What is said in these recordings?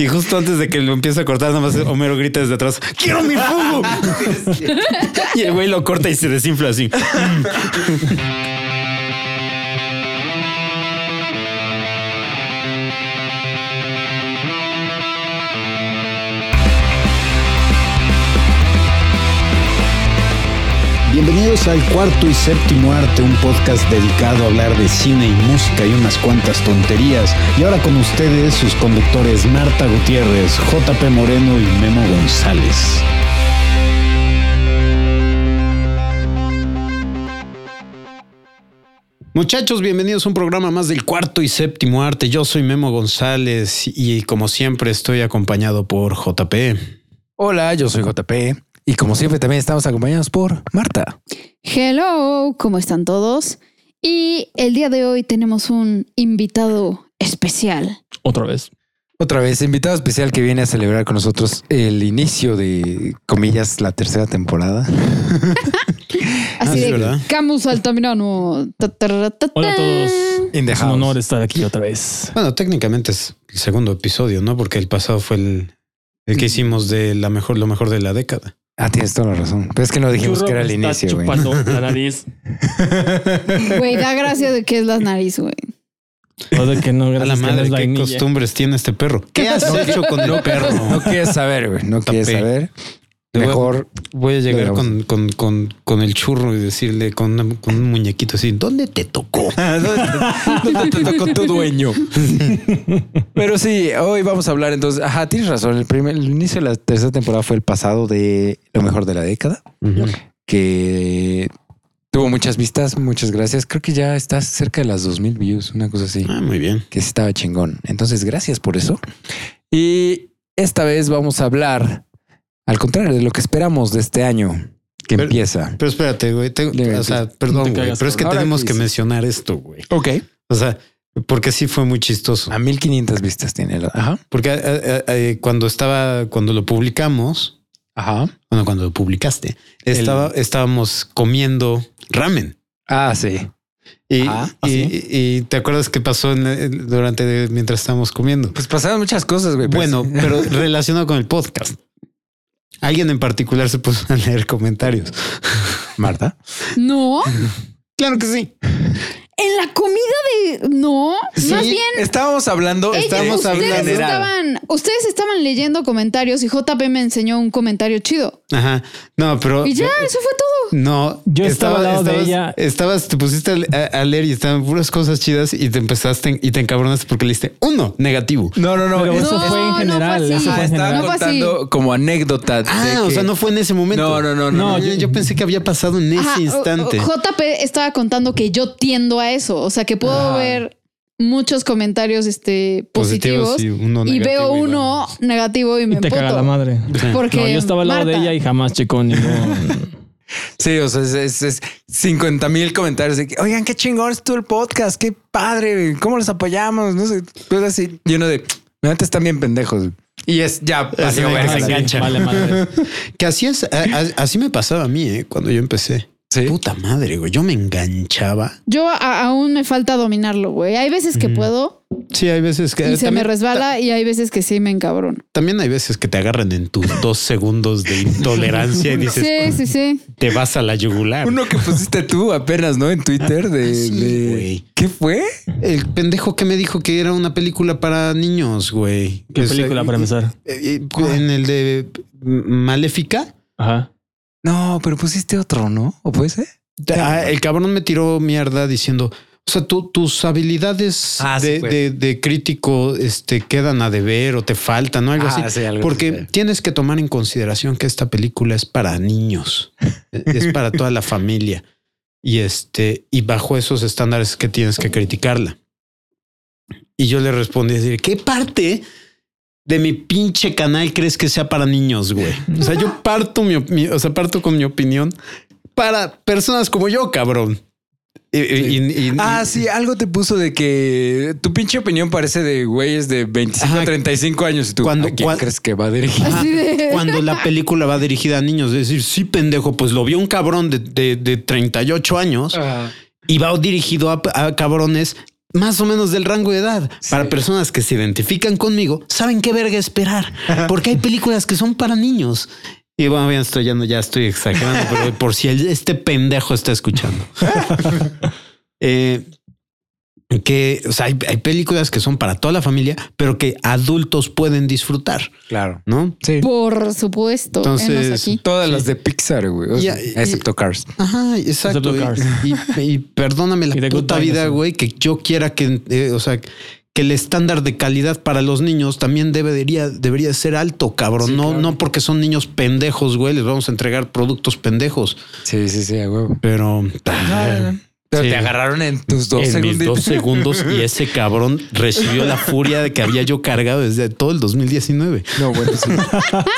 Y justo antes de que lo empiece a cortar, nada más Homero grita desde atrás: ¡Quiero mi fugo! y el güey lo corta y se desinfla así. Bienvenidos al cuarto y séptimo arte, un podcast dedicado a hablar de cine y música y unas cuantas tonterías. Y ahora con ustedes sus conductores Marta Gutiérrez, JP Moreno y Memo González. Muchachos, bienvenidos a un programa más del cuarto y séptimo arte. Yo soy Memo González y como siempre estoy acompañado por JP. Hola, yo soy JP. Y como siempre, también estamos acompañados por Marta. Hello, ¿cómo están todos? Y el día de hoy tenemos un invitado especial. Otra vez. Otra vez, invitado especial que viene a celebrar con nosotros el inicio de, comillas, la tercera temporada. Así Ah, sí, de ¿verdad? Camus Altamirano. Ta, ta, ra, ta, Hola ta. a todos. In the Es un house. honor estar aquí otra vez. Bueno, técnicamente es el segundo episodio, ¿no? Porque el pasado fue el, el que hicimos de la mejor, lo mejor de la década. Ah, tienes toda la razón. Pero es que no dijimos Churro que era el me está inicio, güey. chupando la nariz. Güey, da gracia de que es las nariz, güey. O de que no, A la gracias, que no madre, es qué vainilla. costumbres tiene este perro. ¿Qué has hecho con el perro? No quieres saber, güey. No quieres Tapé. saber. Le voy a- Mejor. Voy a llegar Pero- con, con, con, con el churro y decirle con, una- con un muñequito así, ¿dónde te tocó? Ah, ¿Dónde te tocó tu dueño? Pero sí, hoy vamos a hablar entonces. Ajá, tienes razón. El, primer, el inicio de la tercera temporada fue el pasado de lo mejor de la década. que tuvo muchas vistas, muchas gracias. Creo que ya está cerca de las 2000 views, una cosa así, Ah, muy bien. que estaba chingón. Entonces, gracias por eso. Y esta vez vamos a hablar al contrario de lo que esperamos de este año que Pero- empieza. Pero espérate, güey. te- Dime, o sea, sí. perdón, No te güey, cagas, pero es que cabrón. tenemos Ahora, que sí, sí. mencionar esto, güey. Ok. O sea, porque sí fue muy chistoso. A 1500 vistas tiene. la- Ajá. Porque eh, eh, eh, cuando estaba, cuando lo publicamos, Ajá. bueno, cuando lo publicaste, estaba, estábamos comiendo ramen. Ah, sí. Y, Ah, y- ¿sí? y- y te acuerdas qué pasó en- en- durante mientras estábamos comiendo. Pues pasaron muchas cosas, güey. pues. Bueno, pero relacionado con el podcast. Alguien en particular se puso a leer comentarios. Marta. No, Claro que sí. en la comida de. No, más bien. Estábamos hablando. Ellos- estamos ustedes, hablando- estaban, ustedes estaban leyendo comentarios y JP me enseñó un comentario chido. Ajá. No, pero Y ya, eso fue todo. no. Yo estaba al lado de estabas, ella. Estabas, te pusiste a, a leer y estaban puras cosas chidas y te empezaste y te encabronaste porque leíste uno negativo. No, no, no. Pero es- No, eso fue en no fue general. así. eso Ah, fue Ajá, en estaba No general. fue así. contando como anécdota. de Ah, o que- sea, no fue en ese momento. No, no, no, no, No, no. yo, yo pensé que había pasado en ese Ajá, instante. o- o- JP estaba contando que yo tiendo a eso. O sea, que puedo Ajá. ver muchos comentarios este, positivos. y uno y veo uno negativo y me Y te caga emputo. la madre. Porque No, yo estaba al lado Marta- de ella y jamás checó ningún. Sí, o sea, es, es, 50 mil comentarios de que, oigan, qué chingón estuvo el podcast, qué padre, ¿cómo los apoyamos? No sé, pues así, lleno de, antes están bien pendejos. Y es, ya, Así de valió que verga. se sí, engancha. Vale, madre. Que así es, a- a- así me pasaba a mí, ¿eh? cuando yo empecé. Sí. Puta madre, güey. Yo me enganchaba. Yo a- aún me falta dominarlo, güey. Hay veces que puedo Sí, hay veces que. y se me también, resbala y hay veces que sí me encabrono. también hay veces que te agarran en tus dos segundos de intolerancia y dices, Sí, sí, sí. te vas a la yugular. Uno que pusiste tú apenas, ¿no? En Twitter de... Ah, Sí, de- güey. ¿Qué fue? El pendejo que me dijo que era una película para niños, güey. ¿Qué O sea, película para empezar? eh, eh, En el de Maléfica. Ajá. No, pero pusiste otro, ¿no? ¿O puede ser? Ah, el cabrón me tiró mierda diciendo, o sea, tú- tus habilidades Ah, sí, de, pues. de- de crítico este, quedan a deber o te faltan o algo Ah, así. sí, algo porque así. tienes que tomar en consideración que esta película es para niños, es para toda la familia. Y este, y bajo esos estándares que tienes que criticarla. Y yo le respondí a decir, ¿qué parte de mi pinche canal crees que sea para niños, güey? O sea, yo parto mi, op- mi- o sea, parto con mi opinión para personas como yo, cabrón. Y- y- y- y- Ah, sí, algo te puso de que tu pinche opinión parece de güeyes de 25 Ajá. a 35 años y tú, Cuando- ¿a quién cuan- crees que va a dirigir? Así de- Cuando la película va dirigida a niños, es decir, sí, pendejo, pues lo vio un cabrón de, de, de 38 años y va dirigido a, a cabrones más o menos del rango de edad. Para personas que se identifican conmigo, saben qué verga esperar. Porque hay películas que son para niños. Y bueno, bien, estoy yendo, ya estoy exagerando, pero por si el- este pendejo está escuchando. Eh, que o sea, hay, hay películas que son para toda la familia, pero que adultos pueden disfrutar, Claro. ¿no? Sí. Por supuesto. Entonces, Entonces, aquí. Todas las de Pixar, güey. O sea, Ya, y- excepto Cars. Ajá, exacto. Excepto Cars. Y, y- y perdóname la Y The Good puta vida, Dinosaur. güey, que yo quiera que, eh, o sea, que el estándar de calidad para los niños también debería, debería ser alto, cabrón. Sí, no, claro. no porque son niños pendejos, güey, les vamos a entregar productos pendejos. Sí, sí, sí, a huevo. Pero Ah, Pero Sí. te agarraron en tus dos en mis dos segunditos. segundos y ese cabrón recibió la furia de que había yo cargado desde todo el 2019. No, bueno, sí.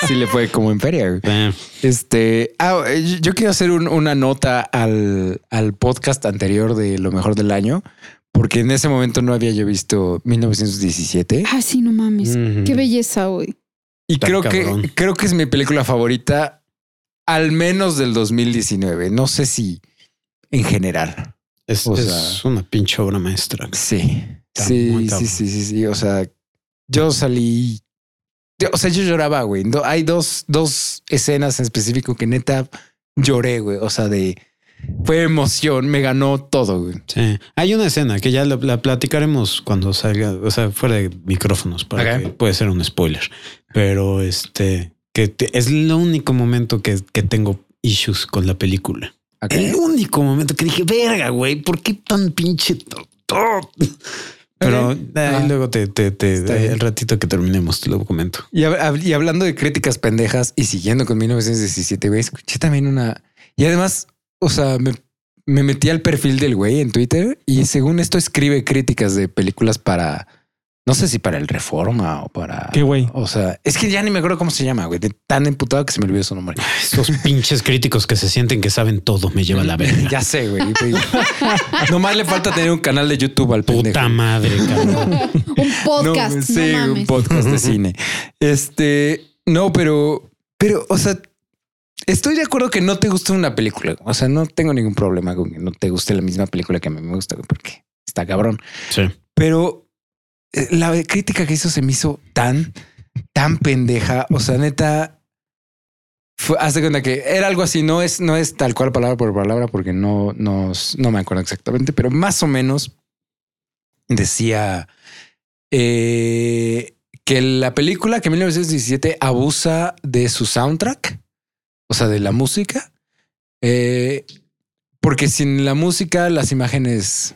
sí le fue como en feria, güey. Eh, Este, ah, eh, yo- yo quiero hacer un- una nota al, al podcast anterior de Lo mejor del año, porque en ese momento no había yo visto 1917 Ah, sí, no mames. Ujú. Qué belleza, güey. y Está creo cabrón. que creo que es mi película favorita al menos del 2019, no sé si en general. es, O sea- es una pinche obra maestra. Sí. Está muy Sí, sí, cabrón. sí, sí, sí, o sea, yo salí yo- o sea, yo lloraba, güey. No, hay dos, dos escenas en específico que neta lloré, güey. O sea, de fue emoción, me ganó todo, güey. Sí. Hay una escena que ya la, la platicaremos cuando salga, o sea, fuera de micrófonos, para Ok. que puede ser un spoiler, pero este que te- es el único momento que, que tengo issues con la película. El único momento que dije, verga, güey, ¿por qué tan pinche torto? Pero ahí Ah. luego te, te, te- Está bien. el ratito que terminemos, te lo comento. Y, hab- hab- y hablando de críticas pendejas y siguiendo con 1917, güey, escuché también una. Y además, o sea, me, me metí al perfil del güey en Twitter y según esto escribe críticas de películas para. No sé si para el Reforma o para. ¿Qué güey? O sea, es que ya ni me acuerdo cómo se llama, güey. De tan emputado que se me olvidó su nombre. Estos pinches críticos que se sienten que saben todo me lleva a la verga. Ya sé, güey. güey. Nomás le falta tener un canal de YouTube al pendejo. Puta madre, cabrón. Un podcast. No, No, sí, un mames. podcast de cine. Este, no, pero, pero, o sea, estoy de acuerdo que no te gusta una película. O sea, no tengo ningún problema con que no te guste la misma película que a mí me gusta, güey, porque está cabrón. Sí. Pero eh, la crítica que hizo se me hizo tan, tan pendeja. O sea, neta. Fue, haz de cuenta que era algo así, no es, no es tal cual palabra por palabra, porque no, no, no me acuerdo exactamente, pero más o menos decía eh, que la película que 1917 abusa de su soundtrack, o sea, de la música, eh, porque sin la música las imágenes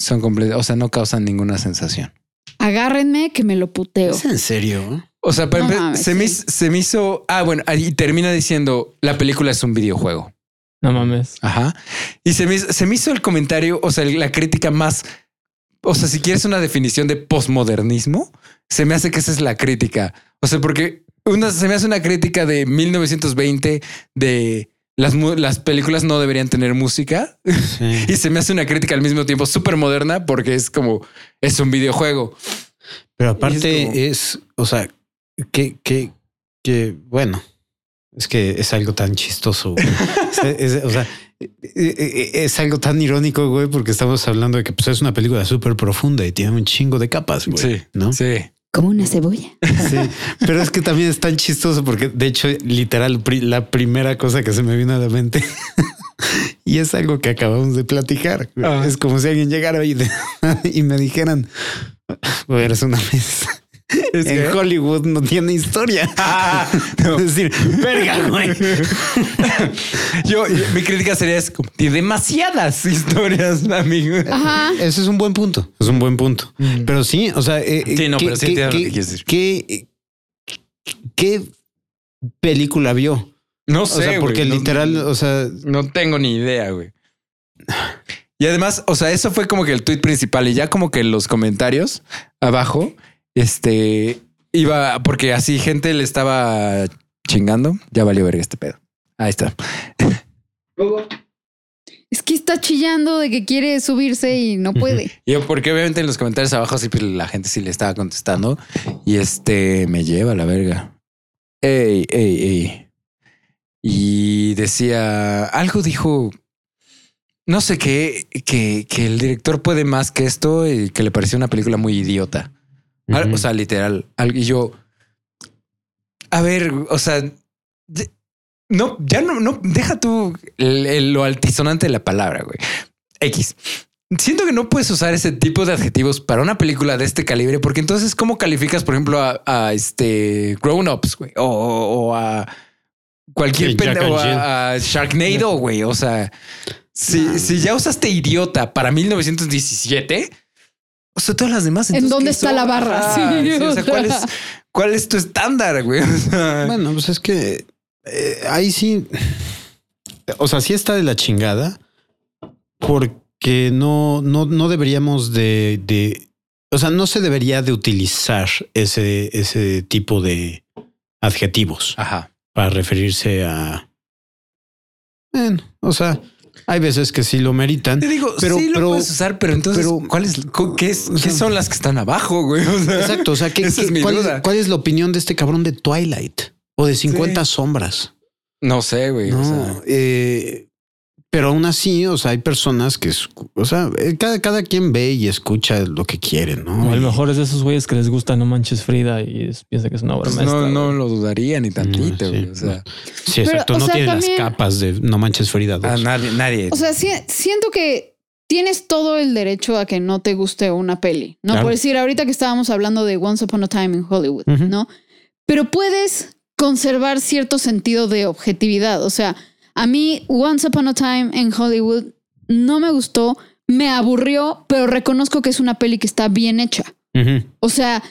son completas, o sea, no causan ninguna sensación. Agárrenme que me lo puteo. ¿Es en serio? O sea, para No empe- mames, se, me, sí. hizo- se me hizo. Ah, bueno, y termina diciendo la película es un videojuego. No mames. Ajá. Y se me, hizo- se me hizo el comentario, o sea, la crítica más. O sea, si quieres una definición de posmodernismo, se me hace que esa es la crítica. O sea, porque una, se me hace una crítica de 1920 de las, mu- las películas no deberían tener música Sí. y se me hace una crítica al mismo tiempo súper moderna porque es como es un videojuego. Pero aparte como- es, o sea, que, que, que, bueno, es que es algo tan chistoso. güey. Es, es- o sea, e- e- e- es algo tan irónico, güey, porque estamos hablando de que pues, es una película súper profunda y tiene un chingo de capas, güey. Sí, ¿no? Sí. Como una cebolla. Sí, pero es que también es tan chistoso porque, de hecho, literal, pri- la primera cosa que se me vino a la mente y es algo que acabamos de platicar. güey. Ah. Es como si alguien llegara y, de- y me dijeran, "Güey, eres una vez. en que- Hollywood no tiene historia. Ah, no. Es decir, verga, güey. Yo, yo- mi crítica sería es como, tiene demasiadas historias, amigo. Ajá. Ese es un buen punto. Es un buen punto. Pero sí, o sea, eh, eh, Sí, no, pero sí entiendo lo que quieres decir. qué- qué película vio? No O sea, güey, porque no- literal, o sea, No tengo ni idea, güey. Y además, o sea, eso fue como que el tweet principal y ya como que los comentarios abajo, este, iba, porque así gente le estaba chingando, ya valió verga este pedo. Ahí está. Es que está chillando de que quiere subirse y no puede. Y yo, porque obviamente en los comentarios abajo sí, pues, la gente sí le estaba contestando y este me lleva a la verga. Ey, ey, ey. Y decía, algo dijo, No sé qué, que, que el director puede más que esto y que le pareció una película muy idiota. Al- O sea, literal. Al- Y yo, a ver, o sea, de- no, ya no, no, deja tú el- el- lo altisonante de la palabra, güey. X. Siento que no puedes usar ese tipo de adjetivos para una película de este calibre, porque entonces, ¿cómo calificas, por ejemplo, a, a este Grown Ups, güey? O, o- o a cualquier Sí, Jack pende- o and Jill. a, a Sharknado, güey. O sea, si, si ya usaste idiota para 1917, o sea, todas las demás. ¿En entonces, dónde ¿qué está son? la barra? Ajá, Sí, sí, o sea, o ¿cuál es, sea. cuál es tu estándar, güey? O sea, Bueno, pues es que eh, ahí sí. O sea, sí está de la chingada. Porque no, no, no deberíamos de, de- O sea, no se debería de utilizar ese, ese tipo de adjetivos Ajá. para referirse a. Bueno, o sea, hay veces que sí lo meritan. Te digo, Pero- sí lo pero- puedes usar, pero entonces, pero- ¿cuál es, cu- qué, es- o sea- qué son las que están abajo, güey? O sea, Exacto. O sea, ¿qué- Esa qué- es mi cuál, duda. es, cuál es la opinión de este cabrón de Twilight o de 50 sombras? No sé, güey. o No, sea, eh, pero aún así, o sea, hay personas que, escu- o sea, eh, cada, cada quien ve y escucha lo que quiere, ¿no? O a Y- lo mejor es de esos güeyes que les gusta No Manches Frida y es- piensa que es una obra pues maestra. no, no güey. lo dudaría ni tantito, No, sí. güey. O sea, Sí, Pero, exacto. o no sea, tiene también- las capas de No Manches Frida 2. a Ah, nadie, nadie. O sea, si- siento que tienes todo el derecho a que no te guste una peli, ¿no? Claro. Por decir, ahorita que estábamos hablando de Once Upon a Time in Hollywood, Ujú. ¿no? Pero puedes conservar cierto sentido de objetividad. O sea, a mí Once Upon a Time in Hollywood no me gustó, me aburrió, pero reconozco que es una peli que está bien hecha. Ujú, O sea,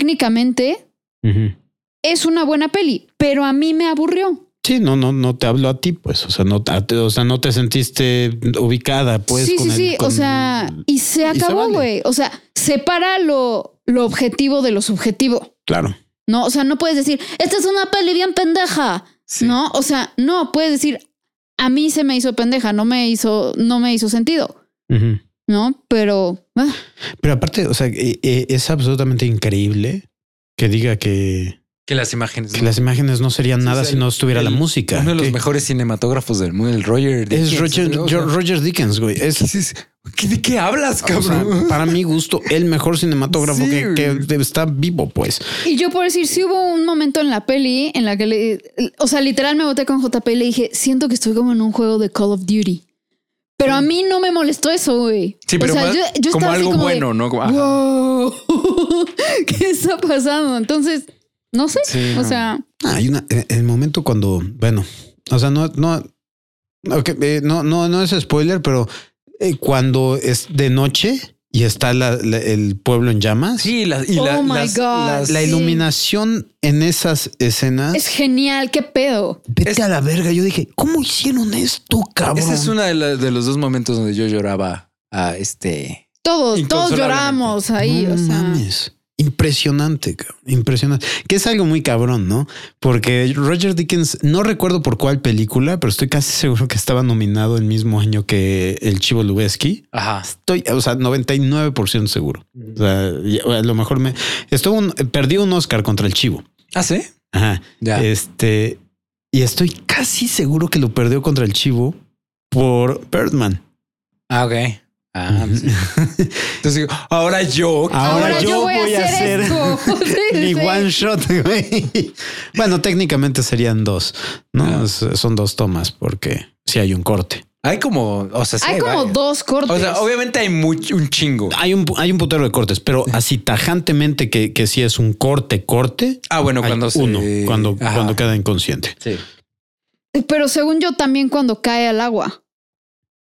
técnicamente ujú. es una buena peli, pero a mí me aburrió. Sí, no, no, no te hablo a ti, pues, o sea, no, te- a- o sea, no te sentiste ubicada, pues. sí, con sí, el- sí. O con- sea, y se acabó, vale. güey. O sea, separa lo, lo objetivo de lo subjetivo. Claro. No, o sea, no puedes decir, esta es una peli bien pendeja. Sí. No, o sea, no, puedes decir, a mí se me hizo pendeja, no me hizo, no me hizo sentido. Ujú. No, pero ah, Pero aparte, o sea, eh, eh, es absolutamente increíble que diga que, que las imágenes. que las imágenes no serían Sí, nada o sea, si no estuviera la el- música. Uno de los que mejores cinematógrafos del mundo, el Roger. Es Dickens, Roger, o sea, Yo- Roger Dickens, güey. Es, dices, ¿qué- ¿De qué hablas, O sea, cabrón? para mi gusto, el mejor cinematógrafo Sí, que, que está vivo, pues. Y yo por decir, sí hubo un momento en la peli en la que le, o sea, literal me boté con JP y le dije, siento que estoy como en un juego de Call of Duty. Pero a mí no me molestó eso, güey. Sí, O pero sea, más- yo- yo como estaba así algo como de, bueno, ¿no? Como, ajá. wow, ¿qué está pasando? Entonces, no sé. Sí, o no. sea, Ah, Hay una, eh, el momento cuando, bueno, o sea, no, no, ok, eh, no, no, no es spoiler, pero eh, cuando es de noche y está la- la- el pueblo en llamas, Sí, las, y la- Oh my las- God. las- la sí. iluminación en esas escenas, es genial, qué pedo. vete es- a la verga. Yo dije, ¿cómo hicieron esto, cabrón? Ese es uno de, la- de los dos momentos donde yo lloraba a este. Todos, todos Inconsolablemente. lloramos ahí, No o sea. mames. Impresionante, cabrón, impresionante. Que es algo muy cabrón, ¿no? Porque Roger Dickens, no recuerdo por cuál película, pero estoy casi seguro que estaba nominado el mismo año que El Chivo Lubeski. Ajá. Estoy, o sea, 99% seguro. O sea, y- a lo mejor me... Estuvo un- perdí un Oscar contra el Chivo. ¿Ah, sí? Ajá. Ya. Este... Y estoy casi seguro que lo perdió contra el Chivo por Birdman. Ah, ok. Ah, pues sí. Entonces digo, ahora yo. Ahora, yo, voy, a hacer, esto. Sí, Ni sí. one shot, güey. Bueno, técnicamente serían dos, ¿no? Ah. S- Son dos tomas porque si hay un corte. Hay como, o sea, sí Hay como varios. dos cortes. O sea, obviamente hay much- un chingo. Hay un, hay un putero de cortes, pero así tajantemente que, que si es un corte, corte. Ah, bueno, hay cuando se- uno, cuando, Ajá. cuando queda inconsciente. Sí. Pero según yo también cuando cae al agua.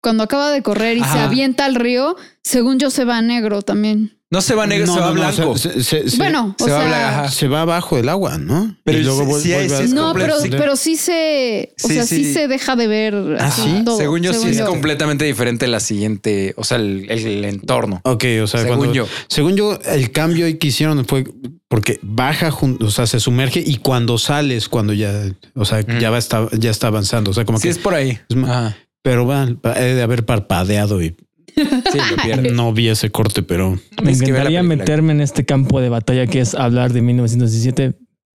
Cuando acaba de correr y se Ajá. avienta al río, según yo se va a negro también. No se va negro, No, se va no, no, blanco. Ah. se- se- se- bueno, o se va a sea, hablar, ajá. se va abajo del agua, ¿no? Pero sí- vuel- sí hay- sí es a- no, pero, completo, sí. pero sí se, o Sí, sea, sí. sí. se deja de ver. Ah, así ¿sí? todo, según yo, sí es yo. completamente diferente la siguiente, o sea, el, el- el entorno. Ok, o sea, según cuando- yo. Según yo, el cambio ahí que hicieron fue porque baja, jun- o sea, se sumerge y cuando sales, cuando ya, o sea, Mm. ya va, está, ya está avanzando, o sea, como Sí, que, es por ahí. Es ma- Ajá. pero va, va- he de haber parpadeado y Sí, lo pierdo. no vi ese corte, pero Me Es que ve la encantaría película. meterme en este campo de batalla que es hablar de 1917,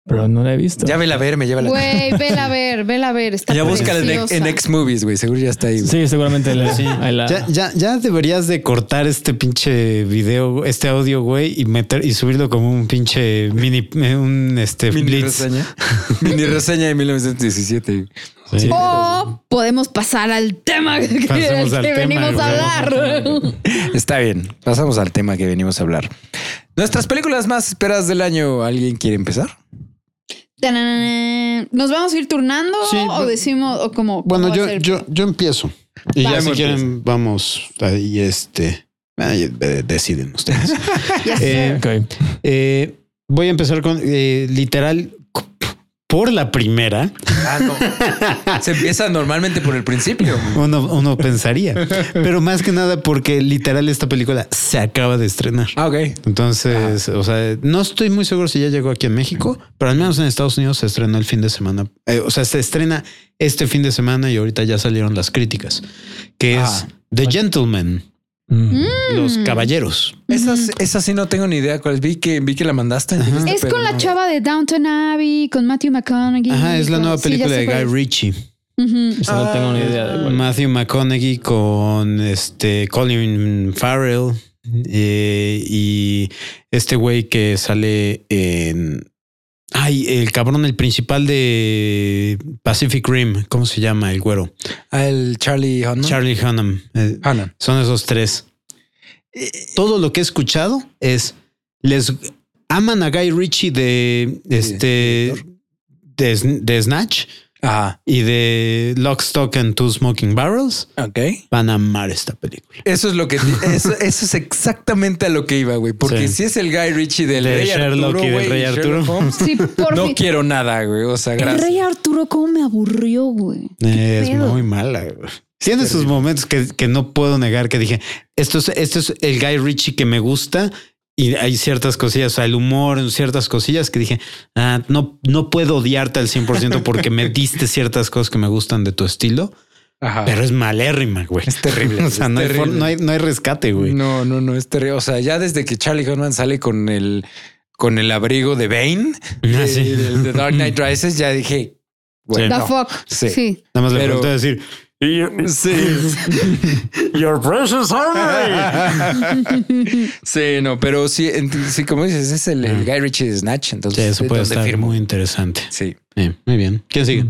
pero no la he visto. Ya vela a ver, me lleva la. Güey, vela a ver, vela a ver. Está ya búscala en, preciosa. en X Movies, güey. Seguro ya está ahí. güey. Sí, seguramente la, ahí la- Ya, ya, ya deberías de cortar este pinche video, este audio, güey, y meter y subirlo como un pinche mini, un este Mini blitz. reseña. Mini reseña de 1917. Sí. Oh, O podemos pasar al tema que, Pasemos al que tema, venimos güey. a hablar. Está bien. Pasamos al tema que venimos a hablar. Nuestras películas más esperadas del año. ¿Alguien quiere empezar? Tananana. ¿Nos vamos a ir turnando Sí, o bu- decimos o como Bueno, cómo yo, hacer? yo, yo empiezo. Y Va. ya si Empieza. quieren, vamos ahí, este. ahí, eh, deciden ustedes. Ya sé. Eh, Ok. eh, voy a empezar con eh, literal por la primera. Ah, no. Se empieza normalmente por el principio. güey. Uno, uno pensaría, pero más que nada porque literal esta película se acaba de estrenar. Ah, ok. Entonces, Ah. o sea, no estoy muy seguro si ya llegó aquí en México, pero al menos en Estados Unidos se estrenó el fin de semana. Eh, o sea, se estrena este fin de semana y ahorita ya salieron las críticas, que es Ah. The Gentleman, Mm. Los Caballeros. Esa, esa sí no tengo ni idea cuál es. Vi que, vi que la mandaste. dijiste, es pero con la no. chava de Downton Abbey, con Matthew McConaughey. Ajá, es la con- nueva sí, ya película sé de cuál Guy es. Ritchie. Ujú. O sea, no tengo ni idea de cuál. Matthew McConaughey con este Colin Farrell eh, y este güey que sale en. Ay, el cabrón, el principal de Pacific Rim. ¿Cómo se llama el güero? Ah, el Charlie Hunnam. Charlie Hunnam. Eh, Hunnam. son esos tres. Todo lo que he escuchado es. Les aman a Guy Ritchie de este. De, Sn- de Snatch Ajá. y de Lock, Stock and Two Smoking Barrels. Ok. Van a amar esta película. Eso es lo que eso, eso es exactamente a lo que iba, güey. Porque Sí. si es el Guy Ritchie del De Rey Sherlock Arturo, y del güey, Rey Sherlock Arturo. Holmes, Sí, por no fin. quiero nada, güey. O sea, El gracias. rey Arturo, cómo me aburrió, güey. ¿Qué Es pedo? muy mala. güey. Tiene sus momentos que, que no puedo negar que dije, esto es, esto es el Guy Ritchie que me gusta y hay ciertas cosillas, o sea, el humor, ciertas cosillas que dije, ah, no, no puedo odiarte al 100% porque me diste ciertas cosas que me gustan de tu estilo, Ajá. pero es malérrima, güey. Ah. Es terrible, o sea, es no, hay terrible. Mm, for- no hay, no hay rescate, güey. No, no, no, es terrible. O sea, ya desde que Charlie Hunnam sale con el con el abrigo de Bane Ah, de, sí. del- de Dark Knight Rises, ya Sí. dije, güey, The no. fuck. Sí. Sí. Nada más le Pero- faltó decir, Your precious Harmony. Sí, no, pero sí, ent- sí, como dices, es el, el Mm. Guy Ritchie de Snatch, entonces Sí, eso pues, ¿de puede dónde estar firmo? Mm. muy interesante. Sí. Eh, muy bien. ¿Quién sigue?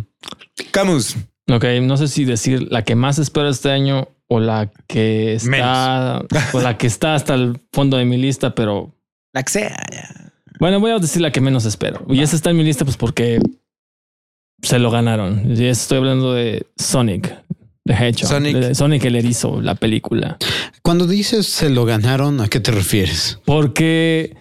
Camus. Ok, no sé si decir la que más espero este año o la que está o la que está hasta el fondo de mi lista, pero La que sea, ya. bueno, voy a decir la que menos espero. Y esa está en mi lista, pues porque se lo ganaron. Y estoy hablando de Sonic, de Hedgehog, Sonic. de Sonic el erizo, la película. Cuando dices se lo ganaron, ¿a qué te refieres? Porque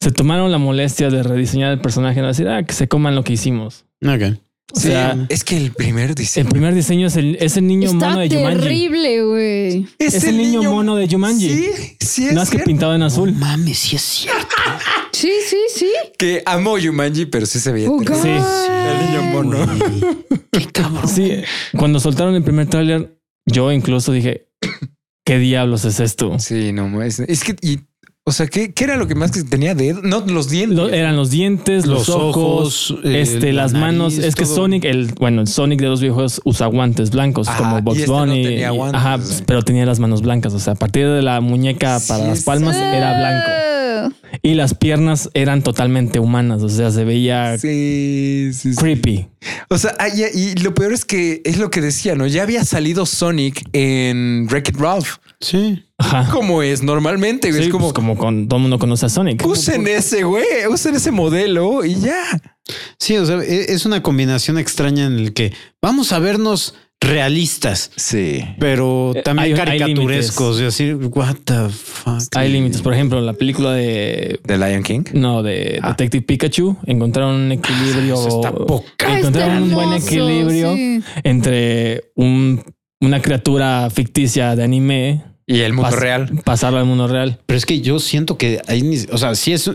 se tomaron la molestia de rediseñar el personaje, no decir ah, que se coman lo que hicimos. Ok. O Sí, sea, es que el primer diseño. el primer diseño es el, es el niño Está mono de Jumanji. terrible, güey. Es el niño mono de Jumanji. Sí, sí, es Nada más que cierto. pintado en azul. Mames, sí es cierto. Sí, sí, sí. Que amo Jumanji, pero sí se veía. Oh, terrible. God. Sí. El niño mono. Qué cabrón. Sí, cuando soltaron el primer tráiler, yo incluso dije, ¿qué diablos es esto? Sí, no, es, es que, y, o sea, ¿qué, qué era lo que más que tenía de No, los dientes. Lo- eh, eran los dientes, los, Los ojos, ojos, eh, este, la las nariz, manos. Es que todo. Sonic, el, bueno, el Sonic de los viejos usa guantes blancos Ajá, como y Box este no Bunny. tenía y- guantes, ajá, pues, güey. pero tenía las manos blancas. O sea, a partir de la muñeca Sí, para las es- palmas era blanco. blanco. Y las piernas eran totalmente humanas. O sea, se veía Sí, sí, sí. creepy. O sea, ah, y, y lo peor es que es lo que decía, ¿no? Ya había salido Sonic en Wreck-It Ralph, Sí. Ajá. como es normalmente. güey. Sí, es como, pues, como con todo el mundo conoce a Sonic. usen ese, güey, usen ese modelo y ya. Sí, o sea, e- es una combinación extraña en el que vamos a vernos realistas, Sí. pero Eh, también hay- hay caricaturescos. y así, what the fuck. Hay límites. Por ejemplo, la película de ¿De Lion King? No, de Ah. Detective Pikachu encontraron un equilibrio. Eso Pues está poca. encontraron Está un buen hermoso, equilibrio sí. entre un- una criatura ficticia de anime Y el mundo pas- real. pasarlo al mundo real. Pero es que yo siento que ahí, ni- o sea, sí es,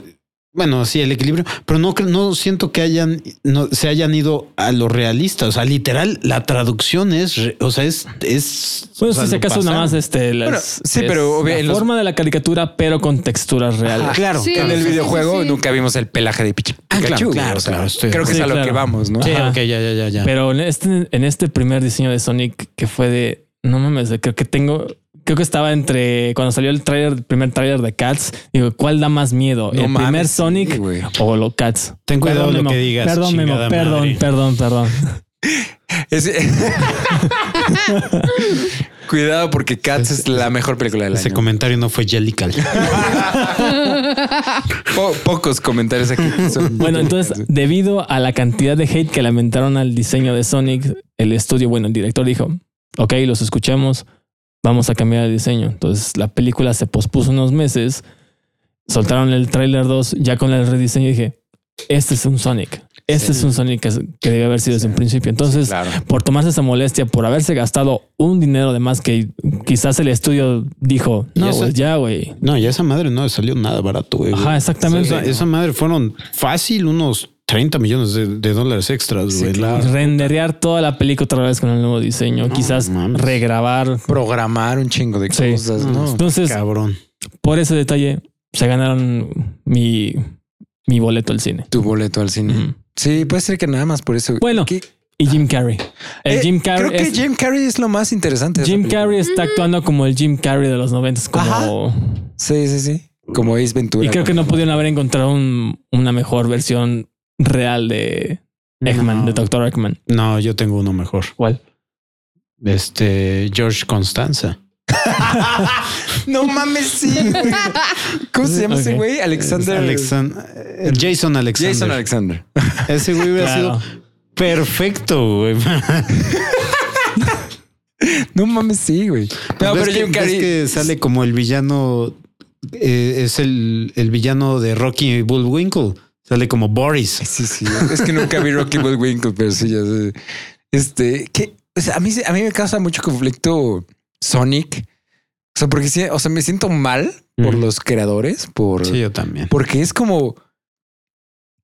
Bueno, sí, el equilibrio, pero no, cre- no siento que hayan, no, se hayan ido a lo realista. O sea, literal, la traducción es, re- o sea, es, es. Bueno, o sea, si lo acaso nada pasaron. más este, las- Bueno, sí, es pero obvio, la en los- forma de la caricatura, pero con texturas reales. Ah, claro, Sí, claro. En el sí, videojuego sí, sí. nunca vimos el pelaje de Pikachu. Ah, claro, Pikachu, claro, o sea, claro, estoy- creo que Sí, es a lo claro. que vamos, ¿no? Sí, Ajá. ok, ya, ya, ya, ya. Pero en este, en este primer diseño de Sonic que fue de no mames, creo que tengo, creo que estaba entre cuando salió el trailer, el primer trailer de Cats. Digo, ¿cuál da más miedo? No ¿El mames, primer Sonic sí, güey. o los Cats? Ten cuidado lo Memo. que digas, Perdón, Memo, chingada perdón, madre. perdón, perdón. Es- eh, Cuidado porque Cats es la mejor película del Ese año. comentario no fue Jellical. Po- pocos comentarios aquí. son- Bueno, entonces, debido a la cantidad de hate que lamentaron al diseño de Sonic, el estudio, bueno, el director dijo, ok, los escuchamos, vamos a cambiar el diseño. Entonces, la película se pospuso unos meses, soltaron el tráiler 2 ya con el rediseño y dije, este es un Sonic, este es un Sonic que, que debe haber sido desde un principio. Entonces, Claro. por tomarse esa molestia, por haberse gastado un dinero de más que quizás el estudio dijo, No, "Ya, eso- güey, ya, güey. No, ya esa madre no le salió nada barato, güey. Ajá, exactamente. Esa, esa madre fueron fácil unos 30 millones de, de dólares extras, güey. La- Renderear toda la película otra vez con el nuevo diseño, quizás mames. regrabar. Programar un chingo de Sí. cosas, ¿no? Entonces, Cabrón. por ese detalle, se ganaron mi, mi boleto al cine. Tu boleto al cine. Ujú. Sí, puede ser que nada más por eso. Bueno, Que- Y Jim Carrey. El eh, Jim Carrey. Creo que es- Jim, Jim Carrey es lo más interesante. de esa película. Carrey está actuando como el Jim Carrey de los noventas, como. Sí, sí, sí. Como Ace Ventura. Y creo que no pudieron haber encontrado un- una mejor versión real de Eggman, No. de Dr. Eggman. No, yo tengo uno mejor. ¿Cuál? Este, George Constanza. No mames, sí. güey. ¿Cómo se llama ese Ok. güey? Alexander. Alexan- eh, Jason Alexander. Jason Alexander. Ese güey hubiera Claro. sido perfecto, güey. No mames, sí, güey. Pues No, ¿Ves pero que, Jim ves Carrey. que sale como el villano. eh, es el, el villano de Rocky Bullwinkle. Sale como Boris. Sí, sí. Es que nunca vi Rocky Bullwinkle, pero sí, ya sé. Este, que o sea, a mí, se- a mí me causa mucho conflicto Sonic. O sea, porque sí, o sea, me siento mal por Ujú. los creadores, por, Sí, yo también. porque es como,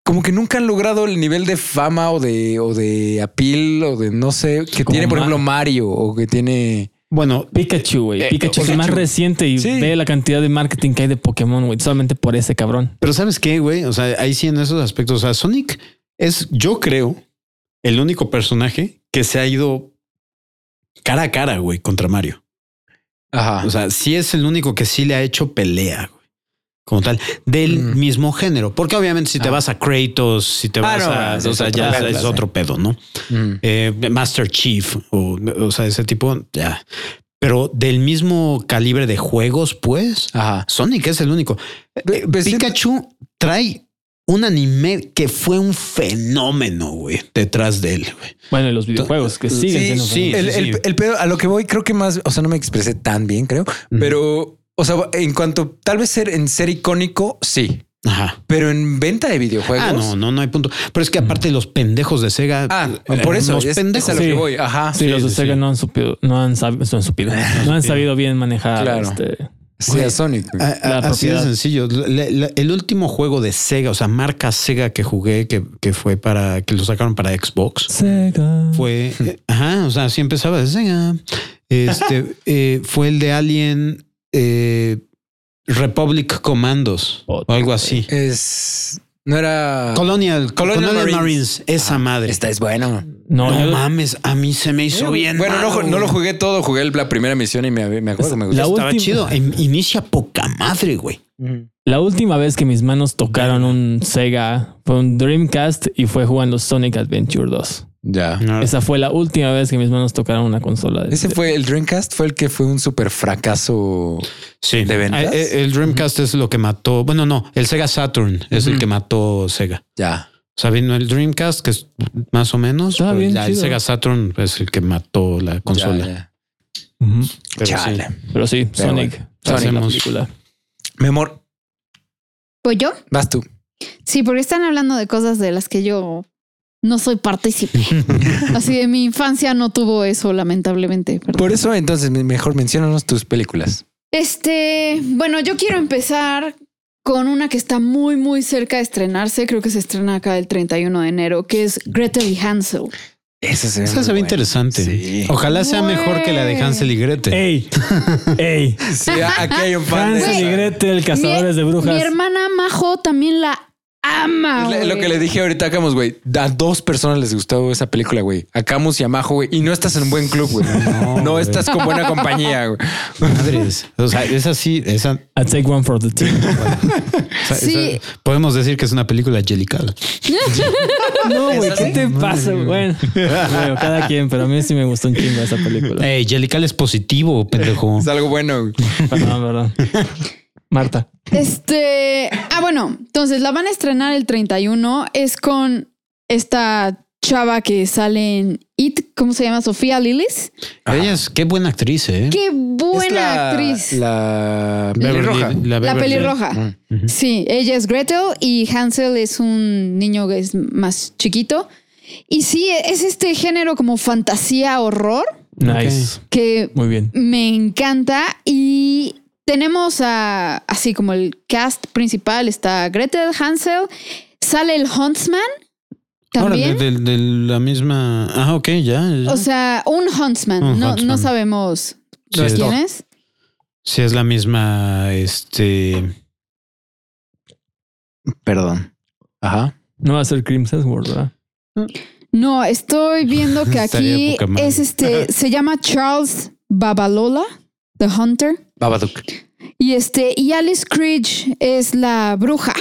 como que nunca han logrado el nivel de fama o de, o de appeal o de no sé, que Como tiene, por Ma- ejemplo, Mario o que tiene. Bueno, Pikachu, güey. Eh, Pikachu es el Pikachu. más reciente y Sí. ve la cantidad de marketing que hay de Pokémon, güey. Solamente por ese cabrón. Pero ¿sabes qué, güey? O sea, ahí sí en esos aspectos. O sea, Sonic es, yo creo, el único personaje que se ha ido cara a cara, güey, contra Mario. Ajá. O sea, sí es el único que sí le ha hecho pelea, güey. Como tal, del Mm. mismo género. Porque obviamente si te Ah. vas a Kratos, si te Ah, vas no, a... es O sea, otro ya pedo, es sí. otro pedo, ¿no? Mm. Eh, Master Chief o, o sea, ese tipo, ya. Pero del mismo calibre de juegos, pues... Ajá. Sonic es el único. Pe- Eh, pe- Pikachu trae un anime que fue un fenómeno, güey, detrás de él, güey. Bueno, y los videojuegos que siguen Sí, siendo sí. fenómenos. el, sí, el- sí. el pedo a lo que voy, creo que más, o sea, no me expresé tan bien, creo, pero, o sea, en cuanto tal vez ser en ser icónico, sí, Ajá. pero en venta de videojuegos. Ah, no, no, no hay punto. Pero es que aparte los pendejos de Sega. Ah, eh, por eso unos es, es pendejos. a lo que Sí. voy. Ajá. Sí, los de sí, Sega sí. no han supido, no han sabido, no han, supido, no han sabido bien manejar Claro. este, Sí, a Sonic. güey. A- a- La así de propiedad. sencillo. La- la- el último juego de Sega, o sea, marca Sega que jugué, que, que fue para que lo sacaron para Xbox, Sega. fue. eh, ajá, o sea, así empezaba de Sega. Este eh, fue el de Alien eh, Republic Commandos o algo así. Es. No era. Colonial, Colonial Colonial, Marines. Ah, Marines, esa madre. Esta es bueno. No, no yo- mames, a mí se me hizo bien. bueno, no, malo, no lo güey. jugué todo, jugué la primera misión y me, me acuerdo que me gustó. La Estaba última- chido. In- Em, Inicia poca madre, güey. la última vez que mis manos tocaron un Sega fue un Dreamcast y fue jugando Sonic Adventure 2. Ya. Ah. Esa fue la última vez que mis manos tocaron una consola. de- Ese fue el Dreamcast, fue el que fue un super fracaso. Sí. ¿De ventas? Ah, eh, El Dreamcast es lo que mató. Bueno, no, el Sega Saturn es el que mató Sega. Ya. O sea, vino el Dreamcast, que es más o menos. Estaba pero bien ya el chido. Sega Saturn es el que mató la consola. Ya, ya. Ujú. Pero sí. Chale. Pero sí, Pero Sonic. bueno, Sonic la hacemos- película. Mi amor, ¿Pues yo? vas tú. Sí, porque están hablando de cosas de las que yo no soy partícipe. Así de mi infancia no tuvo eso, lamentablemente. perdón. Por eso, entonces, me- mejor mencionanos tus películas. Este, bueno, yo quiero empezar con una que está muy, muy cerca de estrenarse. Creo que se estrena acá el 31 de enero, que es Gretel y Hansel. Esa se ve, Esa muy se ve buena. interesante. Sí. Ojalá sea Güey. mejor que la de Hansel y Gretel. ¡Ey! ¡Ey! Sí, aquí hay un fan de Hansel y esa. Gretel, cazadores de brujas. Mi hermana Majo también la ama. Es le- lo Ah, güey. que le dije ahorita a Camus, güey. A dos personas les gustó esa película, güey. A Camus y a Majo, güey. Y no estás en un buen club, güey. No, güey. estás con buena compañía, güey. Madres. O sea, esa sí, esa. I take one for the team. o sea, Sí. esa- podemos decir que es una película angelical. No, güey, ¿qué sí. te pasa? Bueno, bueno, cada quien, pero a mí sí me gustó un chingo esa película. Ey, angelical es positivo, pendejo. Es algo bueno, güey. Perdón, perdón. Marta. Este. Ah, bueno, entonces la van a estrenar el 31. Es con esta chava que sale en It, ¿cómo se llama? Sofía Lillis. Ella es, qué buena actriz, ¿eh? Qué buena Es la- actriz. La, La Beverly- pelirroja. Beverly- pelirroja. Sí, ella es Gretel y Hansel es un niño que es más chiquito. Y sí, es este género como fantasía horror Nice. que Muy bien. Me encanta. Y tenemos a, así como el cast principal, está Gretel Hansel, sale el Huntsman también. Órale, de, de la misma. Ah, ok, ya. ya. O sea, un Huntsman, Un no, no Huntsman. sabemos Sí, es- quién es. sí, es la misma. Este. Perdón. Ajá. No va a ser Crimson World, ¿verdad? No, estoy viendo que Estaría aquí poca madre. es este, se llama Charles Babalola, The Hunter. Babadook. Y este, y Alice Creech es la bruja,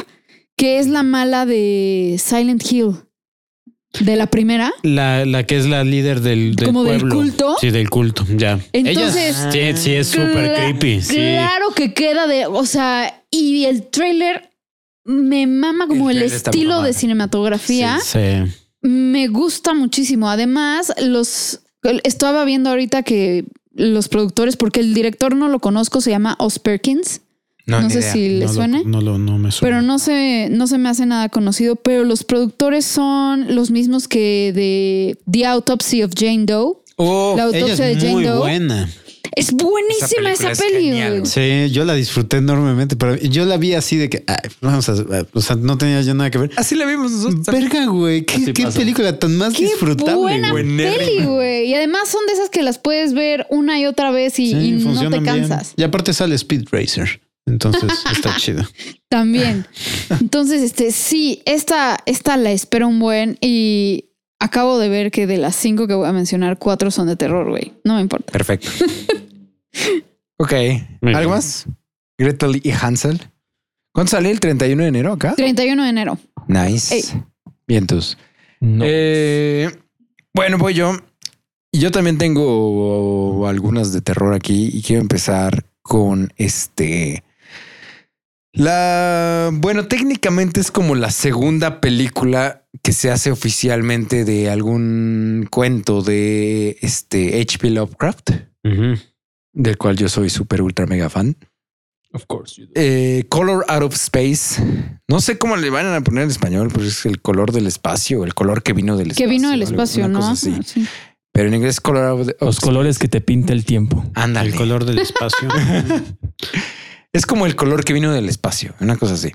que es la mala de Silent Hill. De la primera. La, la que es la líder del, del ¿Como del pueblo. culto? Sí, del culto, ya. Entonces- Ella es- sí, sí, es súper Cla- creepy. Sí. Claro que queda de, o sea, y el trailer me mama como El el, tráiler está estilo de mamado. cinematografía. Sí. Me gusta muchísimo. Además, los estaba viendo ahorita que los productores, porque el director no lo conozco, se llama Oz Perkins. Ah, No, sé si le No lo- suene. no, lo- no me suena. Pero no se, no se me hace nada conocido, pero los productores son los mismos que de The Autopsy of Jane Doe. Oh, la autopsia Ella es de Jane muy Doe. buena. Es buenísima Esa película esa, es peli. genial, güey. güey. Sí, yo la disfruté enormemente, pero yo la vi así de que, ay, vamos a, o sea, no tenía yo nada que ver. así la vimos nosotros. Verga, güey, qué, Así qué pasa. película tan más Qué disfrutable. buena güey. peli, güey. Y además son de esas que las puedes ver una y otra vez y, Sí, y no te funcionan bien. cansas. Y aparte sale Speed Racer, entonces está chido. También. Entonces, este, sí, esta, esta la espero un buen y acabo de ver que de las cinco que voy a mencionar, cuatro son de terror, güey. No me importa. Perfecto. ok. Muy bien. ¿Algo más? Gretel y Hansel. ¿Cuándo sale el 31 de enero acá? 31 de enero. Nice. Ey. Vientos. No. Eh, bueno, voy yo. Yo también tengo algunas de terror aquí y quiero empezar con este. La. Bueno, técnicamente es como la segunda película que se hace oficialmente de algún cuento de este H.P. Lovecraft, del cual yo soy súper ultra mega fan. of course. you do. Eh, color Out of Space. No sé cómo le van a poner en español, pues es el color del espacio, el color que vino del que espacio. vino del algo- espacio, una ¿no? cosa así. Sí. Pero en inglés Color Out of Los colores que te pinta el tiempo. Ándale. El color del espacio. Es como el color que vino del espacio, una cosa así.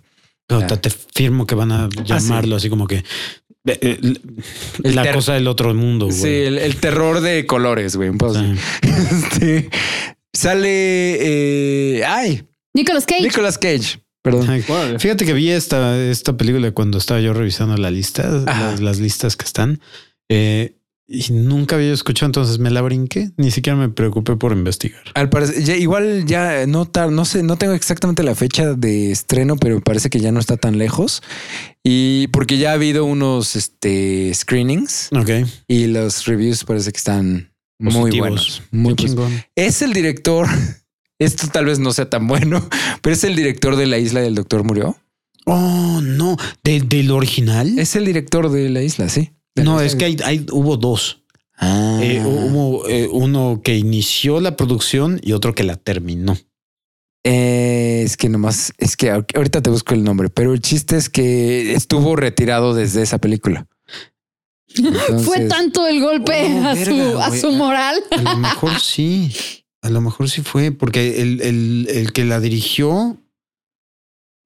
No, te, te firmo que van a llamarlo así como que eh, eh, El la ter- cosa del otro mundo. Oh, güey. Ah. Sí, el, el terror de colores, güey. un poco así. Este, sale. eh, ¡Ay! Nicolas Cage. Nicolas Cage. Perdón. Ay, Fíjate que vi esta, esta película cuando estaba yo revisando la lista, Ajá. las, las listas que están, eh, y nunca había escuchado, entonces me la brinqué, ni siquiera me preocupé por investigar. Al parecer, ya- igual ya no tar- no sé, no tengo exactamente la fecha de estreno, pero me parece que ya no está tan lejos. Y porque ya ha habido unos este, screenings Ok, y los reviews parece que están muy Positivos. buenos. Muy Qué posi- chingón. Es el director. Esto tal vez no sea tan bueno, pero es el director de La Isla del Doctor Murió. Oh, no, ¿De- del original. Es el director de La Isla, sí. De no, la es que isla. hay, hay- hubo dos. Ah. Eh, hubo eh, uno que inició la producción y otro que la terminó. Eh, es que nomás, es que ahor- ahorita te busco el nombre, pero el chiste es que estuvo retirado desde esa película. Fue Entonces, tanto el golpe Oh, a, su, verga, a güey. su moral. A lo mejor sí. A lo mejor sí fue, porque el, el- el que la dirigió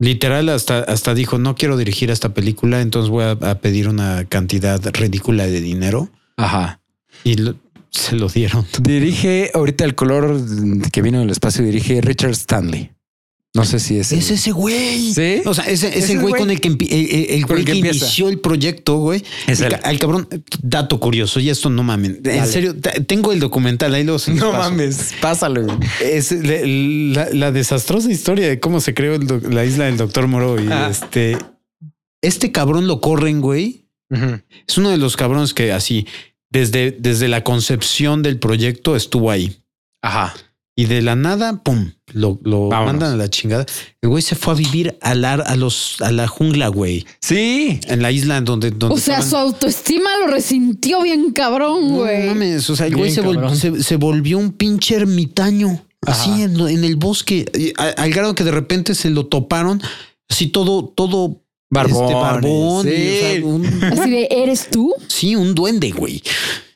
Literal, hasta, hasta dijo, no quiero dirigir esta película, entonces voy a, a pedir una cantidad ridícula de dinero. Ajá. Y lo- se lo dieron. Dirige ahorita el color que vino del espacio, dirige Richard Stanley. No sé si es. Es ese güey. ¿Sí? O sea, ese, ese Ese güey güey. con el que, empi- el- el- el Con güey el que que empieza. inició el proyecto, güey. Es El él. ca- Al cabrón, dato curioso, y esto no mamen. Dale. En serio, t- tengo el documental, ahí lo No mames, pásalo. güey. Es le- la, la desastrosa historia de cómo se creó el doc- la isla del doctor Moro y Ah. este. Este cabrón lo corren, güey. Es uno de los cabrones que así, desde, desde la concepción del proyecto estuvo ahí. Ajá. Y de la nada, pum, lo, lo Vámonos. mandan a la chingada. El güey se fue a vivir a la, a los, a la jungla, güey. Sí. En la isla donde... donde O sea, estaban- su autoestima lo resintió bien cabrón, No güey. mames, o sea, el Bien güey se, vol- cabrón. se- se volvió un pinche ermitaño. Así en, en el bosque. y a- Al grado que de repente se lo toparon. Así todo, todo... Barbón. este, barbón. Sí. y, o sea, un, Así de, ¿eres tú? sí, un duende, güey.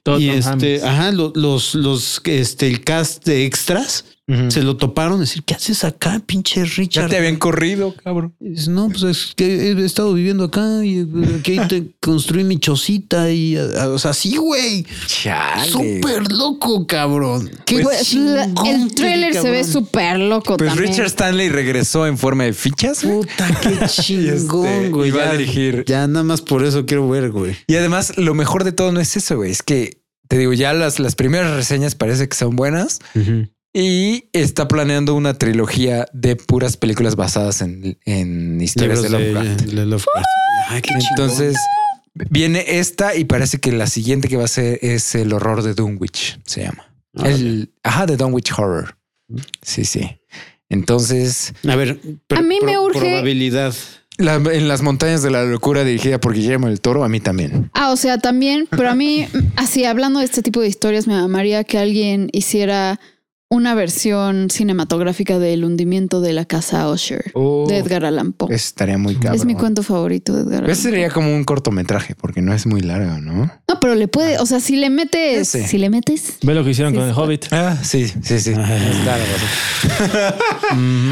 Todo y Tom este, Hanks. ajá, lo- los, los, este, el cast de extras Ujú. se lo toparon. Decir, ¿qué haces acá, pinche Ya Richard? te habían corrido, cabrón. Dices, No, pues es que he estado viviendo acá y eh, aquí te construí mi chocita y, eh, o sea, sí, güey. Chale. Súper loco, cabrón. Qué Pues, la- chingón el que trailer vi, se ve cabrón. súper loco Pues también. Richard Stanley regresó en forma de fichas. güey. Puta, qué este, chingón, güey. y va a Ya- dirigir. Ya nada más por eso quiero ver, güey. Y además, lo mejor de todo no es eso, güey. Es que te digo, ya las, las primeras reseñas parece que son buenas y está planeando una trilogía de puras películas basadas en, en historias de Libros de- Lovecraft. de Lovecraft. Este, Ay, qué chingón. Entonces viene esta y parece que la siguiente que va a ser es el horror de Dunwich, se llama. Ah, el, ajá, de Dunwich Horror. Sí, sí. Entonces, A ver, A mí me urge- Probabilidad. la- en las montañas de la locura dirigida por Guillermo del Toro, a mí también. Ah, o sea, también, pero a mí, así hablando de este tipo de historias, me amaría que alguien hiciera una versión cinematográfica del hundimiento de la casa Usher de Edgar Allan Poe. Eso estaría muy cabrón. Es mi cuento favorito de Edgar Allan Ese sería como un cortometraje, porque no es muy largo, ¿no? Poe. No, pero le puede, o sea, si le metes, Ese. si le metes. Ve lo que hicieron Sí, con el sí. Hobbit. Ah, sí, sí, sí. Es largo, sí.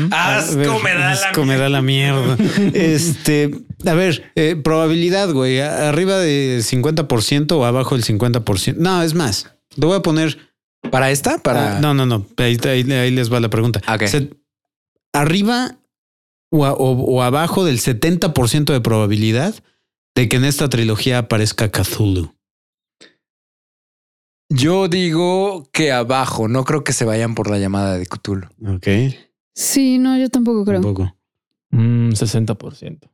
A ver, asco me da la mierda. Este, a ver, eh, probabilidad, güey, a- arriba de 50% o abajo del 50%. No, es más. Lo voy a poner. ¿Para esta? Para. Ah, no, no, no. Ahí, ahí- ahí les va la pregunta. Ok. Se- arriba o, a- o- o abajo del 70% de probabilidad de que en esta trilogía aparezca Cthulhu. Yo digo que abajo. No creo que se vayan por la llamada de Cthulhu. Ok. Sí, no, yo tampoco creo. Tampoco. Mm, 60%.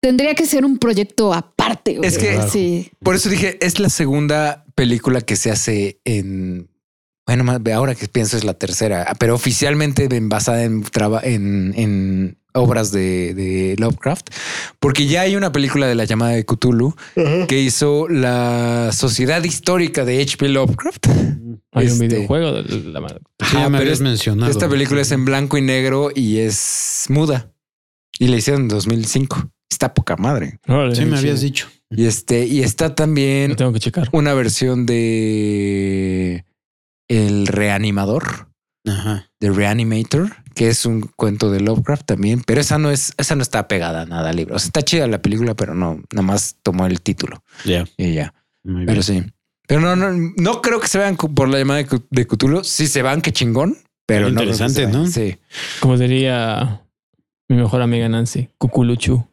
Tendría que ser un proyecto aparte. güey. Es que- sí. Por eso dije, es la segunda película que se hace en. Bueno, más- ahora que pienso es la tercera, pero oficialmente en- basada en, traba- en, en obras de, de Lovecraft, porque ya hay una película de la llamada de Cthulhu que hizo la Sociedad Histórica de H.P. Lovecraft. Hay Este- un videojuego de la madre. Sí, ya Ajá, me pero habías es- mencionado. Esta película es en blanco y negro y es muda. Y la hicieron en 2005. Está poca madre. Órale. Sí, me habías dicho. Y este, y está Lo también tengo que checar. una versión de El Reanimador, Ajá. The Reanimator, que es un cuento de Lovecraft también, pero esa no es, esa no está pegada a nada al libro. O sea, está chida la película, pero no, nada más tomó el título Ya. y ya. Muy bien. Pero sí. Pero no, no, no creo que se vean cu- por la llamada de Cu- de Cthulhu. Sí se van, qué chingón, pero no creo que se Interesante, vayan. ¿no? Sí. Como diría mi mejor amiga Nancy, Cuculuchu.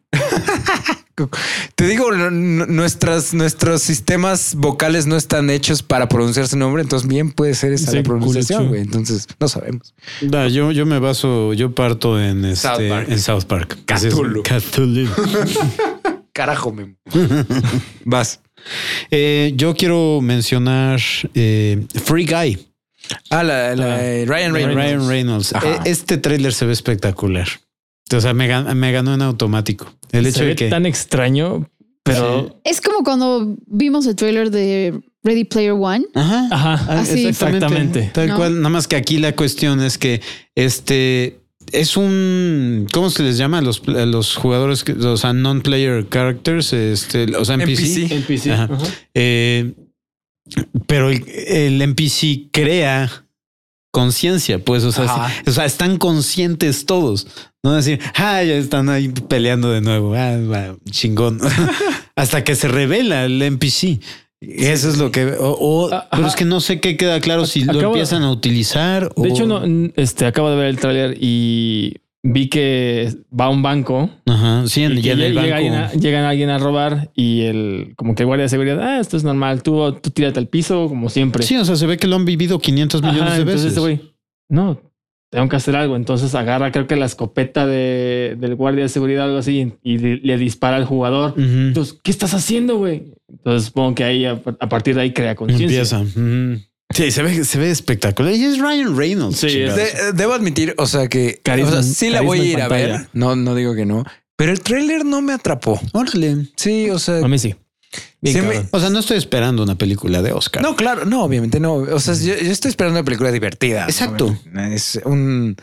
Te digo, no- no- nuestras, nuestros sistemas vocales no están hechos para pronunciar su nombre, entonces bien puede ser esa Sí, la pronunciación, culecho. güey. Entonces no sabemos. Da, yo, yo me baso, yo parto en, este, South Park. en South Park. Así es, Cthulhu. Cthulhu. Carajo, Memo. Vas. Eh, yo quiero mencionar eh, Free Guy. Ah, la, la- Ryan Reynolds. Ryan Reynolds. Ajá. Eh, este tráiler se ve espectacular. O sea, me, gan- me ganó en automático. El hecho Se ve de que... tan extraño, pero... Es como cuando vimos el trailer de Ready Player One. Ajá. Ajá, Ah, Así. exactamente. Tal No. cual. Nada más que aquí la cuestión es que este es un. ¿Cómo se les llama a los, a los jugadores? que- O sea, non-player characters. Este, o sea, NPC. NPC. NPC. Ajá. Eh, pero el, el NPC crea conciencia, pues, o sea, Ajá. sí, o sea, están conscientes todos. No decir, ah, ya están ahí peleando de nuevo. Ah, va, chingón. Hasta que se revela el NPC. Eso es lo que. O, o- Ah, Ajá. pero es que no sé qué queda claro si lo Acabo- empiezan a utilizar. o- De hecho, no, n- este, acabo de ver el tráiler y vi que va a un banco. Ajá. Sí, en, y que ya en el llega, banco. alguien a, llegan alguien a robar y el como que el guardia de seguridad, ah, esto es normal, tú, tú tírate al piso como siempre. Sí, o sea, se ve que lo han vivido 500 Ajá, millones de entonces veces. este güey, no, tengo que hacer algo. Entonces agarra, creo que la escopeta de, del guardia de seguridad, algo así, y le, le dispara al jugador. Ujú. Entonces, ¿qué estás haciendo, güey? Entonces supongo que ahí, a, a partir de ahí, crea conciencia. Empieza. Ujú. Sí, se ve, se ve espectacular. Y es Ryan Reynolds. Sí, chingados. De- eh, debo admitir, o sea que Carisma- o sea, sí la carisma voy a en ir a pantalla. ver. No, no digo que no. Pero el tráiler no me atrapó. Órale. Sí, o sea, A mí sí. Bien se me- cabrón. O sea, no estoy esperando una película de Oscar. no, claro, no, obviamente no. O sea, yo, yo estoy esperando una película divertida. Exacto. Es un,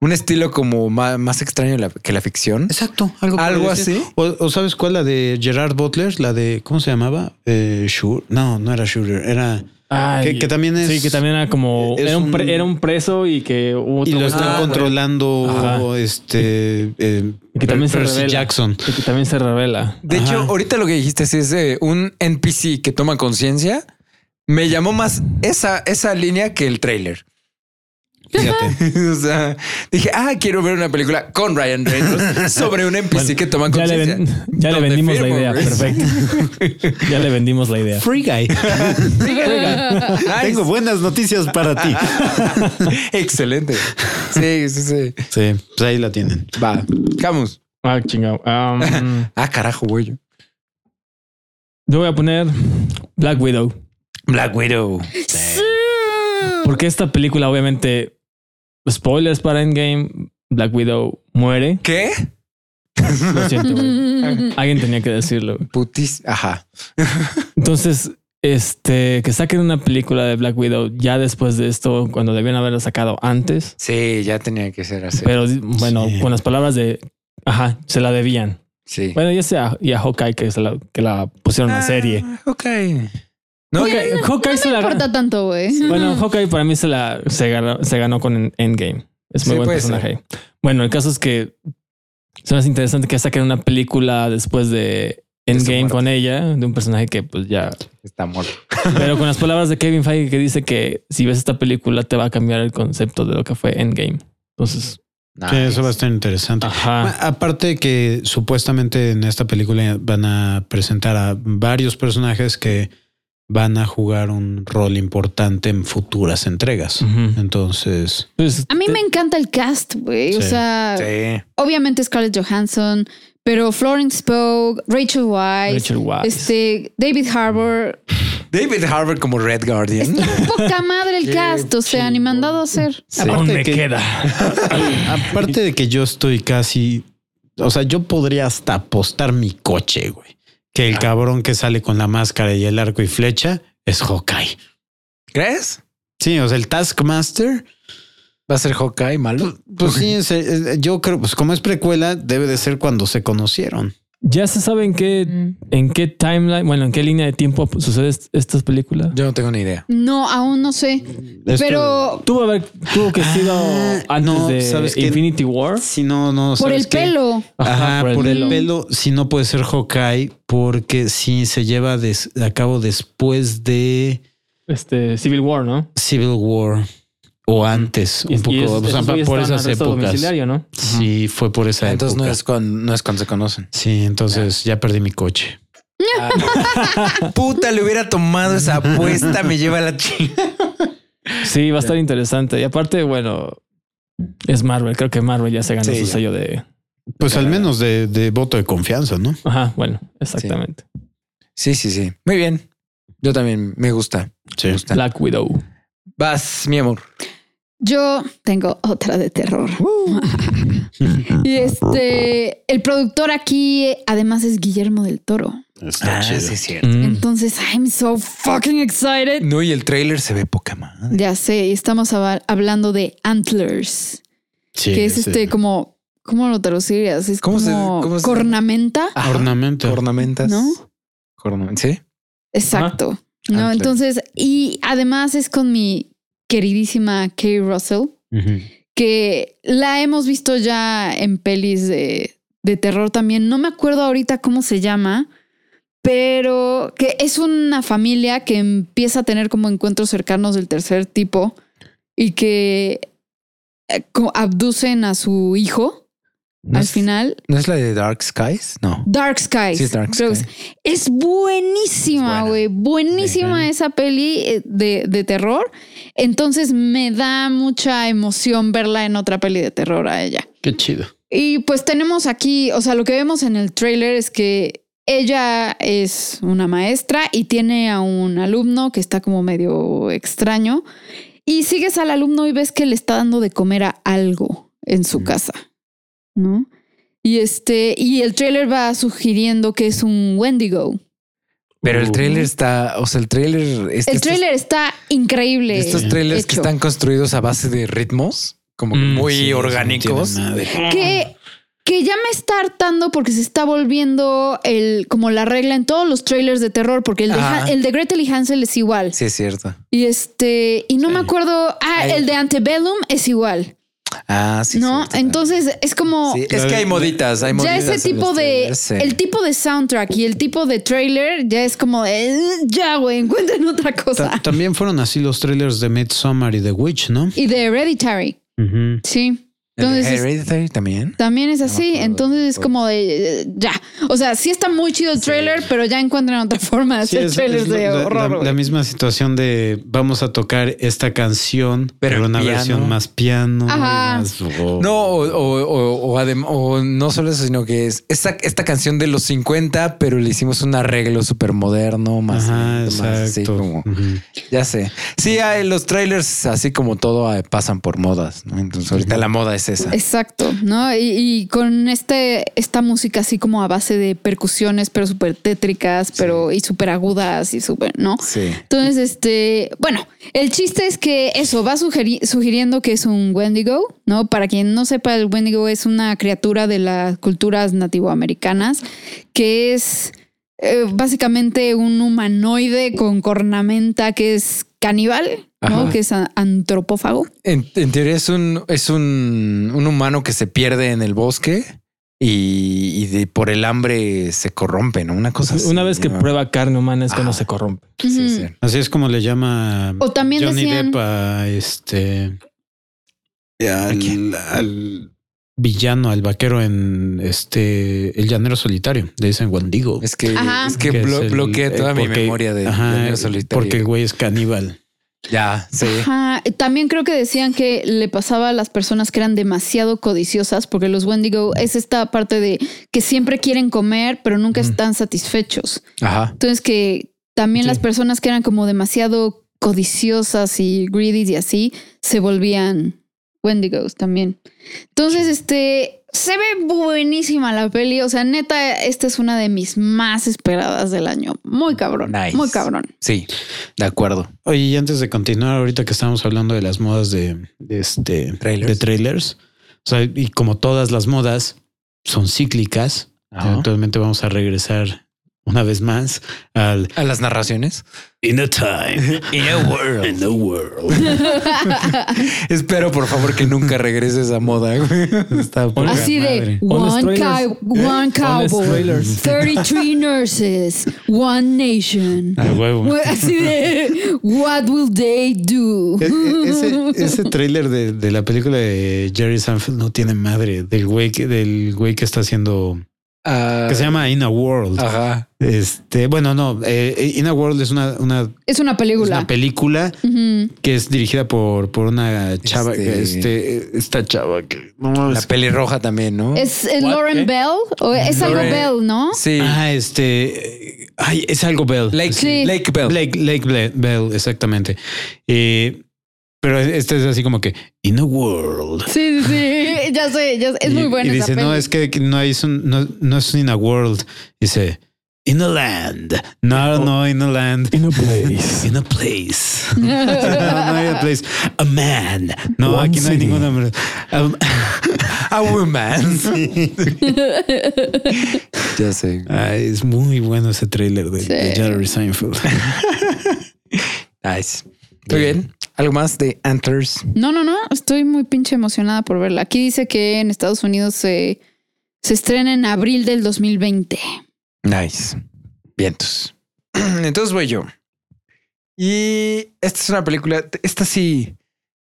un estilo como ma- más, extraño de la- que la ficción. Exacto. Algo, Algo parecido. así. O, o sabes cuál, la de Gerard Butler, la de, ¿cómo se llamaba? Eh, Shure- No, no era Shooter, era... Ay, que- que también es- Sí, que también era como. es Era un, pre- un- era un preso y que hubo otro y lo güey están Ah, que- controlando Ajá. este... eh, Y que también se Percy revela. Jackson. y que también se revela. De hecho, Ajá. ahorita lo que dijiste sí es eh, un NPC que toma conciencia. Me llamó más esa, esa línea que el tráiler. Fíjate. o sea, dije, ah, quiero ver una película con Ryan Reynolds sobre un NPC que toma Ya le, conciencia. ven- ya le Donde vendimos firmo, la idea, güey. perfecto. ya le vendimos la idea. Free Guy. Nice. Tengo buenas noticias para ti. Excelente. Sí, sí, sí. Sí, pues ahí la tienen. Va. Camus. Ah, chingado. Um, Ah, carajo, güey. yo voy a poner Black Widow. Black Widow. Sí. Porque esta película, obviamente, spoilers para Endgame, Black Widow muere. ¿Qué? Lo siento, güey. Alguien tenía que decirlo. Putis. Ajá. Entonces, este, que saquen una película de Black Widow ya después de esto, cuando debían haberla sacado antes. Sí, ya tenía que ser así. Pero bueno, Sí. con las palabras de, ajá, se la debían. Sí. Bueno, ya sea, y a Hawkeye que, se la, que la pusieron a serie. Ah, Ok. No, Hawkeye, Hawkeye se No la importa tanto, güey. Bueno, Hawkeye para mí se la se ganó, se ganó con Endgame. Es muy Sí, buen puede ser. personaje. Bueno, el caso es que se me hace interesante que saquen una película después de su Endgame muerte. con ella, de un personaje que pues ya. está muerto. Pero con las palabras de Kevin Feige que dice que si ves esta película te va a cambiar el concepto de lo que fue Endgame. Entonces, Sí, eso va a estar interesante. ajá. Ma- Aparte que supuestamente en esta película van a presentar a varios personajes que van a jugar un rol importante en futuras entregas. Ujú. Pues, Entonces, Entonces, A mí me encanta el cast, güey. O Sí. sea, Sí. obviamente Scarlett Johansson, pero Florence Pugh, Rachel Weisz, Rachel Weisz. este David Harbour. David Harbour como Red Guardian. Está poca madre el Qué cast, o sea, ni chingón. mandado a hacer. Sí. Aún Aparte me que- queda. Ah, pues, aparte de que yo estoy casi, o sea, yo podría hasta apostar mi coche, güey, que el cabrón que sale con la máscara y el arco y flecha es Hawkeye. ¿Crees? Sí, o sea, el Taskmaster, ¿Va a ser Hawkeye malo? pues sí, es- es- yo creo, pues como es precuela, debe de ser cuando se conocieron. Ya se saben qué, en qué timeline, bueno, en qué línea de tiempo sucede est- estas películas. Yo no tengo ni idea. No, aún no sé. Esto- Pero Tuvo, haber- tuvo que sido Ah, antes no, de ¿sabes qué? Infinity War. Si no, no. por ¿sabes el qué? pelo. Ajá, por, el, pelo. pelo. Si no puede ser Hawkeye, porque si se lleva des- a cabo después de Este, Civil War, ¿no? Civil War o antes, un poco, o sea, por esas épocas. domiciliario, ¿no? Sí, fue por esa Entonces época. no es, con, no es cuando se conocen. Sí, entonces ya perdí mi coche. Puta, le hubiera tomado esa apuesta, me lleva la chingada. Sí, va a estar interesante. Y aparte, bueno, es Marvel. Creo que Marvel ya se ganó Sí, su ya. sello de. Pues al menos de, de voto de confianza, ¿no? Ajá, bueno, exactamente. Sí, sí, sí. Muy bien. Yo también me gusta. Sí. gusta. Black Widow. Vas, mi amor. Yo tengo otra de terror. uh, y este, el productor aquí eh, además es Guillermo del Toro. Está chido. Ah, es cierto. Mm. Entonces, I'm so fucking excited. No, y el trailer se ve poca madre. Ya sé, y estamos hab- hablando de Antlers, Sí, que es sí. este como, ¿cómo lo traducirías? Es ¿Cómo se- como cómo se- cornamenta, Ajá. Ornamento. Ornamentas. ¿no? Corna- ¿Sí? Exacto. No, Antlers. entonces, y además es con mi queridísima Kay Russell, Ujú. que la hemos visto ya en pelis de, de terror también. No me acuerdo ahorita cómo se llama, pero que es una familia que empieza a tener como encuentros cercanos del tercer tipo y que eh, co- abducen a su hijo ¿No al es- final. ¿No es la de Dark Skies? No. Dark Skies. Sí, es Dark creo que Sky. es. Es buenísima, Es buena. güey. Buenísima Ajá. esa peli eh, de, de terror. Entonces me da mucha emoción verla en otra peli de terror a ella. Qué chido. Y pues tenemos aquí, o sea, lo que vemos en el trailer es que ella es una maestra y tiene a un alumno que está como medio extraño. Y sigues al alumno y ves que le está dando de comer a algo en su Mm. casa, ¿no? Y este, y el trailer va sugiriendo que es un Wendigo. Pero el Uh. trailer está, o sea, el trailer... es que El estos- trailer está increíble. Estos trailers que hecho. están construidos a base de ritmos, como que Mm, muy Sí, eso no orgánicos. tiene madre. que, que ya me está hartando porque se está volviendo el, como la regla en todos los trailers de terror, porque el de, Ajá. Han- el de Gretel y Hansel es igual. sí, es cierto. Y este, y no me Sí. acuerdo, ah, Ay. el de Antebellum es igual, Ah, sí. es ¿no? cierto también. Entonces es como... Sí, es que hay moditas, hay Ya moditas. ese en tipo los de... trailers, sí. El tipo de soundtrack y el tipo de trailer ya es como... eh, ya, güey, encuentren otra Ta- cosa. también fueron así los trailers de Midsommar y The Witch, ¿no? Y de Hereditary, Ujú. sí. El de Entonces es- Hereditary también. También Ah, es me así, acuerdo entonces de es todo. como de eh, ya. O sea, sí está muy chido el trailer, pero ya encuentran otra forma de Sí, hacer es- trailers es de la- la- horror. la, güey. misma situación de vamos a tocar esta canción, Pero pero, en una piano. versión más piano. Ajá. más- No, o, o- o- o adem- o no solo eso, sino que es esta, esta canción de los 50, pero le hicimos un arreglo súper moderno, más, Ajá, más así exacto. Mm. como, Ujú. ya sé. Sí, hay los trailers, así como todo, eh, pasan por modas. ¿no? Entonces ahorita la moda es esa. Exacto, ¿no? Y, y con este, esta música así como a base de percusiones, pero súper tétricas, pero y súper agudas y súper, ¿no? Sí. Entonces, este, bueno, el chiste es que eso va sugeri- sugiriendo que es un Wendigo, ¿no? Para quien no sepa, el Wendigo es una criatura de las culturas nativoamericanas que es eh, básicamente un humanoide con cornamenta que es caníbal, ¿no? Ajá. Que es a- antropófago. En, en teoría es un, es un, un humano que se pierde en el bosque y, y de- por el hambre se corrompe, ¿no? Una cosa así. Una vez que ¿no? prueba carne humana es Ah. cuando Ajá. se corrompe. Sí, Ujú. sí. Así es como le llama O también Johnny decían- Depp a este quién? al, al villano, al vaquero en este El Llanero Solitario, le dicen Wendigo. Es que, Ajá. es que es blo- el- bloqueé el- toda mi porque- memoria de ajá, Llanero solitario. Porque el güey es caníbal. ya, sí. Ajá. También creo que decían que le pasaba a las personas que eran demasiado codiciosas, porque los Wendigo es esta parte de que siempre quieren comer, pero nunca Mm. están satisfechos. Ajá. Entonces que también Sí. las personas que eran como demasiado codiciosas y greedy y así, se volvían Wendigos también. Entonces, este, se ve buenísima la peli. O sea, neta, esta es una de mis más esperadas del año. Muy cabrón. Nice. Muy cabrón. Sí, de acuerdo. Oye, y antes de continuar, ahorita que estábamos hablando de las modas de, de este Trailers. de trailers, o sea, y como todas las modas son cíclicas, Ajá. eventualmente vamos a regresar una vez más al A las narraciones. In a time. In a world. In the world. Espero, por favor, que nunca regrese esa moda. güey. Está poca Así de madre. Honest one, trailers. ¿Eh? cow- one cowboy, trailers. 33 nurses, one nation. De huevo. Bueno, Así de what will they do? E- e- Ese, ese trailer de, de la película de Jerry Sanfield no tiene madre del güey que, del güey que está haciendo Ah, que se llama In a World. Ajá. Este, bueno, no, eh, In a World es una, una, es Es una película. una película Ujú. que es dirigida por, por una chava, que, Este- este, esta chava que no mames. La pelirroja también, ¿no? Es eh, What? Lauren ¿Eh? Bell o es Lauren- algo Bell, ¿no? Sí. Ah, este, eh, ay, es algo Bell. Lake, Sí. Lake Bell. Blake, Lake Ble- Bell, exactamente. Eh, pero este es así como que In a World. Sí, sí, sí. Ya sé, ya sé. Es Y- muy buena. Y esa dice, no, peli. es que no, hay un, no, no es In a World. Dice, In a Land. No, no, In a Land. In a place. In a place. no, no hay a place. A man. No, One aquí no hay city. ningún nombre. Um, A woman. ya sé. ay, Ah, es muy bueno ese tráiler de, Sí. de Jerry Seinfeld. Nice. Muy bien. ¿Algo más de Antlers? No, no, no. Estoy muy pinche emocionada por verla. Aquí dice que en Estados Unidos se, se estrena en abril del 2020. Nice. Vientos. Entonces voy yo. Y esta es una película, esta sí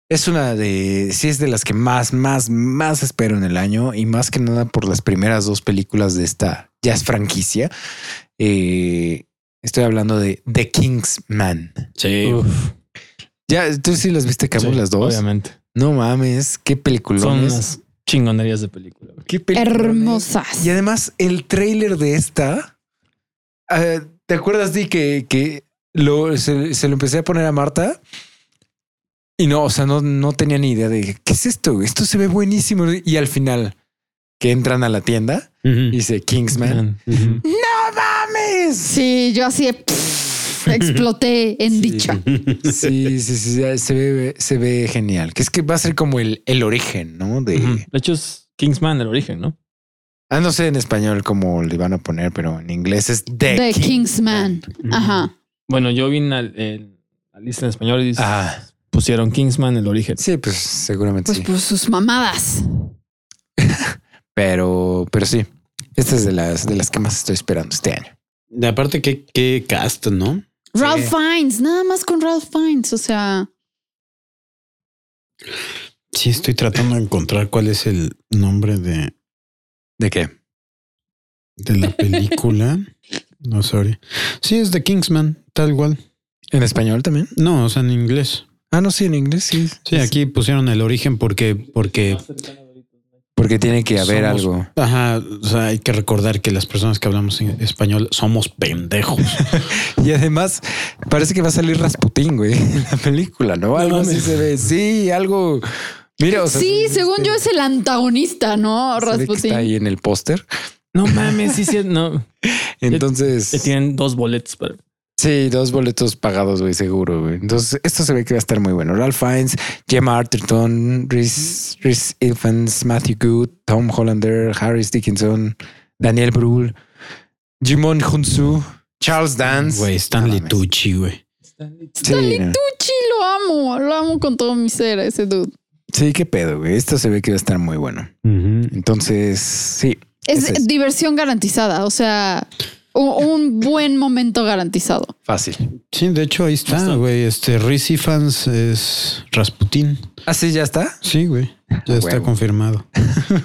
es una de, sí es de las que más, más, más espero en el año y más que nada por las primeras dos películas de esta ya es franquicia. Eh, estoy hablando de The Kingsman. Sí. Uf, Ya, tú sí las viste, Camus, sí, las dos. Obviamente. No mames, qué Son peliculones. unas chingonerías de película. güey. Qué peliculones. Hermosas. Y además, el tráiler de esta. eh, ¿Te acuerdas, Di, que, que lo, se, se lo empecé a poner a Marta? Y no, o sea, no, no tenía ni idea de qué es esto. Esto se ve buenísimo. Y al final, que entran a la tienda, Mm. dice Mm. Kingsman. Ujú. ¡Mames! Sí, yo así pff, exploté en Sí. dicha. Sí, sí, sí, sí, se ve, se ve genial. Que es que va a ser como el, el origen, ¿no? De. Ujú. De hecho, es Kingsman el origen, ¿no? Ah, no sé en español cómo le van a poner, pero en inglés es The, The Kingsman. Kingsman. Ajá. Bueno, yo vi una- el- la lista en español y dice, Ah. pusieron Kingsman el origen. Sí, pues seguramente Pues sí. por sus mamadas. Pero, pero sí. Esta es de las, de las que más estoy esperando este año. De aparte, qué, qué cast, ¿no? Ralph Fiennes, nada más con Ralph Fiennes. O sea, Sí, estoy tratando de encontrar cuál es el nombre de, ¿De qué? de la película. No, sorry. Sí, es de Kingsman, tal cual. ¿En español también? No, o sea, en inglés. Ah, no, sí, en inglés, sí. Sí, aquí pusieron el origen porque, porque, Porque tiene que haber Somos- algo. ajá, o sea, hay que recordar que las personas que hablamos en español somos pendejos. Y además, parece que va a salir Rasputín, güey, en la película, ¿no? Algo así mames. se ve. Sí, algo. Mira, o sea, sí, se- según yo es el antagonista, ¿no? se ve que Está Rasputin. ahí en el póster. No mames, sí, sí, no. Que Entonces, tienen dos boletos para... sí, dos boletos pagados, güey, seguro, güey. Entonces, esto se ve que va a estar muy bueno. Ralph Fiennes, Gemma Arterton, Rhys Rhys Ifans, Matthew Good, Tom Hollander, Harris Dickinson, Daniel Brühl, Jimon Hunsu, Charles Dance. Güey, Stanley mames. Tucci, güey. Sí, no. Uchi, lo amo. Lo amo con todo mi ser, a ese dude. Sí, qué pedo, güey. Esto se ve que va a estar muy bueno. Entonces, sí. Es Ese es. diversión garantizada. O sea, u- un buen momento garantizado. Fácil. Sí, de hecho, ahí está, güey. Este Riz Ifans es Rasputin. ¿Ah, sí, ya está? Sí, güey. Ya está Huevo. confirmado.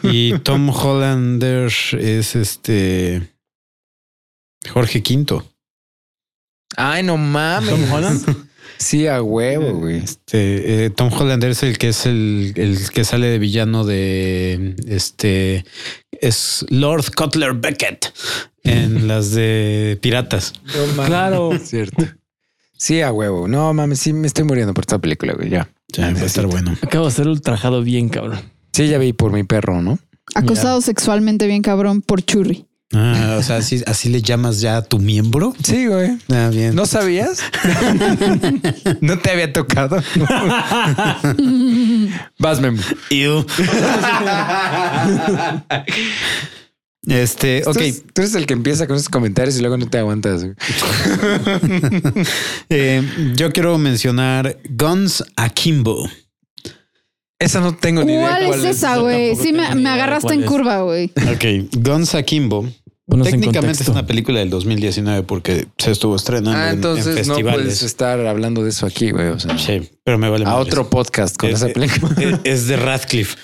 Y Tom Hollander es este Jorge Quinto. Ay, no mames. Tom Holland. Sí, a huevo, güey. Este, eh, Tom Hollander es el que es el, el que sale de villano de este es Lord Cutler Beckett en las de piratas. Claro. Cierto. Sí, a huevo. No mames, sí me estoy muriendo por esta película, güey. Ya. Ya, va a estar bueno. Acabo de ser ultrajado bien, cabrón. Sí, ya vi por mi perro, ¿no? Acosado sexualmente bien cabrón por Churri. Ah, o sea, así, así le llamas ya a tu miembro. Sí, güey. Ah, bien. ¿No sabías? no te había tocado. Vas, Memo. Ew. este, Tú ok. eres- Tú eres el que empieza con esos comentarios y luego no te aguantas. güey. Eh, yo quiero mencionar Guns Akimbo. Esa no tengo ni idea. ¿Cuál es esa, Yo güey? tampoco Sí, tengo me, ni me idea de agarraste cuál en es. curva, güey. Ok, Guns Akimbo. Ponos en Técnicamente es contexto. una película del 2019 porque se estuvo estrenando Ah, en- en entonces no puedes festivales. estar hablando de eso aquí, güey. O sea, sí, pero me vale a madres. otro podcast con Eh, esa eh, película. eh, Es de Radcliffe.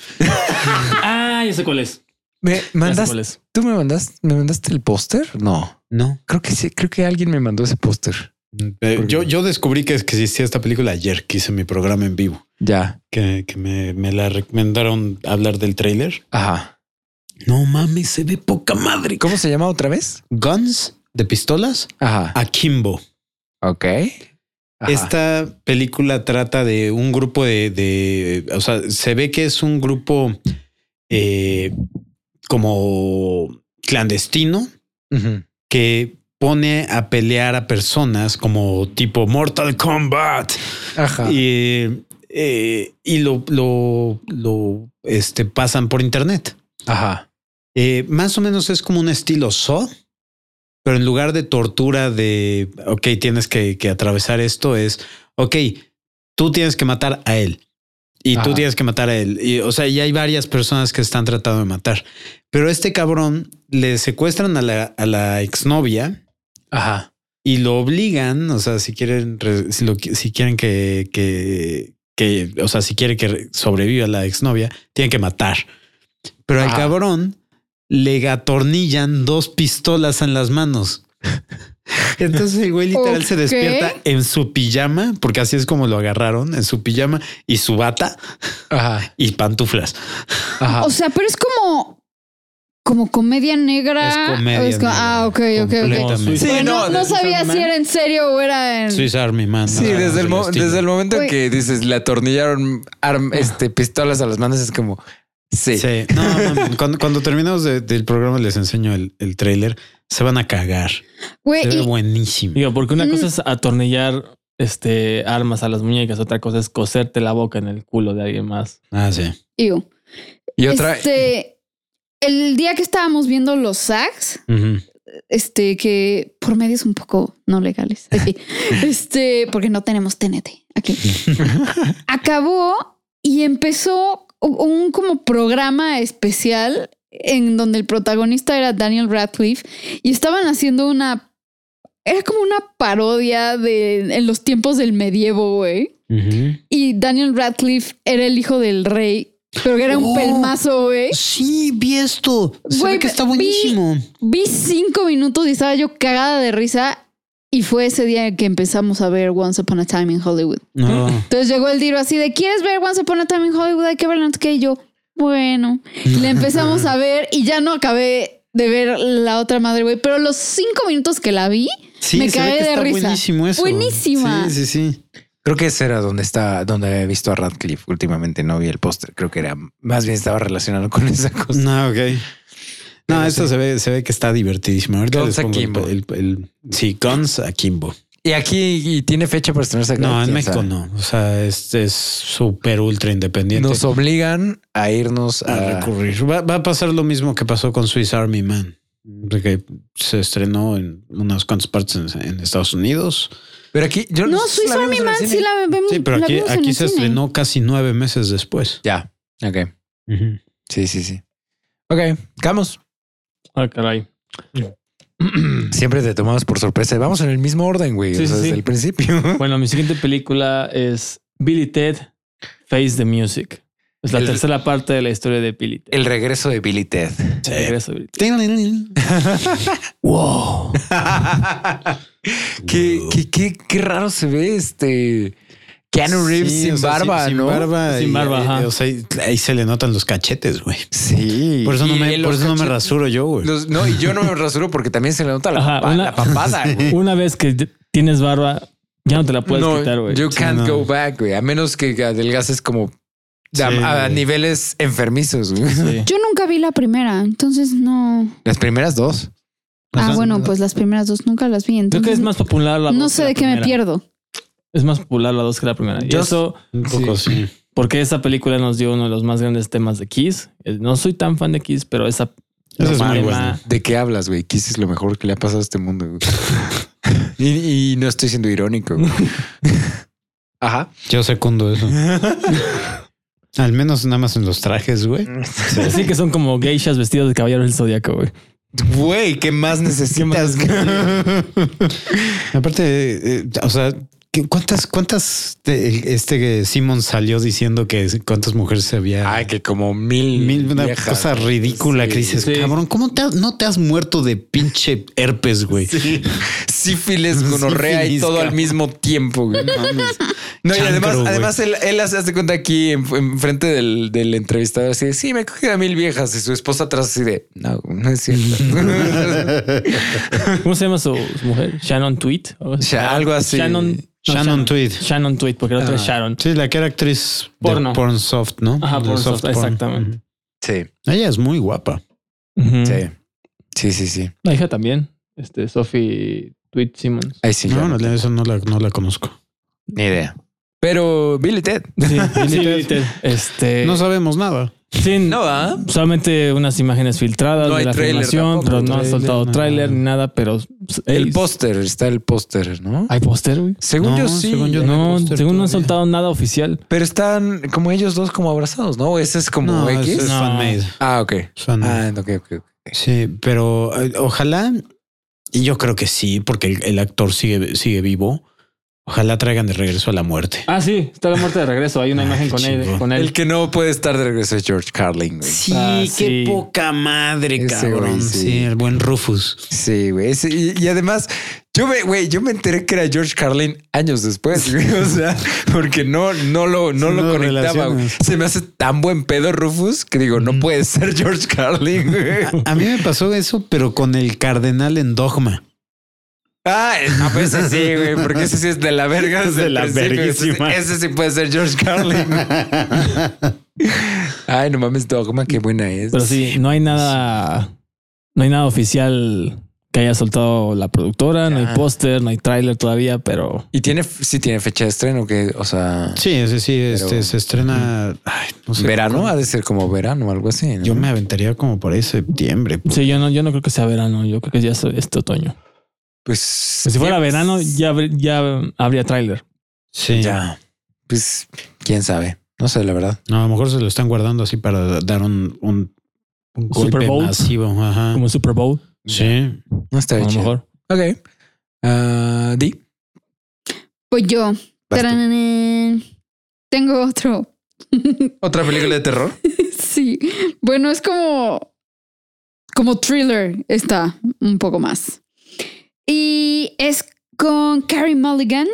Ah, ya sé cuál es. ¿Me Ya sé mandas, cuál es. ¿Tú me mandaste, me mandaste el póster? No. No. Creo que sí, creo que alguien me mandó ese póster. Eh, yo, yo descubrí que, que existía esta película ayer que hice mi programa en vivo. Ya. Que, que me, me la recomendaron hablar del tráiler. Ajá. No mames, se ve poca madre. ¿Cómo se llama otra vez? Guns de pistolas Ajá. Akimbo. Ok. Ajá. Esta película trata de un grupo de, de- o sea, se ve que es un grupo eh, como clandestino Ujú. que pone a pelear a personas como tipo Mortal Kombat Ajá. y, eh, y lo, lo, lo este, pasan por internet. Ajá. Eh, más o menos es como un estilo Saw, pero en lugar de tortura de, ok, tienes que, que atravesar esto, es, ok, tú tienes que matar a él. Y tú Ajá. tienes que matar a él. Y, o sea, ya hay varias personas que están tratando de matar. Pero este cabrón le secuestran a la, a la exnovia Ajá. y lo obligan. O sea, si quieren, re- si, lo qui- si quieren que, que, que, o sea, si quiere que re- sobreviva la exnovia, tienen que matar. Pero al Ah. cabrón le atornillan dos pistolas en las manos. Entonces el güey literal se Ok. despierta en su pijama, porque así es como lo agarraron, en su pijama y su bata Ajá. y pantuflas. Ajá. O sea, pero es como. Como comedia negra. Es comedia Es co- Ah, ok, negra, ok, ok. completamente. Sí, Bueno, no, no, de Suicide sabía si Man. era en serio o era en. Swiss Army Man. Sí, ajá, desde, el mo- estilo. Ah. desde el momento en Uy. que dices le atornillaron arm- este, pistolas a las manos, es como, sí. Sí. No, mames, cuando, cuando terminemos de- del programa les enseño el, el tráiler. Se van a cagar. Güey, Se ve Eh, y- buenísimo. Digo, porque una Mm. cosa es atornillar este armas a las muñecas, otra cosa es coserte la boca en el culo de alguien más. Ah, sí. Iu. Y otra, Este, el día que estábamos viendo los SAGs, Ujú. este, que por medios un poco no legales, este, porque no tenemos TNT aquí. Acabó y empezó u- un como programa especial en donde el protagonista era Daniel Radcliffe y estaban haciendo una era como una parodia de en los tiempos del medievo, güey. Ujú. Y Daniel Radcliffe era el hijo del rey, pero que era un Oh. pelmazo, güey. Sí, vi esto. Se Güey, ve que está vi- buenísimo. Vi cinco minutos y estaba yo cagada de risa. Y fue ese día que empezamos a ver Once Upon a Time in Hollywood. No. Entonces llegó el tiro así de, ¿quieres ver Once Upon a Time in Hollywood? Hay que verla antes que yo. Bueno. Y la empezamos a ver y ya no acabé de ver la otra madre, güey. Pero los cinco minutos que la vi, Sí, Me se cagué ve que de está risa. buenísimo eso. Buenísima. Sí, sí, sí. creo que ese era donde está, donde había visto a Radcliffe últimamente, no vi el póster, creo que era, más bien estaba relacionado con esa cosa. No, ok. No, esto se ve, se ve que está divertidísimo. Ahorita eh, Guns les pongo el- Akimbo. el- el- sí, Guns Akimbo. Y aquí, y tiene fecha para estrenarse acá. No, en O México sea, no. O sea, este es súper ultra independiente. Nos obligan a irnos a a... recurrir. Va, va a pasar lo mismo que pasó con Swiss Army Man, de que se estrenó en unas cuantas partes en, en Estados Unidos. Pero aquí, yo no, sé si Swiss la vimos Army en el Man sí cine. la vemos. Sí, pero Mm, la aquí, vimos en aquí el se cine. estrenó casi nueve meses después. Ya, ok. Sí, sí, sí. Ok, vamos. Ah, caray. Siempre te tomamos por sorpresa. Vamos en el mismo orden, güey. Sí, o sea, sí, desde sí. el principio. Bueno, mi siguiente película es Billy Ted Face the Music. Es la El- tercera parte de la historia de Billy Ted. El regreso de Billy Ted. Regreso, Billy Ted. wow. qué, qué, qué, qué raro se ve este Keanu Reeves Sí, sin o sea, barba, sin, ¿no? Sin barba. Sin y- barba, y- ajá. o sea, y- ahí se le notan los cachetes, güey. Sí. Por eso, no Y me, los por eso no me cachetes- rasuro yo, güey. los- no, y yo no me rasuro porque también se le nota la, Ajá, papa- una- la papada, güey. Una vez que t- tienes barba, ya no te la puedes No, quitar, güey. you Sí, can't no. go back, güey. A menos que adelgaces como Sí, a, a güey. niveles enfermizos, güey. Sí. Yo nunca vi la primera, entonces no. Las primeras dos. Ah, Ajá. bueno, pues las primeras dos nunca las vi. Creo Entonces que es más popular la no dos sé que la de qué me primera. pierdo. Es más popular la dos que la primera. Y Yo- eso Un poco sí. porque esa película nos dio uno de los más grandes temas de Kiss. Eh, No soy tan fan de Kiss, pero esa Esa es tema- muy buena. ¿De qué hablas, güey? Kiss es lo mejor que le ha pasado a este mundo. güey. y, y no estoy siendo irónico. güey. Ajá. Yo secundo eso. Al menos nada más en los trajes, güey. Así que son como geishas vestidas de caballero del zodiaco, güey. Güey, ¿qué más necesitas? Aparte, eh, o sea, ¿qué- ¿cuántas, cuántas de- este que Simon salió diciendo que cuántas mujeres se había? Ay, que como mil. Mil, una viejas. cosa ridícula Sí. que dices, Sí. cabrón, ¿cómo te has- no te has muerto de pinche herpes, güey? Sífilis, gonorrea y Sífilis, todo al cabrón. mismo tiempo, güey. No, y Chancro, además, güey. además él, él hace hace cuenta aquí en, en frente del, del entrevistador así de, sí, me he cogido a mil viejas y su esposa atrás así de, no, no es cierto. ¿Cómo se llama su, su mujer? Shannon Tweet. O sea, Sha- algo así. Shannon, Ah. no, Shannon Tweet. Shannon Tweet, porque la otra es Sharon. Sí, la que era actriz Porno. de porn soft, ¿no? Ajá, De porn soft, porn. exactamente. Sí, Ujú. Ella es muy guapa. Ujú. sí, sí, sí, sí. La hija también, este, Sophie Tweet Simmons. Ahí sí. ya No, no no, eso no la, no la conozco. Ni idea. Pero Billy Ted. Sí, Sí, Billy Ted. Ted. Este, No sabemos nada. sí, No, ¿ah? solamente unas imágenes filtradas No de hay la tráiler filmación, tampoco. pero no han Tráiler, soltado nada. tráiler ni nada, pero El ey, póster, está el póster, ¿no? ¿Hay póster, güey? Según No, yo sí. según yo No, hay según póster no han todavía. soltado nada oficial. Pero están como ellos dos como abrazados, ¿no? Ese es como No, X. es, es Mm. No. fan-made. Ah, ok. Es fan-made. Ah, ok, ok. ok. Sí, pero eh, ojalá, y yo creo que sí, porque el, el actor sigue, sigue vivo. Ojalá traigan de regreso a la muerte. Ah, sí, está la muerte de regreso. Hay una Ay, imagen con qué él, chingón. con él. El que no puede estar de regreso es George Carlin, güey. Sí, Ah, qué sí. poca madre, Ese cabrón. güey, sí. sí. el buen Rufus. Sí, güey. ese- Y, y además, yo me, güey, yo me enteré que era George Carlin años después, güey. O sea, porque no, no lo, no Sí, lo no lo conectaba. güey. relacionas. Se me hace tan buen pedo Rufus que digo, no puede ser George Carlin, güey. A mí me pasó eso, pero con el cardenal en dogma. Ah, a veces sí, güey, porque ese sí es de la verga. Es desde de el la principio. Ese- verguísima. Ese, sí puede ser George Carlin. Ay, no mames, Dogma, qué buena es. Pero sí, no hay nada, no hay nada oficial que haya soltado la productora, no Ya. hay póster, no hay tráiler todavía, pero Y tiene, sí tiene fecha de estreno, que, o sea, Sí, ese sí, Pero- este se estrena. ay, no sé. verano ha de ser como verano, algo así. ¿no? Yo me aventaría como por ahí septiembre. sí, yo no, yo no creo que sea verano, yo creo que ya es este otoño. Pues Si fuera verano, ya, habr- ya habría tráiler. Sí. Ya. Pues quién sabe. No sé, la verdad. No, a lo mejor se lo están guardando así para dar un, un, un golpe Super Bowl. masivo. Ah. Ajá. Como Super Bowl, Sí. No está a lo chido. mejor. Ok. Ah, Di. Pues yo. vas tú. Tarananan. Tengo otro. Otra película de terror. sí. Bueno, es como. Como thriller está un poco más. Y es con Carrie Mulligan.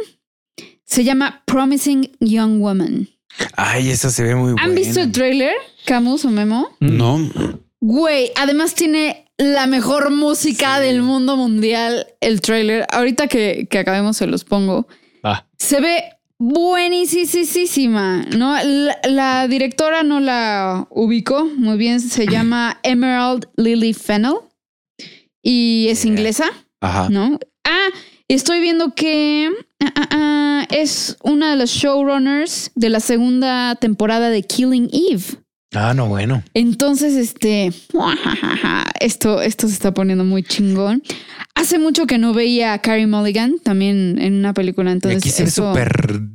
Se llama Promising Young Woman. Ay, esa se ve muy buena. ¿Han visto el trailer, Camus o Memo? No. Güey, además tiene la mejor música del mundo mundial, el trailer. Ahorita que, que acabemos se los pongo. Ah. Se ve buenísima, ¿no? La, la directora no la ubicó muy bien, se llama Emerald Lily Fennell y es Yeah. inglesa, Ajá. ¿no? Ah, estoy viendo que ah, ah, ah, es una de las showrunners de la segunda temporada de Killing Eve. Ah, no, bueno. Entonces, este, esto, esto se está poniendo muy chingón. Hace mucho que no veía a Carrie Mulligan también en una película, Y entonces aquí se ve eso- súper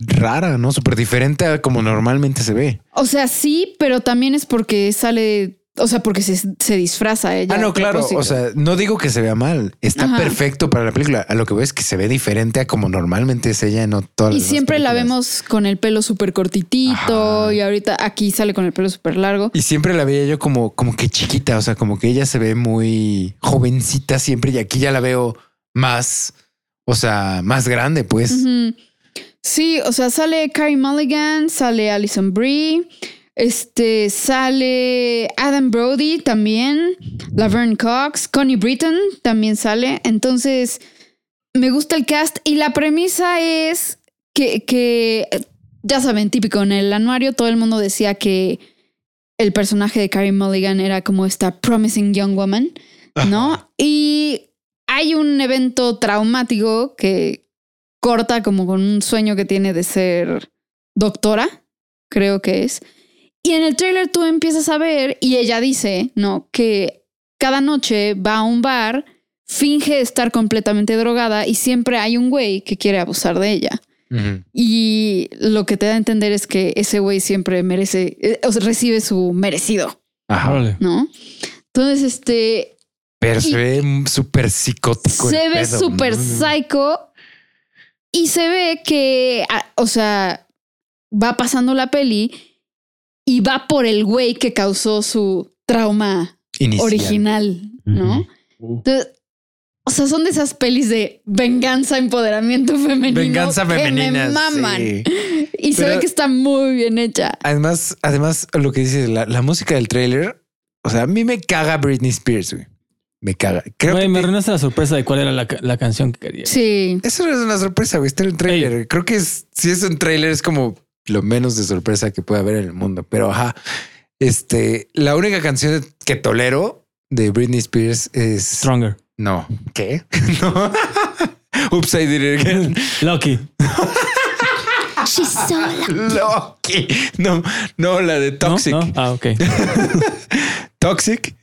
rara, ¿no? Súper diferente a como normalmente se ve. O sea, sí, pero también es porque sale, o sea, porque se, se disfraza ella. ah, a no, claro. propósito. O sea, no digo que se vea mal. Está Ajá. perfecto para la película. A lo que veo es que se ve diferente a como normalmente es ella en todas y las demás siempre la películas. vemos con el pelo súper cortitito Ajá. y ahorita aquí sale con el pelo súper largo. Y siempre la veía yo como, como que chiquita, o sea, como que ella se ve muy jovencita siempre y aquí ya la veo más, o sea, más grande, pues. Ujú. Sí, o sea, sale Carrie Mulligan, sale Alison Brie, este, sale Adam Brody también, Laverne Cox, Connie Britton también sale. Entonces, me gusta el cast y la premisa es que, que, ya saben, típico, en el anuario todo el mundo decía que el personaje de Carrie Mulligan era como esta promising young woman, ¿no? Y hay un evento traumático que corta como con un sueño que tiene de ser doctora, creo que es. Y en el trailer tú empiezas a ver y ella dice, ¿no? Que cada noche va a un bar, finge estar completamente drogada y siempre hay un güey que quiere abusar de ella. Ujú. Y lo que te da a entender es que ese güey siempre merece, eh, o sea, recibe su merecido, Ajá. ¿no? Entonces, este, Pero se ve súper psicótico. el Se ve pedo, súper ¿no? psycho y se ve que, ah, o sea, va pasando la peli y va por el güey que causó su trauma Inicial. original, ¿no? Entonces, o sea, son de esas pelis de venganza, empoderamiento femenino. Venganza Que femenina. me maman. sí. Y se Pero- ve que está muy bien hecha. Además, además, lo que dices, la, la música del trailer, o sea, a mí me caga Britney Spears, güey. Me caga. Creo Güey, que me te- arruinaste la sorpresa de cuál era la, ca- la canción que quería. Sí. Eso no es una sorpresa, güey. Está en el tráiler. Creo que es, si es un tráiler, es como lo menos de sorpresa que puede haber en el mundo. Pero ajá. Este, la única canción que tolero de Britney Spears es. Stronger. No. ¿Qué? no. Oops, I did it again. Lucky. She's so lucky. Loki. No, no, la de ¿No? Toxic. ¿No? Ah, ok. Toxic.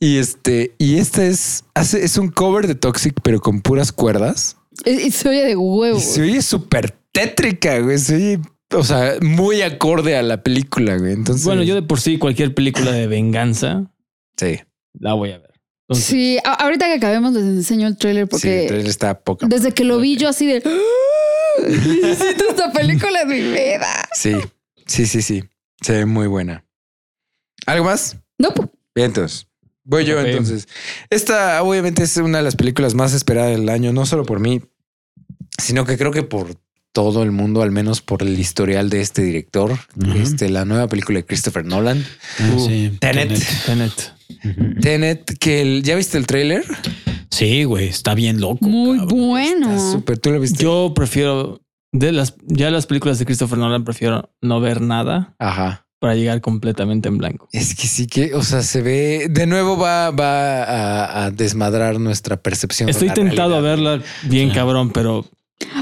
Y este, y este es, hace, es un cover de Toxic, pero con puras cuerdas. Y- y Se oye de Y huevo. se oye súper tétrica, güey. Se oye, o sea, muy acorde a la película, güey. Entonces, Bueno, yo de por sí cualquier película de venganza sí, la voy a ver. Entonces, Sí, a- ahorita que acabemos les enseño el tráiler sí, el porque trailer está poca. desde que lo vi yo así de... "Ah, Necesito esta película de mi vida. Sí, sí, sí, sí. Se ve muy buena. ¿Algo más? No, pues, Bien, entonces. Voy yo Ok. entonces. Esta obviamente es una de las películas más esperadas del año, no solo por mí, sino que creo que por todo el mundo, al menos por el historial de este director, Ujú. este, la nueva película de Christopher Nolan, Ah, sí, Tenet. Tenet. Ujú. Tenet, que el- ya viste el tráiler, Sí, güey, está bien loco. muy cabrón. Está bueno. súper, tú lo viste. Yo prefiero de las ya las películas de Christopher Nolan prefiero no ver nada Ajá. para llegar completamente en blanco. Es que sí que, o sea, se ve de nuevo va, va a, a desmadrar nuestra percepción. de Estoy la tentado a realidad. verla bien cabrón, pero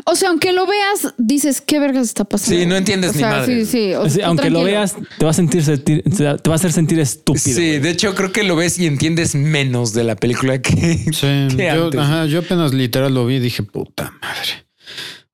O sea, aunque lo veas, dices, ¿qué vergas está pasando? Sí, no entiendes O ni sea, madre. Sí, sí. o- así, tú aunque lo tranquilo. veas te va a sentir sentir- te va a hacer sentir estúpido. Sí, güey. de hecho creo que lo ves y entiendes menos de la película que Sí, que yo, antes. ajá, yo apenas literal lo vi y dije, puta madre.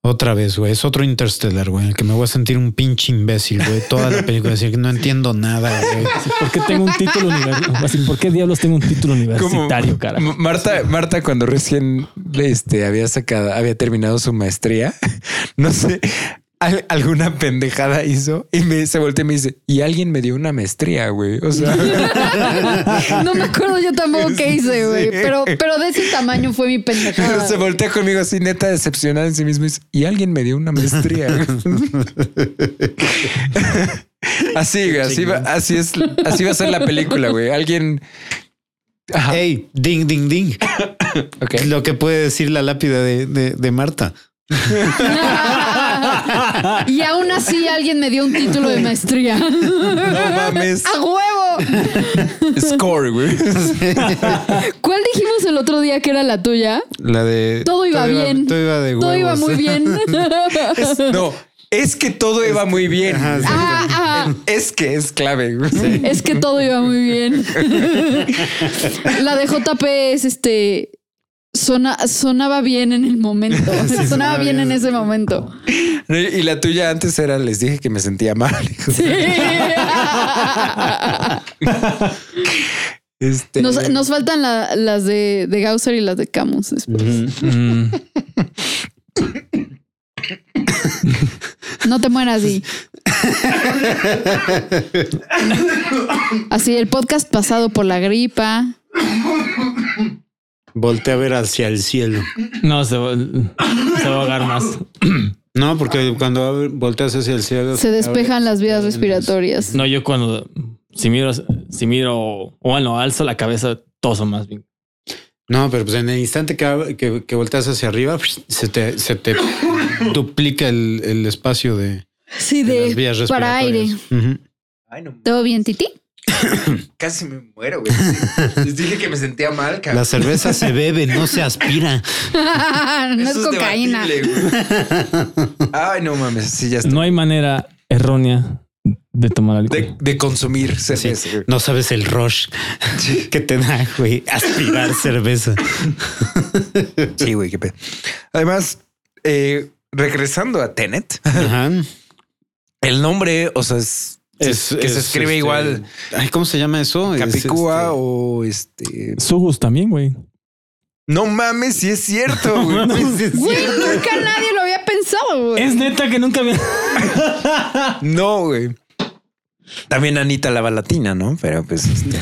Otra vez, güey. Es otro Interstellar, güey, en el que me voy a sentir un pinche imbécil, güey. Toda la película, decir que no entiendo nada, güey. ¿Por qué tengo un título universitario? ¿Por qué diablos tengo un título universitario, Como cara? M- Marta, Marta, cuando recién este, había sacado, había terminado su maestría, no sé, al- alguna pendejada hizo y me se voltea y me dice, y alguien me dio una maestría, güey. O sea, No me acuerdo yo tampoco qué hice, güey. Sí. Pero, pero de ese tamaño fue mi pero pendejada. se voltea conmigo así, neta, decepcionada en sí mismo, y dice, y alguien me dio una maestría. así, güey, así va, así es, así va a ser la película, güey. Alguien. Ajá, Ey, ding, ding, ding. ok. Es Lo que puede decir la lápida de, de- de Marta. y aún así alguien me dio un título de maestría. No mames. ¡A huevo! Score, güey. ¿Cuál dijimos el otro día que era la tuya? La de. Todo iba bien. Todo iba de Todo iba huevos. muy bien. No, es que todo iba muy bien. Ajá, sí. Ah, ah, Es que es clave. güey. es que todo iba muy bien. La de JP es este. sona- sonaba bien en el momento. sonaba bien, en ese momento. Y la tuya antes era, les dije que me sentía mal. hijo. Sí. Este, Nos, nos faltan la- las de, de Gausser y las de Camus. Mm, No te mueras y. Así, el podcast pasado por la gripa. Volté a ver hacia el cielo. no, se va, se va a ahogar más. No, porque cuando ab- volteas hacia el cielo. Se despejan las vías abre- respiratorias. No, yo cuando si miro, si miro, o bueno, alzo la cabeza, toso más bien. No, pero pues en el instante que, ab- que, que volteas hacia arriba, pues, se te, se te duplica el, el espacio de, Sí, de las de. vías respiratorias. para Ujú. Ay, no, ¿Todo bien, Titi? casi me muero, güey. Les dije que me sentía mal, La cerveza se bebe, no se aspira. no es cocaína. Ay, no mames, sí, ya está. No hay manera errónea de tomar alcohol. De, de consumir cerveza. güey. No sabes el rush que te da, güey, aspirar cerveza. Sí, güey, qué pedo. Además, eh, regresando a Tenet, Ajá. el nombre, o sea, es, Es- que se es, escribe este, igual Ay, ¿cómo se llama eso? Es, Capicúa este, o este. Sugus también, güey. No mames, si es cierto, güey. Güey, nunca nadie lo había pensado, güey. Es neta que nunca había. No, güey. También Anita la balatina, ¿no? Pero pues. este,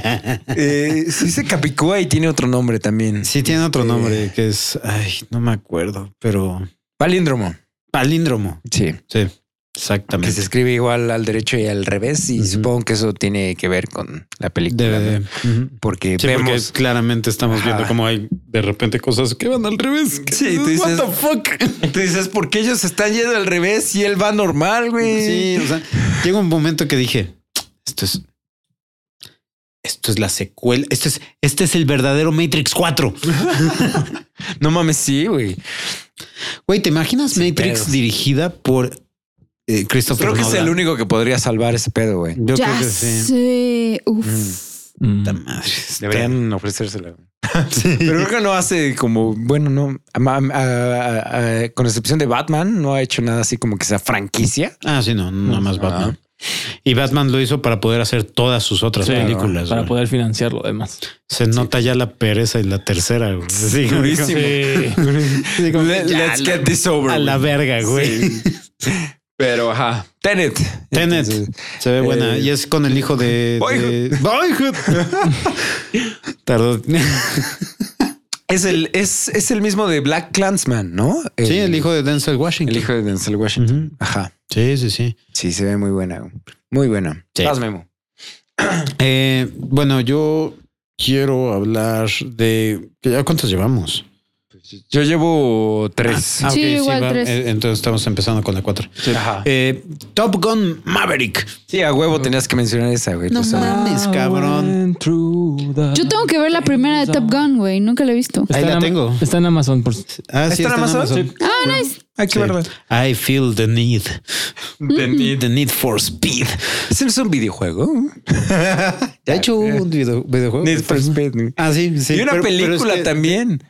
eh, sí se capicúa y tiene otro nombre también. Sí, tiene otro Este- nombre que es. Ay, no me acuerdo, pero Palíndromo. palíndromo. Sí. Sí, Que exactamente. se escribe igual al derecho y al revés. Y Ujú. supongo que eso tiene que ver con la película. Debe de. ¿no? Ujú. Porque Sí, porque vemos. claramente estamos Ajá. viendo cómo hay de repente cosas que van al revés. Sí, tú dices- What the fuck? Tú dices, ¿por qué ellos están yendo al revés y él va normal, güey? Sí, o sea, llega un momento que dije, esto es esto es este la secuela, esto es este es el verdadero Matrix 4. No mames, sí, güey. Güey, ¿te imaginas Sin Matrix pedos. dirigida por eh, Christopher Creo que es Nolan? el único que podría salvar ese pedo, güey. Yo ya creo que sí. sé. Uf. Mm. Puta madre, está- Deberían ofrecérsela. Sí. Pero creo que no hace como, bueno, no, a- a- a- a- con excepción de Batman, no ha hecho nada así como que sea franquicia. Ah, sí, no, nada más Batman. Y Batman lo hizo para poder hacer todas sus otras Sí, películas. Para güey. poder financiarlo, además. Se nota ya la pereza y la tercera. güey. Sí, como- Durísimo. sí, como- Le- Ya, let's la- get this over. A la with. verga, güey. Sí. Pero ajá. Tenet. Tenet. Entonces, Se ve buena. Eh, y es con el hijo de. de- Boyhood. Tardó. es, el, es, es el mismo de Black Clansman, ¿no? Sí, el hijo de Denzel Washington. El hijo de Denzel Washington. Ujú. Ajá. Sí, sí, sí. Sí, se ve muy buena. güey. Muy buena. Sí. Vas, Memo. Eh, bueno, yo quiero hablar de. ¿Ya cuántos llevamos? Yo llevo tres. Ah, Sí, ok, igual va- tres. eh, Entonces estamos empezando con la cuatro. Ajá. Eh, Top Gun Maverick. Sí, a huevo tenías que mencionar esa, güey. No Lo sabía. mames, cabrón. Yo tengo que ver la primera de Top Gun, güey. Nunca la he visto. Ahí Está la en Ama- tengo. Está en Amazon. Por... Ah, sí, ¿Está en Amazon? Ah, nice. Hay que Sí. verla. I feel the need. De ti. The need for speed. Ese es un videojuego. ¿Te ha hecho un video- videojuego? Need for Speed. Eh. Ah, sí, sí. y una pero- pero es película que- también.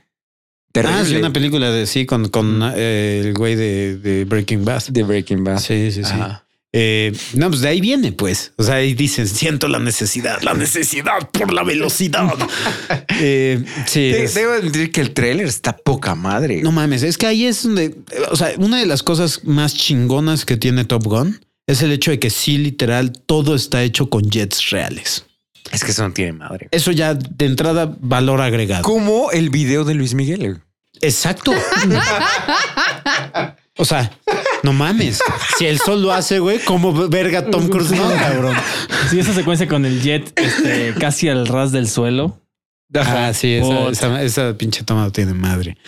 Ah, sí, Terrible. una película de sí, con, con eh, el güey de, de Breaking Bad. de Breaking Bad. Sí, sí, sí. Ajá. Eh, no, pues de ahí viene, pues. O sea, ahí dicen, siento la necesidad, la necesidad por la velocidad. Eh, sí. De- es- debo decir que el trailer está poca madre. no mames, es que ahí es donde, o sea, una de las cosas más chingonas que tiene Top Gun es el hecho de que sí, literal, todo está hecho con jets reales. Es que eso no tiene madre. Eso ya de entrada, valor agregado. Como el video de Luis Miguel. güey. Exacto. o sea, no mames. Si el sol lo hace, güey, como verga Tom Cruise, no, cabrón. Sí, esa secuencia con el jet este, casi al ras del suelo. Ah, sí, esa, Puta. esa- esa pinche toma no tiene madre.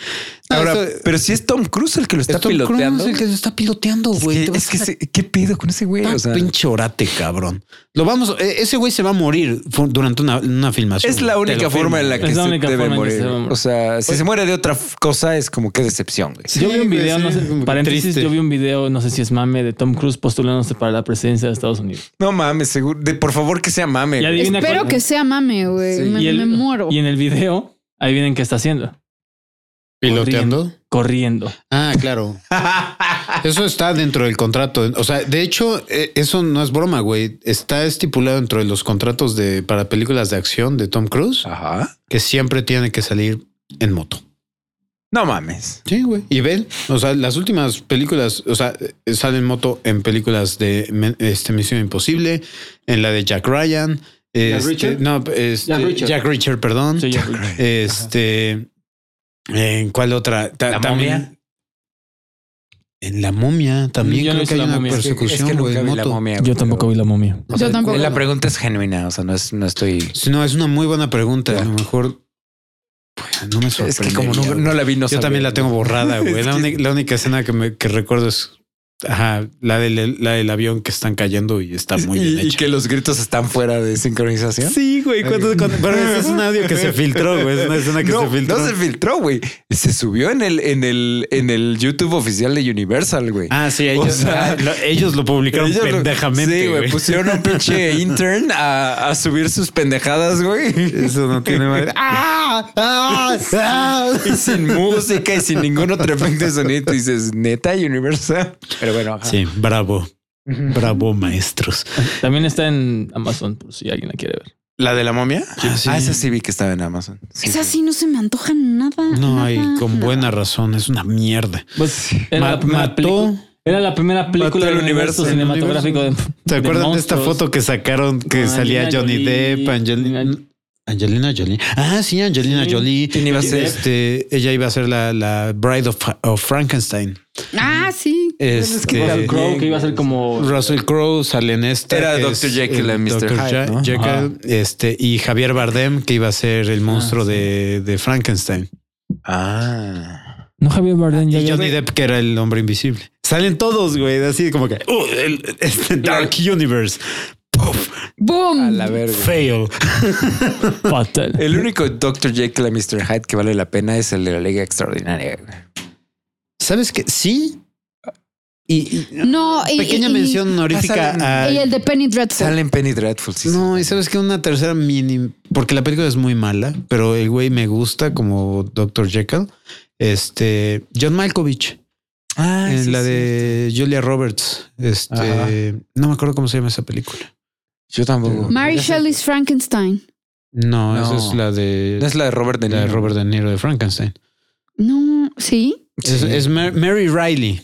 Ahora, Ahora, pero si es Tom Cruise el que lo Ah, está es Tom Cruise piloteando. el que se está piloteando, Es güey. que- Te vas es que a- se- ¿qué pedo con ese güey? Ah, O sea, pinche orate, cabrón. Lo vamos, eh, ese güey se va a morir fu- durante una, una filmación. es la güey. Te única lo firmo. forma en la que Es la se única debe forma en que morir. se debe morir. O sea, si se muere de otra f- cosa, es como que decepción. güey. Sí, yo vi un güey, video, sí, no sé, es como que paréntesis, triste. yo vi un video, no sé si es mame, de Tom Cruise postulándose para la presidencia de Estados Unidos. No mames, seguro. de- por favor que sea mame. Ya güey. di- Adivina Espero cuál- que sea mame, güey. Sí. Me, y, el- me muero. y en el video, ahí vienen qué está haciendo. ¿Piloteando? Corriendo. Ah, claro. Eso está dentro del contrato. O sea, de hecho, eh, eso no es broma, güey. Está estipulado dentro de los contratos de para películas de acción de Tom Cruise Ajá. que siempre tiene que salir en moto. No mames. Sí, güey. Y ven, o sea, las últimas películas, o sea, eh, sale en moto en películas de men- este, Misión Imposible, en la de Jack Ryan. este, Reacher? No, este, Jack Jack Reacher. Richard, perdón. Soy yo. Este. ¿En cuál otra? Ta- ¿La momia? En la momia también Yo no creo hice que hay la una momia. Es que- persecución, nunca güey, en vi la moto. momia, güey, Yo pero- tampoco vi la momia. O sea, Yo tampoco. La pregunta es genuina, o sea, no, es, no estoy. si No, es una muy buena pregunta. A Ya. lo mejor. Pues, no me Es sorprende. que como no, no la vi, no Yo sabía. también la tengo borrada, güey. Es La, que- única- la única escena que, me, que recuerdo es ajá, la, del, la del avión que están cayendo y está muy y, bien y hecha. que los gritos están fuera de sincronización. Sí, güey. cuando- cuando- pero ese es un audio que se filtró, güey. Es una escena que no, se filtró. no se filtró, güey. Se subió en el, en el, en el YouTube oficial de Universal, güey. Ah, sí, O ellos, sea, lo, ellos lo publicaron Ellos lo- pendejamente. Sí, güey. güey. pues Pusieron a un pinche intern a, a subir sus pendejadas, güey. Eso no tiene madre. ¡Ah! ¡Ah! ¡Ah! Y sin música y sin ningún otro efecto de sonido. Y dices, neta, Universal. Pero bueno, ajá. Sí, bravo. Bravo, maestros. También está en Amazon, por si alguien la quiere ver. ¿La de la momia? sí. Ah, esa sí vi que estaba en Amazon. Sí, Esa sí. sí no se me antoja nada. No, nada, hay con nada. buena razón. Es una mierda. Pues era, Ma- la primera mató. pelicu- era la primera película el del universo, universo, cinematográfico de. ¿Se acuerdan de esta monstruos? foto que sacaron que Angelina salía Johnny Jolie. Depp, Angelina, Angelina Jolie? Ah, sí, Angelina Sí. Jolie. ¿Quién iba a ser? Este, ella iba a ser la, la Bride of, of Frankenstein. Ah, sí. Este, Russell Crowe que iba a ser como. Russell Crowe sale en esta. Era que es Dr. Jekyll el and Mr. Dr. Hyde, ¿no? Jekyll, Ajá. este, y Javier Bardem, que iba a ser el monstruo de, de Frankenstein. Ah. No, Javier Bardem ya Y había- Johnny Depp, que era el hombre invisible. Salen todos, güey, así como que, "Uh, el- este Dark Universe, A ¡Boom! la verga. fail. Fatal. El único Dr. Jekyll y Mr. Hyde que vale la pena es el de la Liga Extraordinaria. güey. ¿Sabes qué? Sí. Y, y- No, y, pequeña y- y- mención honorífica Ah, a. y el de Penny Dreadful. Salen Penny Dreadful, sí. sí. No, y sabes que una tercera mini, porque la película es muy mala, pero el güey me gusta como Dr. Jekyll. Este John Malkovich Ah, en sí, la sí. de Julia Roberts. Este Ajá. no me acuerdo cómo se llama esa película. Yo tampoco. Mary Ya sé. Shelley's Frankenstein. No, No. esa es la de, No es la de Robert De la de Niro. Robert De Niro de Frankenstein. No, sí. Es, Sí. es Mar- Mary Riley.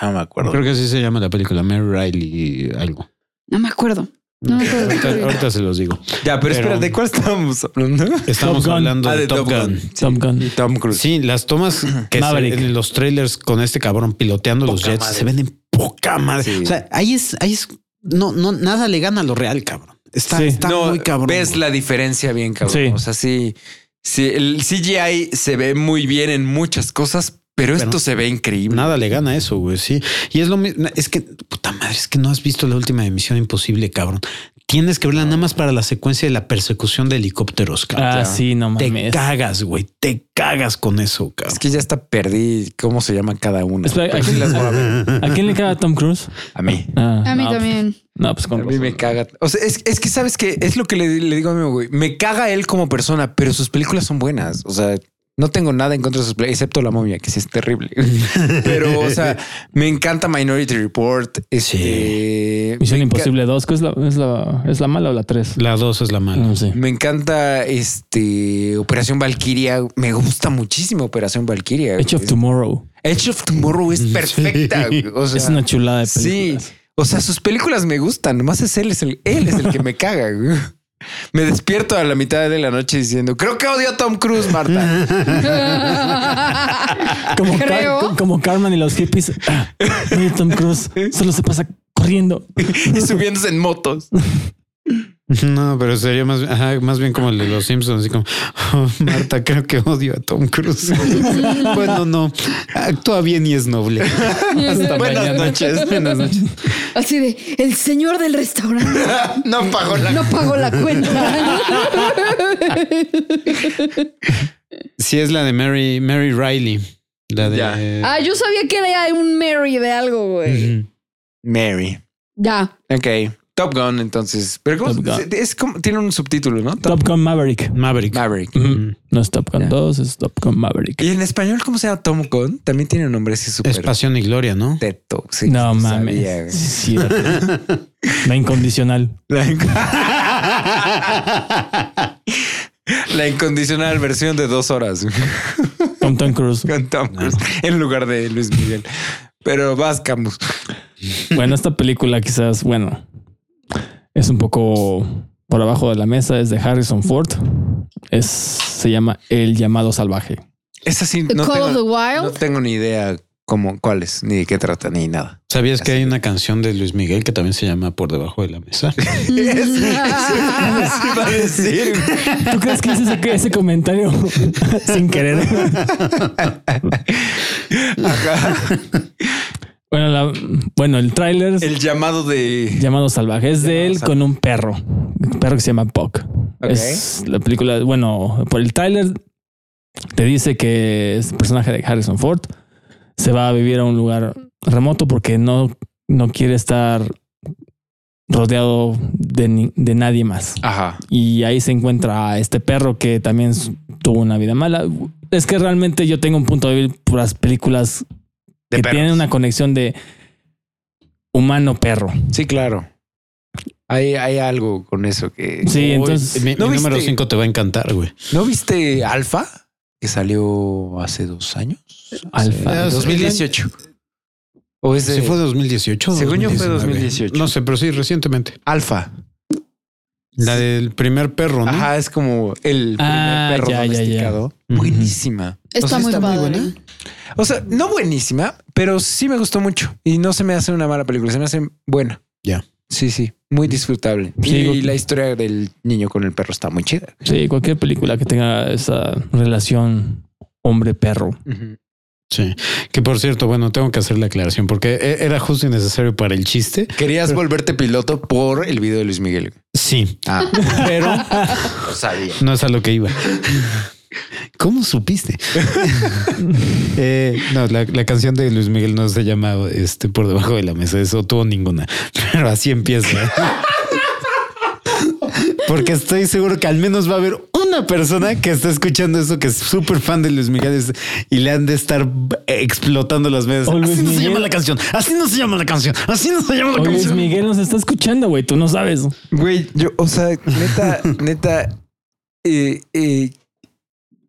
Ya me acuerdo. Creo que así se llama la película. Mary Riley algo. No me acuerdo. No me acuerdo. ahorita, ahorita se los digo. Ya, Pero- pero, espera, ¿de cuál estábamos hablando? Estamos Gun. hablando Ah, de, Top Gun. Tom Gunn. Y Tom Cruise. Sí, las tomas que se- Maverick. en los trailers con este cabrón piloteando los Poca jets madre. se venden poca madre. Sí. O sea, ahí es, ahí es, no, no, nada le gana a lo real, cabrón. Está, Sí. está no, muy cabrón. ves güey. la diferencia bien, cabrón. Sí. O sea, sí, sí, el CGI se ve muy bien en muchas cosas, pero, esto se ve increíble. Nada le gana a eso, güey. Sí. Y es lo mismo. Es que, puta madre, es que no has visto la última de Misión Imposible, cabrón. Tienes que verla nada más para la secuencia de la persecución de helicópteros, cabrón. Ah, sí, no te mames. cagas, güey. Te cagas con eso, cabrón. Es que ya está perdí cómo se llaman cada uno. Espera, ¿a, Pero sí quién, las voy a, ver. a quién le caga Tom Cruise? A mí. Ah, A mí no, también. Pues, no, pues A con mí me razón. caga. O sea, es, es que sabes que es lo que le, le digo a mi amigo, güey. Me caga él como persona, pero sus películas son buenas. O sea, no tengo nada en contra de sus películas, excepto La momia, que sí es terrible. pero, o sea, me encanta Minority Report. Este, Misión me enca- Imposible 2, ¿cuál es la, es, la, ¿es la mala o la 3? La dos es la mala. No sé. Me encanta este Operación Valkyria. Me gusta muchísimo Operación Valkyria. Edge of Tomorrow. Edge of Tomorrow es perfecta. güey. O sea, es una chulada de sí. películas. O sea, sus películas me gustan. Nomás es él, es el, él es el que me caga. güey. Me despierto a la mitad de la noche diciendo, creo que odio a Tom Cruise, Marta. Como, Car- Creo. co- como Carmen y los hippies. Ah, oye, Tom Cruise solo se pasa corriendo. y subiéndose en motos. No, pero sería más, ajá, más bien como el de los Simpsons, así como "Oh, Marta, creo que odio a Tom Cruise. bueno, no, actúa bien y es noble. Buenas noches. Buenas noches. Así de, el señor del restaurante no pagó la... no pagó la cuenta. Sí, es la de Mary, Mary Riley, la de Ya. ah, yo sabía que era un Mary de algo, güey. Ujú. Mary. Ya. Ok. Top Gun, entonces. Pero ¿cómo Top se- Gun. Es como, tiene un subtítulo, ¿no? Top Gun Maverick. Maverick. Maverick. Mm. Ujú. No es Top Gun Ya. 2, es Top Gun Maverick. ¿Y en español cómo se llama Tom Gunn? También tiene un nombre así Es súper pasión y gloria, ¿no? teto. Sí, No sí mames. sabía, güey. Sí, sí, era. la incondicional. La, inc- La incondicional versión de dos horas güey, Con Tom Cruise. con Tom Cruise en lugar de Luis Miguel. Pero vas, Camus. Bueno, esta película quizás, bueno, es un poco por abajo de la mesa, es de Harrison Ford. Es, se llama El llamado salvaje. Esa sí, The no Call of the tengo, no Wild. tengo ni idea cómo, cuál es, ni de qué trata, ni nada. ¿Sabías que hay una canción de Luis Miguel que también se llama Por debajo de la mesa? Eso iba a decir. ¿Tú crees que hice ese, ese comentario sin querer? Ajá. Bueno, la- bueno el tráiler es El llamado de... llamado salvaje es de Llamado él salvaje. con un perro, un perro que se llama Puck. Ok. Es la película, bueno, por el tráiler te dice que es el personaje de Harrison Ford se va a vivir a un lugar remoto porque no, no quiere estar rodeado de, ni- de nadie más. Ajá. Y ahí se encuentra a este perro que también s- tuvo una vida mala. Es que realmente yo tengo un punto débil por las películas De que perros. tienen una conexión de humano-perro. Sí, claro. Hay, hay algo con eso que... Sí, Uy, entonces Mi, ¿no mi viste? número 5 te va a encantar, güey. ¿No viste Alfa? Que salió hace dos años. Alfa. Eh, 2018. O es de- ¿Sí fue 2018? o Según yo fue 2019? 2018. No sé, pero sí, recientemente. Alfa. La del primer perro, ¿no? Ajá, es como el primer Ah, perro ya, ya, ya. domesticado. Ujú. Buenísima. Está O sea, muy está muy padre. buena. O sea, no buenísima, pero sí me gustó mucho. Y no se me hace una mala película, se me hace buena. Ya. Sí, sí, muy disfrutable. Sí, y digo- la historia del niño con el perro está muy chida. Sí, cualquier película que tenga esa relación hombre-perro. Sí, que por cierto, bueno, tengo que hacer la aclaración porque e- era justo y necesario para el chiste. Querías volverte piloto por el video de Luis Miguel. Sí, Ah, pero lo sabía. no es a lo que iba. ¿Cómo supiste? Eh, no, la, la canción de Luis Miguel no se llama este, Por debajo de la mesa, eso tuvo ninguna, pero así empieza. Porque estoy seguro que al menos va a haber una persona que está escuchando eso, que es súper fan de Luis Miguel y le han de estar explotando las mesas. O Así Luis no se Miguel. llama la canción, así no se llama la canción, así no se llama la Oye, Luis canción. Miguel nos está escuchando, güey. Tú no sabes. Güey, yo, o sea, neta, neta, eh, eh,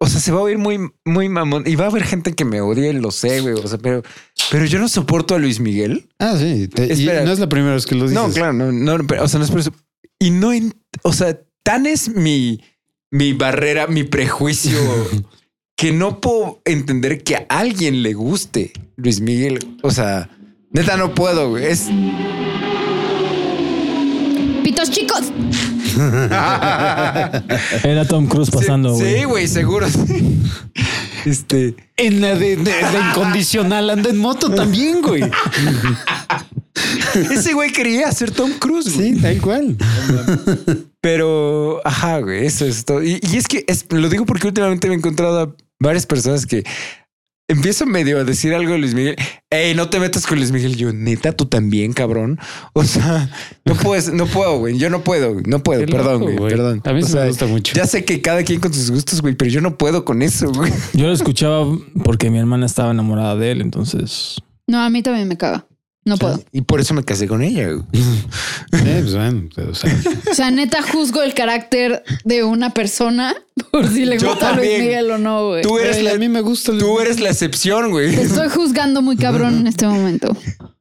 o sea, se va a oír muy, muy mamón y va a haber gente que me odie, lo sé, güey, o sea, pero, pero yo no soporto a Luis Miguel. Ah, sí, te- y Espera. no es la primera vez que lo Pues dices. No, claro, no, no, pero, o sea, no es por eso. Y no, en- o sea, tan es mi, mi barrera, mi prejuicio, que no puedo entender que a alguien le guste Luis Miguel. O sea, neta, no puedo, güey. Es, Pitos chicos. Era Tom Cruise pasando, Sí, güey. Sí, güey, seguro. Este. En la de, de- de incondicional anda en moto también, güey. Ese güey quería ser Tom Cruise, güey. Sí, tal cual. Pero, ajá, güey, eso es todo. Y, y es que es- lo digo porque últimamente me he encontrado a varias personas que empiezo medio a decir algo de Luis Miguel. Ey, no te metas con Luis Miguel. Yo, neta, tú también, cabrón. O sea, no puedes, no puedo, güey. Yo no puedo, güey, no puedo. Qué Perdón, loco, güey, güey. perdón. A mí O sí me sea, gusta mucho. Ya sé que cada quien con sus gustos, güey, pero yo no puedo con eso, güey. Yo lo escuchaba porque mi hermana estaba enamorada de él, entonces. No, a mí también me caga. No puedo. Y por eso me casé con ella, güey. Eh, pues, bueno, o sea, O sea, neta juzgo el carácter de una persona por si le Yo gusta Luis también. Miguel o no, güey. Tú eres güey, la, a mí me gusta. Luis tú eres la excepción, güey. Te estoy juzgando muy cabrón en este momento.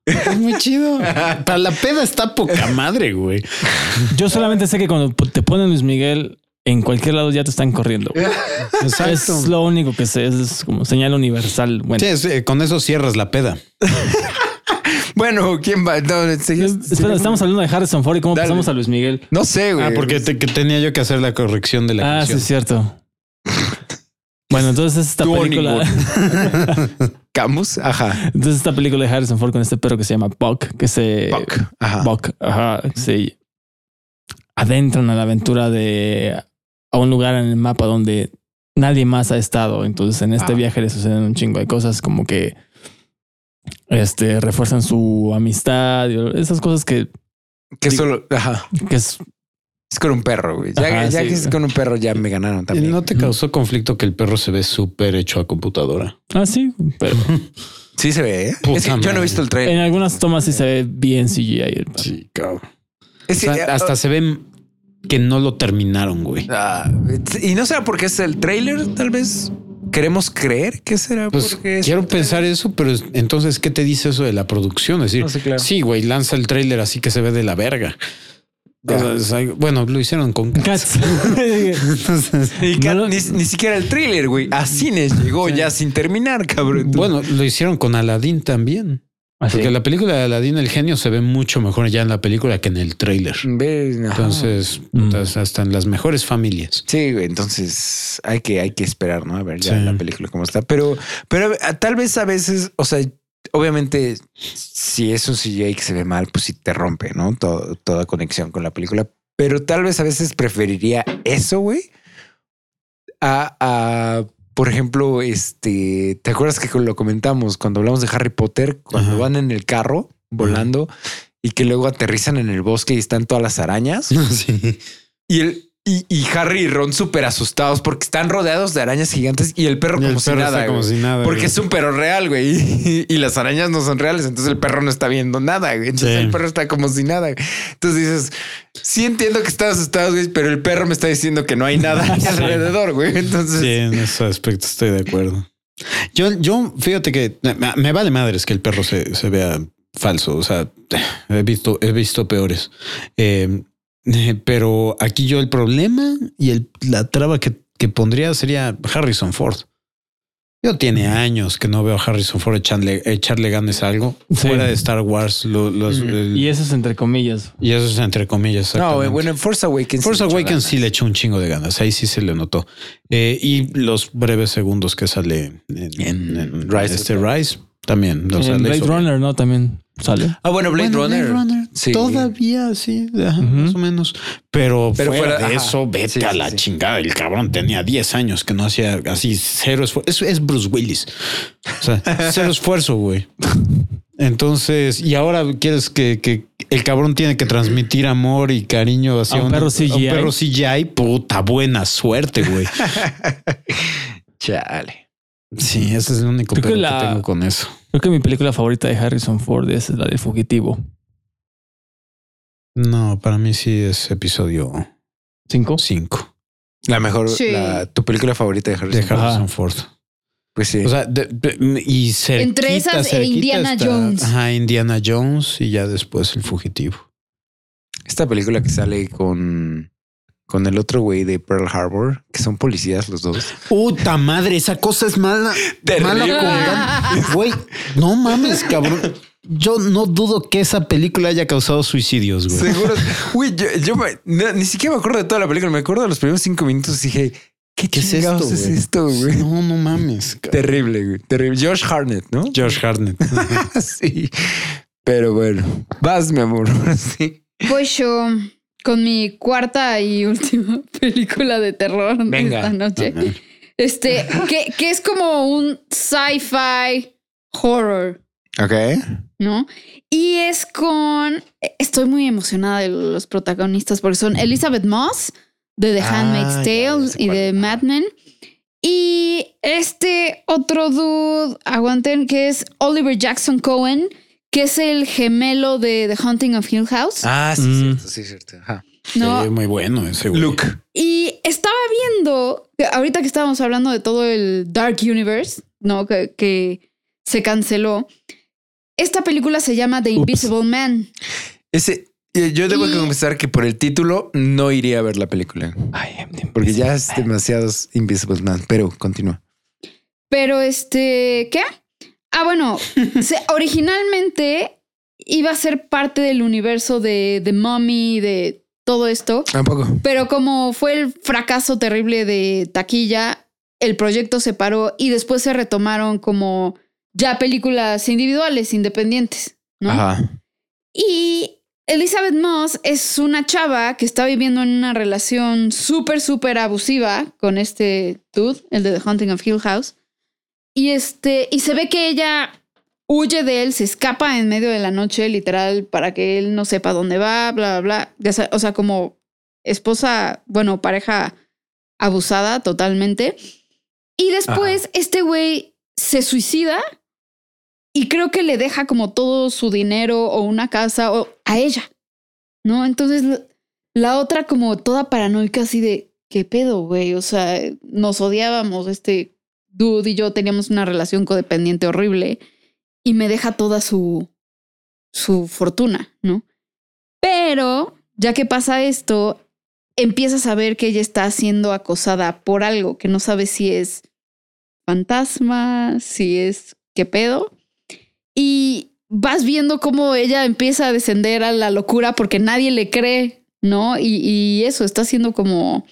Miguel. Es muy chido. Para la peda está poca madre, güey. Yo solamente sé que cuando te ponen Luis Miguel, en cualquier lado ya te están corriendo. güey. Es lo único que sé, es como señal universal. Bueno, Sí, es, eh, con eso cierras la peda. Bueno, ¿quién va? No, es- seguimos- espera, estamos hablando de Harrison Ford y cómo Dale. pasamos a Luis Miguel. No sé, güey. Ah, porque te- que tenía yo que hacer la corrección de la ah, sí, canción. es cierto. Bueno, entonces esta Tú o película, Camus, ajá. entonces esta película de Harrison Ford con este perro que se llama Buck, que se Buck, eh, Ah. ajá. Buck, ajá, se adentran a la aventura de a un lugar en el mapa donde nadie más ha estado. Entonces en este Ah. viaje le suceden un chingo de cosas como que este refuerzan su amistad, y esas cosas que, Que solo, ajá. que es Es con un perro, güey. Ya, Ajá, ya sí, que es güey. con un perro, ya me ¿Y ganaron también. no te causó conflicto que el perro se ve súper hecho a computadora? así, ah, pero Sí se ve, ¿eh? Puta Es que yo no madre. he visto el trailer. en algunas tomas sí se ve bien CGI. el perro. Sí, cabrón. Es que- eh, hasta se ve que no lo terminaron, güey. Ah, y no será porque es el trailer, tal vez. Queremos creer que será Pues porque es- quiero pensar eso, pero es- entonces, ¿qué te dice eso de la producción? Es decir, No sé, claro. Ah, sí, güey, lanza el tráiler así que se ve de la verga. Ya. O sea, es algo- bueno, lo hicieron con Cats. Entonces, Y No ca- lo- ni, ni siquiera el trailer, güey. A cines llegó ya sin terminar, cabrón. Entonces- bueno, lo hicieron con Aladdin también. Así. Porque la película de Aladdin, el genio, se ve mucho mejor ya en la película que en el tráiler. Ve, ajá. Entonces, putas, hasta en las mejores familias. Sí, güey, entonces hay que, hay que esperar, ¿no? A ver ya Sí. la película cómo está. Pero, pero a- tal vez a veces, o sea, obviamente, si es un CGI que se ve mal, pues sí te rompe, ¿no? Todo- toda conexión con la película. Pero tal vez a veces preferiría eso, güey, a, a, por ejemplo, este, ¿te acuerdas que lo comentamos cuando hablamos de Harry Potter? Cuando Ajá. van en el carro volando y que luego aterrizan en el bosque y están todas las arañas. Sí. Y, el, y, y Harry y Ron súper asustados porque están rodeados de arañas gigantes y el perro Y el como si perro nada. está como güey. si nada. porque güey. es un perro real, güey. Y, y las arañas no son reales, entonces el perro no está viendo nada, güey. Entonces Sí. el perro está como si nada. güey. Entonces dices, sí entiendo que estás asustado, güey, pero el perro me está diciendo que no hay nada alrededor, güey. Entonces, Sí, en ese aspecto estoy de acuerdo. Yo, yo fíjate que me, me vale madres que el perro se, se vea falso. O sea, he visto, he visto peores. Eh, pero aquí yo el problema y el, la traba que, que pondría sería Harrison Ford. Yo tiene años que no veo a Harrison Ford echarle, echarle ganes a algo Sí. fuera de Star Wars. lo- los- el- Y eso es entre comillas. y eso es entre comillas. no, güey, exactamente. bueno, en Force Awakens. Force sí le echó Awakens sí le echó un chingo de ganas. Ahí sí se le notó. Eh, y los breves segundos que sale en, En en Rise. este Rise también. o sea, en le Blade hizo- Runner, ¿no? También. sale. Ah, bueno, Blade Bueno, Runner. sí. Todavía sí, ajá, Ujú. más o menos. Pero, Pero fuera, fuera- de ajá. eso, vete Sí, a sí, la sí. chingada. El cabrón tenía 10 años que no hacía así cero esfuerzo. Es, es Bruce Willis. O sea, cero esfuerzo, güey. Entonces, y ahora quieres que, que el cabrón tiene que transmitir amor y cariño hacia A un una- perro A un CGI. perro CGI, puta buena suerte, güey. Chale. Sí, ese es el único Creo que pero que, la- tengo con eso. Creo que mi película favorita de Harrison Ford es la de Fugitivo. No, para mí sí es episodio ¿Cinco? 5 La mejor, Sí. la- tu película favorita de de Harrison. Ford. Harrison Ford. Pues sí. O sea, de- de- y cerquita, Entre esas e cerquita Indiana está- Jones. Ajá, Indiana Jones y ya después el fugitivo. Esta película que sale con, con el otro güey de Pearl Harbor, que son policías los dos. Puta madre, esa cosa es mala. Terrible. Mala con gan- Güey, no mames, cabrón. Yo no dudo que esa película haya causado suicidios, güey. Seguro. Uy, yo, yo me- no, ni siquiera me acuerdo de toda la película. Me acuerdo de los primeros cinco minutos y dije, ¿qué, ¿Qué es esto? chingados es güey? esto, güey? No, no mames. cabrón. Terrible, güey. Terrible. Josh Harnett, ¿no? Josh Hartnett. sí. Pero bueno, vas, mi amor. ahora sí. Voy yo con mi cuarta y última película de terror Venga. esta noche. Este, que, que es como un sci-fi horror, Ok. ¿no? Y es con. e, Estoy muy emocionada de los protagonistas porque son Elizabeth Moss de The Ah, Handmaid's ya, ya Tale sé y cuál. de Mad Men. Y este otro dude, aguanten, que es Oliver Jackson Cohen, que es el gemelo de The Haunting of Hill House. Ah, sí, Mm. cierto, sí, cierto. Ajá. ¿no? Sí, muy bueno ese, güey. Luke. Y estaba viendo, que ahorita que estábamos hablando de todo el Dark Universe, ¿no? Que, que se canceló. Esta película se llama The Invisible Man. Ese, eh, yo debo Y- confesar que por el título no iría a ver la película. I am the Porque ya es este- invisible man. demasiados Invisible Man. Pero continúa. Pero este, ¿qué? Ah, bueno, se- originalmente iba a ser parte del universo de The Mummy, de todo esto. Tampoco. Pero como fue el fracaso terrible de taquilla, el proyecto se paró y después se retomaron como ya películas individuales, independientes, ¿no? Ajá. Y Elizabeth Moss es una chava que está viviendo en una relación súper, súper abusiva con este dude, el de The Haunting of Hill House. Y este, y se ve que ella huye de él, se escapa en medio de la noche, literal, para que él no sepa dónde va, bla, bla, bla. Ya sa- O sea, como esposa, bueno, pareja abusada totalmente. Y después este güey se suicida y creo que le deja como todo su dinero o una casa o a ella, ¿no? Entonces la- la otra como toda paranoica así de, ¿qué pedo, güey? O sea, nos odiábamos, este dude y yo teníamos una relación codependiente horrible y me deja toda su, su fortuna, ¿no? Pero ya que pasa esto, empiezas a ver que ella está siendo acosada por algo que no sabe si es fantasma, si es qué pedo. Y vas viendo cómo ella empieza a descender a la locura porque nadie le cree, ¿no? Y, y eso está siendo como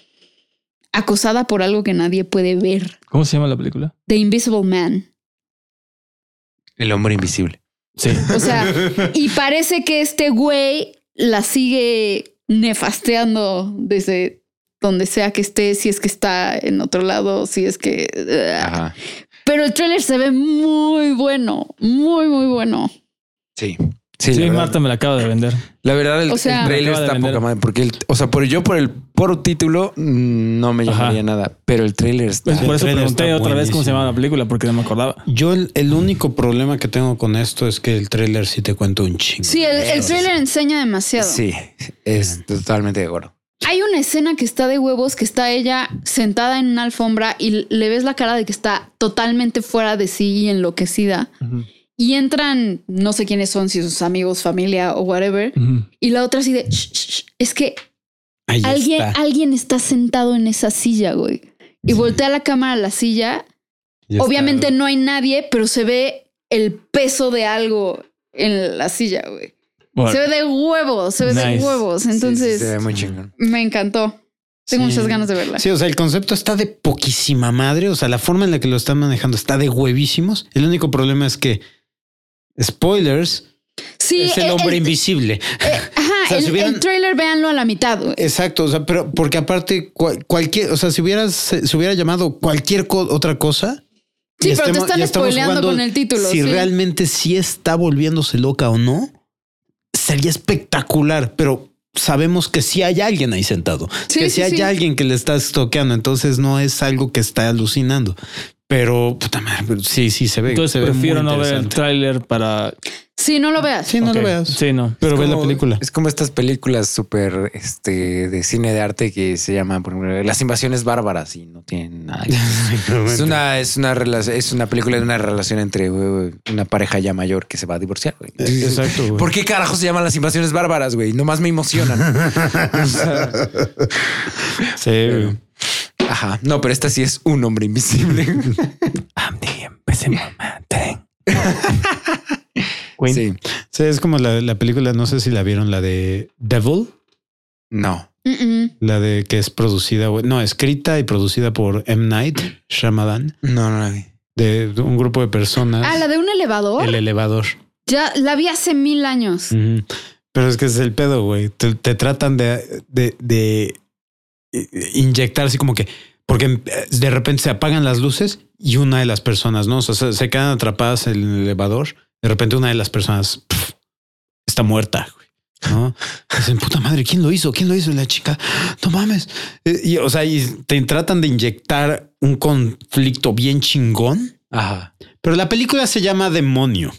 acosada por algo que nadie puede ver. ¿Cómo se llama la película? The Invisible Man. El hombre invisible. Sí. O sea, y parece que este güey la sigue nefasteando desde donde sea que esté, si es que está en otro lado, si es que... Ajá. Pero el tráiler se ve muy bueno, muy, muy bueno. Sí. Sí, Sí, la, verdad, Marta me la acaba de vender. la verdad, el, O sea- el trailer Acaba de está vender. poca madre. Porque el, o sea, por, yo por el por título mm, no me Ajá. llamaría nada, pero el trailer está. Pues por eso trailer pregunté está otra vez cómo se buenísimo. llamaba la película porque no me acordaba. Yo el, el único problema que tengo con esto es que el tráiler sí te cuenta un chingo. Sí, el, el tráiler enseña demasiado. Sí, es totalmente de acuerdo. Hay una escena que está de huevos, que está ella sentada en una alfombra y le ves la cara de que está totalmente fuera de sí y enloquecida. Y entran, no sé quiénes son, si sus amigos, familia o whatever. Y la otra así de, "Shh, shh, shh". es que Ahí alguien, está. alguien está sentado en esa silla, güey. Y voltea la cámara a la Ya silla. está. Obviamente no hay nadie, pero se ve el peso de algo en la silla, güey. Bueno, Se ve de huevos, se ve de Nice. huevos. Sí, sí, Entonces se ve muy chingón. me encantó. Tengo Sí. muchas ganas de verla. Sí, o sea, el concepto está de poquísima madre. O sea, la forma en la que lo están manejando está de huevísimos. El único problema es que, spoilers, Sí, e- es el hombre invisible. eh, ajá, O sea, el, si hubieran- Eh, el trailer véanlo a la mitad. güey. Exacto, o sea, pero porque aparte cual- cualquier, o sea, si hubieras se, se hubiera llamado cualquier co- otra cosa. Sí, y pero te estemos- están y estamos spoileando jugando con el título, Si sí. realmente sí está volviéndose loca o no, sería espectacular, pero sabemos que sí hay alguien ahí sentado, Sí, que sí, sí hay sí. alguien que le está toqueando, entonces no es algo que está alucinando. Pero puta madre, pero sí, sí se ve. se Entonces ve muy prefiero no ver el interesante. tráiler para... Sí, no lo veas. Sí, no Ok, lo veas. Sí, no. Pero ve la como- película. Es como estas películas súper este, de cine de arte que se llaman, por ejemplo, Las invasiones bárbaras y no tienen nada. que- Es una, es una relación, es una película de una relación entre güey, una pareja ya mayor que se va a divorciar. güey. Exacto. güey. ¿Por qué carajo se llaman las invasiones bárbaras, güey? Nomás me emocionan. O sea, Sí, güey. Ajá. No, pero esta sí es un hombre invisible. Ah, Queen. Sí. Sí, es como la, la película, no sé si la vieron, la de Devil, No. Mm-mm. la de que es producida, güey, no, escrita y producida por M. Night Shyamalan, No, no la vi. de un grupo de personas. Ah, la de un elevador. El elevador. Ya la vi hace mil años. Ujú. Pero es que ese es el pedo, güey. Te, te tratan de, de, de eh, inyectar así como que, porque eh, de repente se apagan las luces y una de las personas, ¿no? O sea, se, se quedan atrapadas en el elevador. De repente una de las personas pf, está muerta, güey. ¿No? Dicen, puta madre, ¿quién lo hizo? ¿Quién lo hizo? Y La chica, no mames. Eh, Y, o sea, y te tratan de inyectar un conflicto bien chingón, Ajá. pero la película se llama Demonio.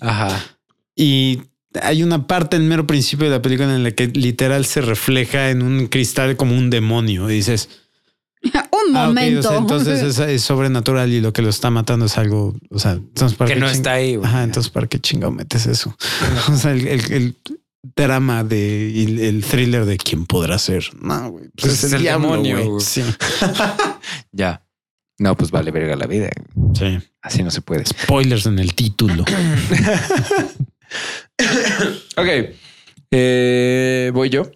Ajá. Y hay una parte en mero principio de la película en la que literal se refleja en un cristal como un demonio. Y dices, un ah, ok, o sea, momento. entonces es, es sobrenatural y lo que lo está matando es algo. O sea, entonces para Que qué no ching- está ahí, güey. Ajá, entonces para qué chingado metes eso. o sea, el, el- el drama de y el, el thriller de quién podrá ser. No, güey. Pues es, el, diablo, demonio, güey. güey. Sí. Ya. No, pues vale verga la vida. sí. Así no se puede. Spoilers en el título. Ok. Eh, Voy yo.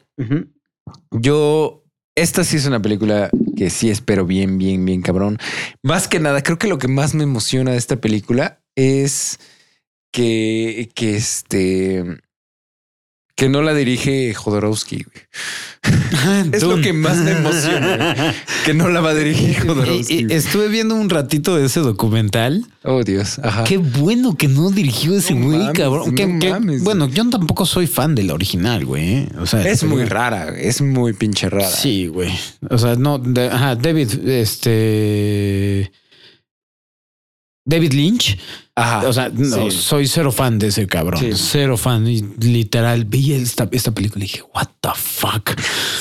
Yo, esta sí es una película que sí espero bien, bien, bien cabrón. Más que nada, creo que lo que más me emociona de esta película es que, que este, que no la dirige Jodorowsky. güey. Es lo Dune. que más me emociona, güey. Que no la va a dirigir Jodorowsky. Y- y güey. estuve viendo un ratito de ese documental. Oh, Dios. Ajá. Qué bueno que no dirigió ese No güey, mames, cabrón. no Que- que- mames. bueno, yo tampoco soy fan del original, güey. ¿eh? O sea, Es pero- muy rara, güey. es muy pinche rara. Sí, güey. O sea, no. de- ajá, David, este. David Lynch. Ajá. o sea, no, Ah, sí. soy cero fan de ese cabrón. Sí. Cero fan. Y literal, vi esta, esta película y dije, ¿What the fuck?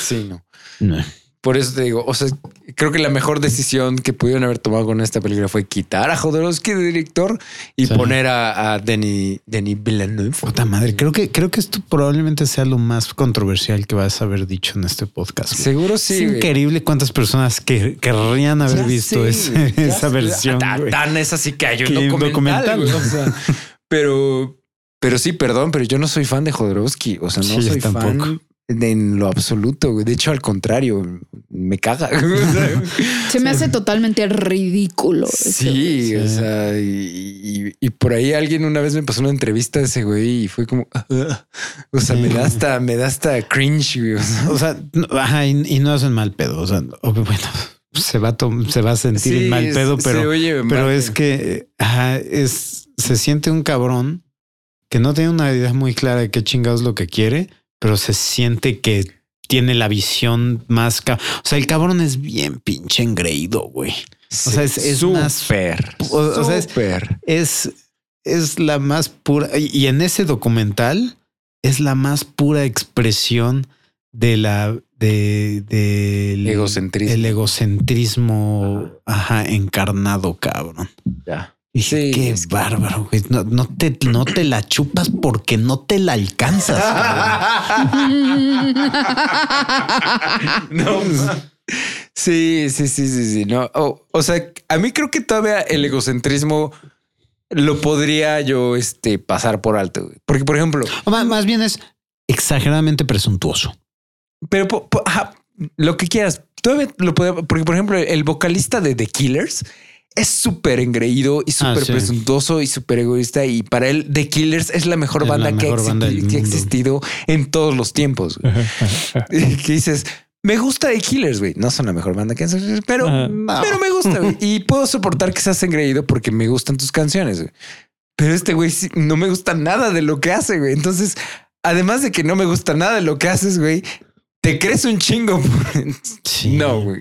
sí, no. No. Por eso te digo, o sea, creo que la mejor decisión que pudieron haber tomado con esta película fue quitar a Jodorowsky de director y Sí. poner a, a Denis, Denis Villeneuve. Puta madre. Creo que, creo que esto probablemente sea lo más controversial que vas a haber dicho en este podcast. güey. Seguro sí. es güey. increíble cuántas personas que querrían haber Ya visto sé, ese- güey, ya esa sé. versión. Ta- güey. Tan es así que hay Que un hay un documental. documental. güey, o sea, pero, pero sí, perdón, pero yo no soy fan de Jodorowsky. O sea, no Sí, yo soy fan tampoco. de- en lo absoluto. güey. De hecho, al contrario, me caga. güey. O sea, Se me hace totalmente ridículo. ese güey. Sí, o sea, y, y- y por ahí alguien una vez me pasó una entrevista de ese güey y fue como, "Ah". o sea, me da hasta, me da hasta cringe. güey, o sea. O sea, no- ajá, y, y no hacen mal pedo. O sea, o- bueno, se va a, tom- se va a sentir en Sí, mal es- pedo, se pero, oye pero mal. es que ajá, es, se siente un cabrón que no tiene una idea muy clara de qué chingados es lo que quiere, pero se siente que tiene la visión más... ca- o sea, el cabrón es bien pinche engreído, güey. O sea, es, es una súper, o- o sea, es- súper. es, es la más pura, y y en ese documental es la más pura expresión de la de, del- Egocentrismo. El egocentrismo ajá, encarnado, cabrón. Ya. Dije, Sí, qué es que- bárbaro, güey. No, no te, no te la chupas porque no te la alcanzas. cabrón. No, ma. sí, sí, sí, sí, sí. No, oh, o sea, a mí creo que todavía el egocentrismo lo podría yo este, pasar por alto. güey. Porque, por ejemplo, O ma- más bien es exageradamente presuntuoso. Pero po- po- ajá, lo que quieras. Todavía lo podemos. Porque, por ejemplo, el vocalista de The Killers es súper engreído y súper Ah, sí. presuntuoso y súper egoísta. Y para él, The Killers es la mejor Es la banda, que, ha mejor exi- banda del que ha mundo. existido en todos los tiempos. güey. que dices, me gusta The Killers, güey. No son la mejor banda que han existido, pero, Ajá. pero me gusta. güey. Y puedo soportar que seas engreído porque me gustan tus canciones. güey. Pero este güey sí, no me gusta nada de lo que hace, güey. Entonces, además de que no me gusta nada de lo que haces, güey, te crees un chingo. Sí. no, güey.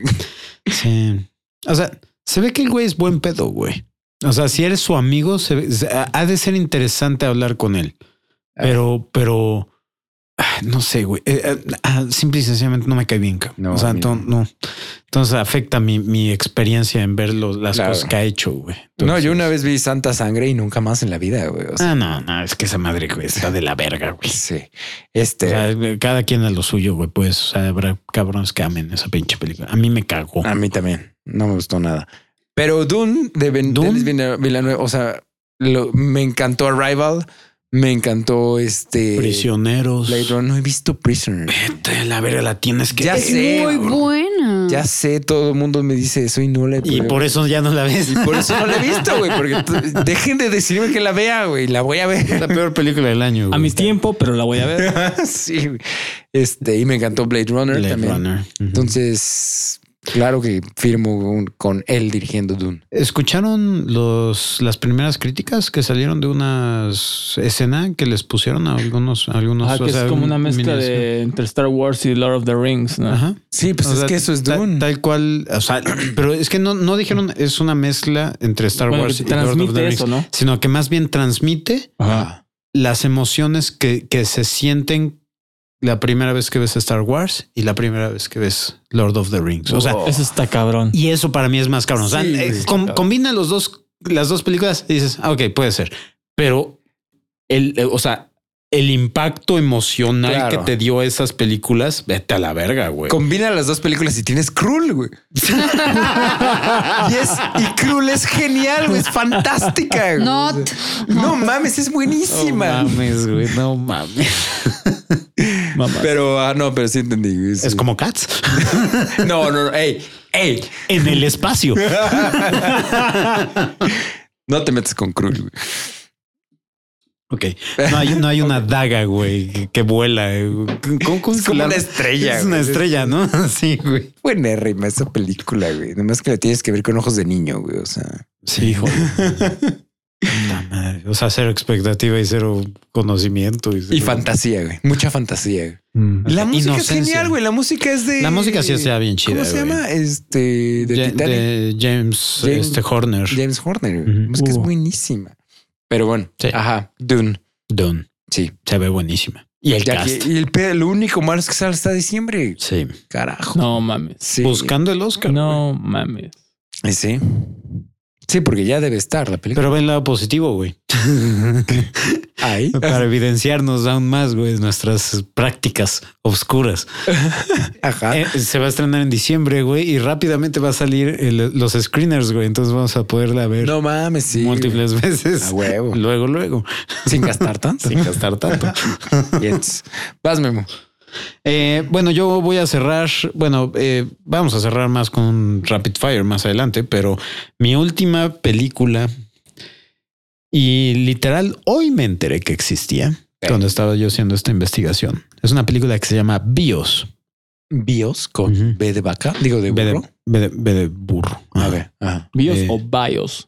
Sí. O sea, se ve que el güey es buen pedo, güey. O sea, si eres su amigo, se ve- se- ha de ser interesante hablar con él. Pero, pero, ah, no sé, güey. Eh, eh, ah, simple y sencillamente no me cae bien, cabrón. No, o sea, a mí no. enton- no. Entonces afecta mi, mi experiencia en ver los- las Claro. cosas que ha hecho, güey. No, yo Entonces- una vez vi Santa Sangre y nunca más en la vida, güey. O sea, Ah, no, no, es que esa madre, güey, está de la verga, güey. sí. O Este. sea, cada quien a lo suyo, güey. Pues, o sea, habrá cabrones que amen esa pinche película. A mí me cagó. A mí también. No me gustó nada. Pero Dune de Ben- Dune. Denis Villa- Villanueva, o sea, lo- me encantó Arrival, me encantó este Prisioneros. Blade Runner. No he visto Prisoner. Vete a La verga la tienes que Ya ver. Es sé, muy bro. buena. Ya sé, todo el mundo me dice eso y no la he Y por eso ya no la ves. y por eso no la he visto, güey. Porque t- dejen de decirme que la vea, güey. La voy a ver. la peor película del año. A mi tiempo, pero la voy a ver. sí, güey. Este, y me encantó Blade Runner también. Entonces, Entonces, claro que firmo un- con él dirigiendo Dune. ¿escucharon los, las primeras críticas que salieron de una escena que les pusieron a algunos? A algunos Ajá, o que es sea, como una mezcla miniatura? de entre Star Wars y Lord of the Rings, ¿no? Ajá. Sí, pues O es sea, que eso es tal- Dune. Tal, cual, o sea, pero es que no, no dijeron es una mezcla entre Star Bueno, Wars que y te Lord of the transmite Rings, eso, ¿no? sino que más bien transmite Ajá. las emociones que, que se sienten la primera vez que ves Star Wars y la primera vez que ves Lord of the Rings. O sea, Eso está cabrón. y eso para mí es más cabrón. O sea, Sí, eh, güey. com- combina los dos, las dos películas y dices, ah, ok, puede ser. Pero el, eh, o sea, el impacto emocional Claro. que te dio esas películas, vete a la verga, güey. Combina las dos películas y tienes Cruel, güey. y, es, y Cruel es genial, güey. Es fantástica. güey. Not. No mames, es buenísima. mames, güey, no mames. Mamá. pero, ah, no, pero sí entendí. güey, sí. Es como Cats No, no, no. Ey, ey. en el espacio. No te metas con Cruel, güey. Ok. No hay, no hay una daga, güey, que, que vuela. eh. ¿Cómo- cómo Es como la- una estrella, Es una güey. estrella, ¿no? Sí, güey. Buena rima esa película, güey. Nomás que la tienes que ver con ojos de niño, güey. O sea, Sí, hijo. Puta madre. O sea, cero expectativa y cero conocimiento. Y, y cero- fantasía, güey. Mucha fantasía. güey. Mm. La música Inocencia. es genial, güey. La música es de. La música sí está bien chida. ¿Cómo se güey. llama? Este. De Ja- Titanic. de James, James- este, Horner. James Horner. Ujú. güey. Es que es Uh. buenísima. Pero bueno, Sí. ajá, Dune. Don. Sí. Se ve buenísima. Y el Ya cast. que- y el, pe- lo único malo es que sale hasta diciembre. Sí. Carajo. No mames. Sí. Buscando el Oscar. No mames. Eh, Sí. Sí, porque ya debe estar la película. Pero ven el lado positivo, güey. Ahí. Para evidenciarnos aún más, güey, nuestras prácticas oscuras. Ajá. Ah. Eh, se va a estrenar en diciembre, güey, y rápidamente va a salir el- los screeners, güey. Entonces vamos a poderla ver No mames, sí. múltiples veces. A huevo. Luego, luego. Sin gastar tanto. Sin gastar tanto. Yes. Vas, Memo. Eh, bueno, yo voy a cerrar. Bueno, eh, vamos a cerrar más con un Rapid Fire más adelante, pero mi última película. Y literal, hoy me enteré que existía cuando estaba yo haciendo esta investigación. Es una película que se llama Bios. Bios con Ujú. B de vaca. Digo, de Ve de- burro. ve de- ve de burro. A ver. Ajá. ¿Bios Eh. o bios?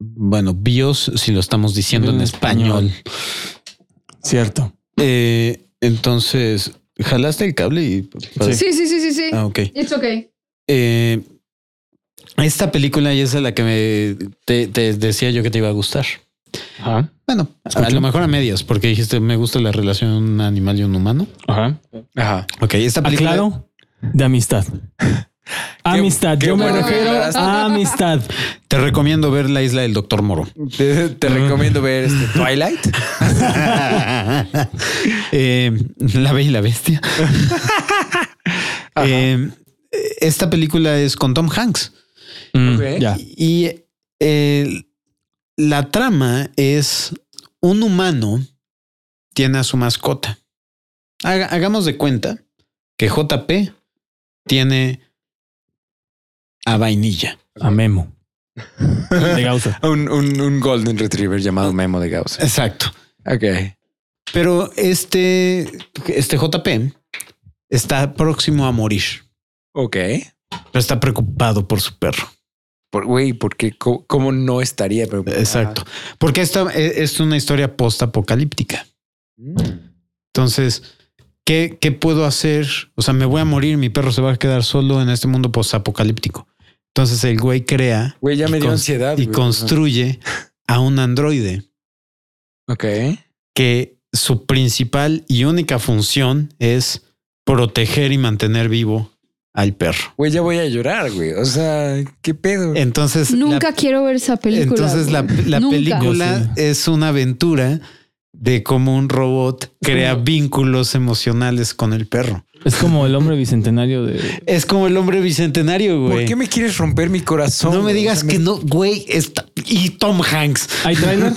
Bueno, bios, si lo estamos diciendo en, En Mm, español. español. Cierto. Eh, entonces, jalaste el cable y. Sí, sí, sí, sí, sí. Ah, ok. It's okay. Eh, esta película ya es a la que me, te, te decía yo que te iba a gustar. Ajá. Bueno, a lo mejor a medias, porque dijiste me gusta la relación de un animal y un humano. Ajá. Ajá. Ok, esta película. Aclaro. De amistad. Amistad. qué Yo me bueno que refiero aclaraste. a amistad. Te recomiendo ver la isla del Doctor Moro. Te, te recomiendo ver este Twilight. Eh, la Bella y la Bestia. Eh, esta película es con Tom Hanks. Mm, Ok. Ya. Y eh, la trama es un humano tiene a su mascota. Haga- hagamos de cuenta que JP tiene a vainilla. A Memo. de Gausa. Un, un- un Golden Retriever llamado Memo de Gauss. Exacto. Ok. Pero este, este JP está próximo a morir, Ok. pero está preocupado por su perro. Por, güey, porque co- cómo no estaría pues, ah, preocupado? Exacto. Porque esta e- es una historia post-apocalíptica. Mm. Entonces, ¿qué, ¿qué puedo hacer? O sea, me voy a morir, mi perro se va a quedar solo en este mundo post-apocalíptico. Entonces el güey crea Güey, ya Y me dio cons- ansiedad. y Ah, güey. construye a un androide Ok. que su principal y única función es proteger y mantener vivo al perro. Güey, ya voy a llorar, güey. O sea, ¿qué pedo? Entonces, la- Nunca quiero ver esa película. Entonces la, güey. la Nunca. película es una aventura de cómo un robot crea vínculos emocionales con el perro. Es como el hombre bicentenario de. Es como el hombre bicentenario, ¿Por güey. qué me quieres romper mi corazón? No me güey? digas O sea, que me- no, güey. está- Y Tom Hanks. ¿Hay trailer?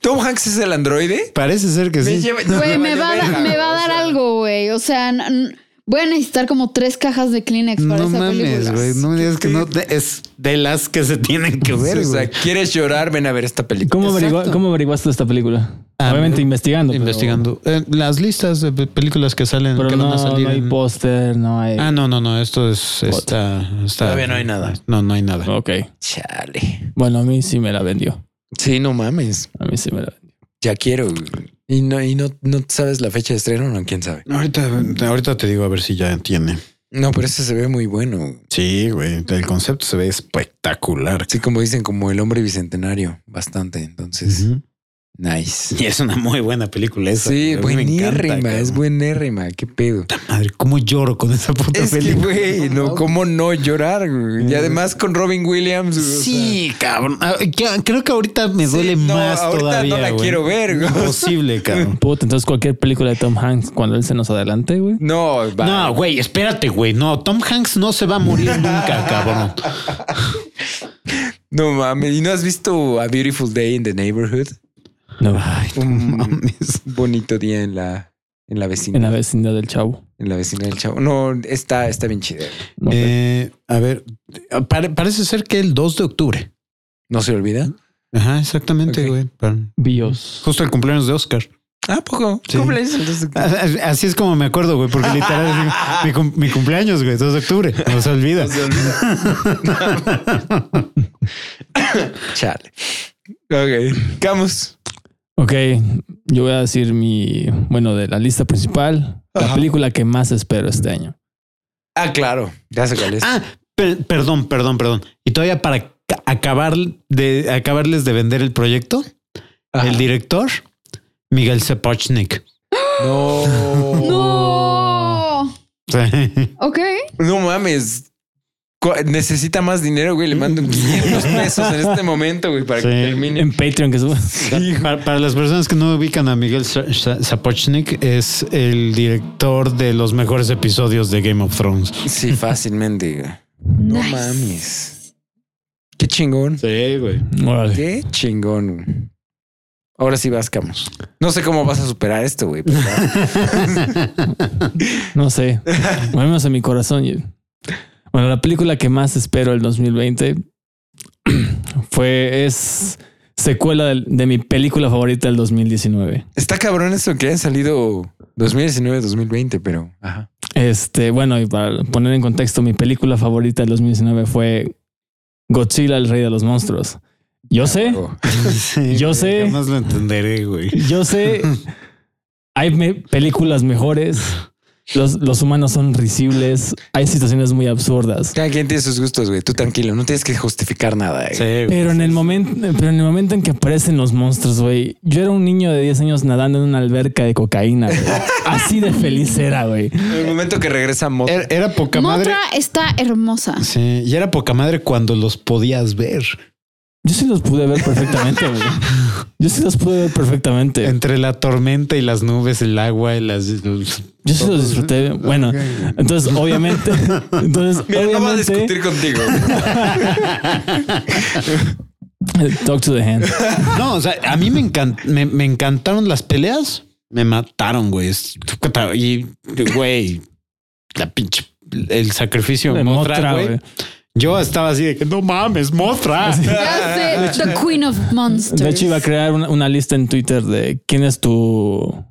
¿Tom Hanks es el androide? Parece ser que Me Pues sí. lleva- Güey, me, va a vale dar- verga, me va a dar o sea, algo, güey. O sea, n- n- voy a necesitar como tres cajas de Kleenex para No esa mames, película. güey. No me digas que no. te- Es de las que se tienen que ver, o sea, güey. ¿quieres llorar? Ven a ver esta película. ¿Cómo, averigua- Exacto. ¿Cómo averiguaste esta película? Obviamente Ah, investigando. pero- Investigando. Eh, las listas de pe- películas que salen. Pero, que van no, a salir no hay en- póster, no hay. Ah, no, no, no. Esto es. Está, está- Todavía no hay nada. No, no hay nada. Ok. Chale. Bueno, a mí sí me la vendió. Sí, no mames. A mí sí me la vendió. Ya quiero. güey. Y no, y no, no sabes la fecha de estreno, no, quién sabe. Ahorita, ahorita te digo a ver si ya tiene. No, pero ese se ve muy bueno. Sí, güey. El concepto se ve espectacular. Sí, como dicen, como el hombre bicentenario, bastante. Entonces, Ujú. nice. Y es una muy buena película esa. Sí, A mí me encanta, buenérrima, cabrón. es buenérrima, qué pedo. Madre, cómo lloro con esa puta Es que, película. güey, no, cómo no llorar, güey? Y además con Robin Williams. güey, o sea, Sí, cabrón. Ah, que- Creo que ahorita me sí, duele no, más ahorita todavía. no la güey. quiero ver, güey. Imposible, cabrón. Puta, entonces cualquier película de Tom Hanks cuando él se nos adelante, güey. No, va. No, güey, espérate, güey. No, Tom Hanks no se va a morir nunca, cabrón. No mames, ¿y no has visto A Beautiful Day in the Neighborhood? No. Un bonito día en la en la En la vecindad, vecindad del chavo. en la vecindad del chavo. No, está está bien chida. No, Eh, a ver, pare- parece ser que el 2 de octubre. ¿No se olvida? Pero- Ajá, exactamente, Ok. güey. Pero- Bios. Justo el cumpleaños de Oscar. Ah, poco. Sí. Cumples, entonces- Así es como me acuerdo, güey, porque literal es mi, cum- mi cumpleaños, güey, 2 de octubre, no se olvida. No se olvida. Chale. Ok. Camus. Ok, yo voy a decir mi, bueno, de la lista principal, la Ajá. película que más espero este año. Ah, claro. Ya sé cuál es. Ah, per- perdón, perdón, perdón. Y todavía para ca- acabar de acabarles de vender el proyecto, Ajá. el director Miguel Sapochnik. No. No. Ok. No mames. Co- Necesita más dinero, güey. Le mando 500 pesos en este momento, güey, para que Sí. termine. En Patreon, que es Para, para las personas que no ubican a Miguel Sa- Sa- Sapochnik, es el director de los mejores episodios de Game of Thrones. Sí, fácilmente. güey. No Nice. mames. Qué chingón. Sí, güey. Órale. Qué chingón. güey. Ahora sí vas, Camus. No sé cómo vas a superar esto, güey. Pues, pero va. No sé. Al menos en mi corazón. yo- Bueno, la película que más espero el 2020 fue, es secuela del- de, mi película favorita del 2019. Está cabrón eso que han salido 2019, 2020, pero. Ajá. Este, bueno, y para poner en contexto, mi película favorita del 2019 fue Godzilla, el rey de los monstruos. Yo sé, Huevo. Yo sé. Jamás lo entenderé, güey. yo sé, hay me- películas mejores. Los, los humanos son risibles. Hay situaciones muy absurdas. Cada quien tiene sus gustos, güey. Tú tranquilo, no tienes que justificar nada. güey. Sí, güey. Pero en el momento, pero en el momento en que aparecen los monstruos, güey, yo era un niño de 10 años nadando en una alberca de cocaína. güey. Así de feliz era, güey. En el momento que regresa Mot. Era, era poca madre. Motra está hermosa. Sí, y era poca madre cuando los podías ver. Yo sí los pude ver perfectamente, güey. Yo sí los pude ver perfectamente. Entre la tormenta y las nubes, el agua y las. los- Yo sí los disfruté. Bueno, entonces obviamente, entonces ¿eh? Mira, no va a obviamente, discutir contigo. talk to the hand. No, o sea, a mí me, encan- me, me encantaron las peleas. Me mataron, güey. Es- Y, güey, la pinche. El sacrificio de De Mothra, Mothra, güey. güey. Yo estaba así de que no mames, Mothra. Ya sé, The Queen of Monsters. De hecho, iba a crear una, una lista en Twitter de quién es tu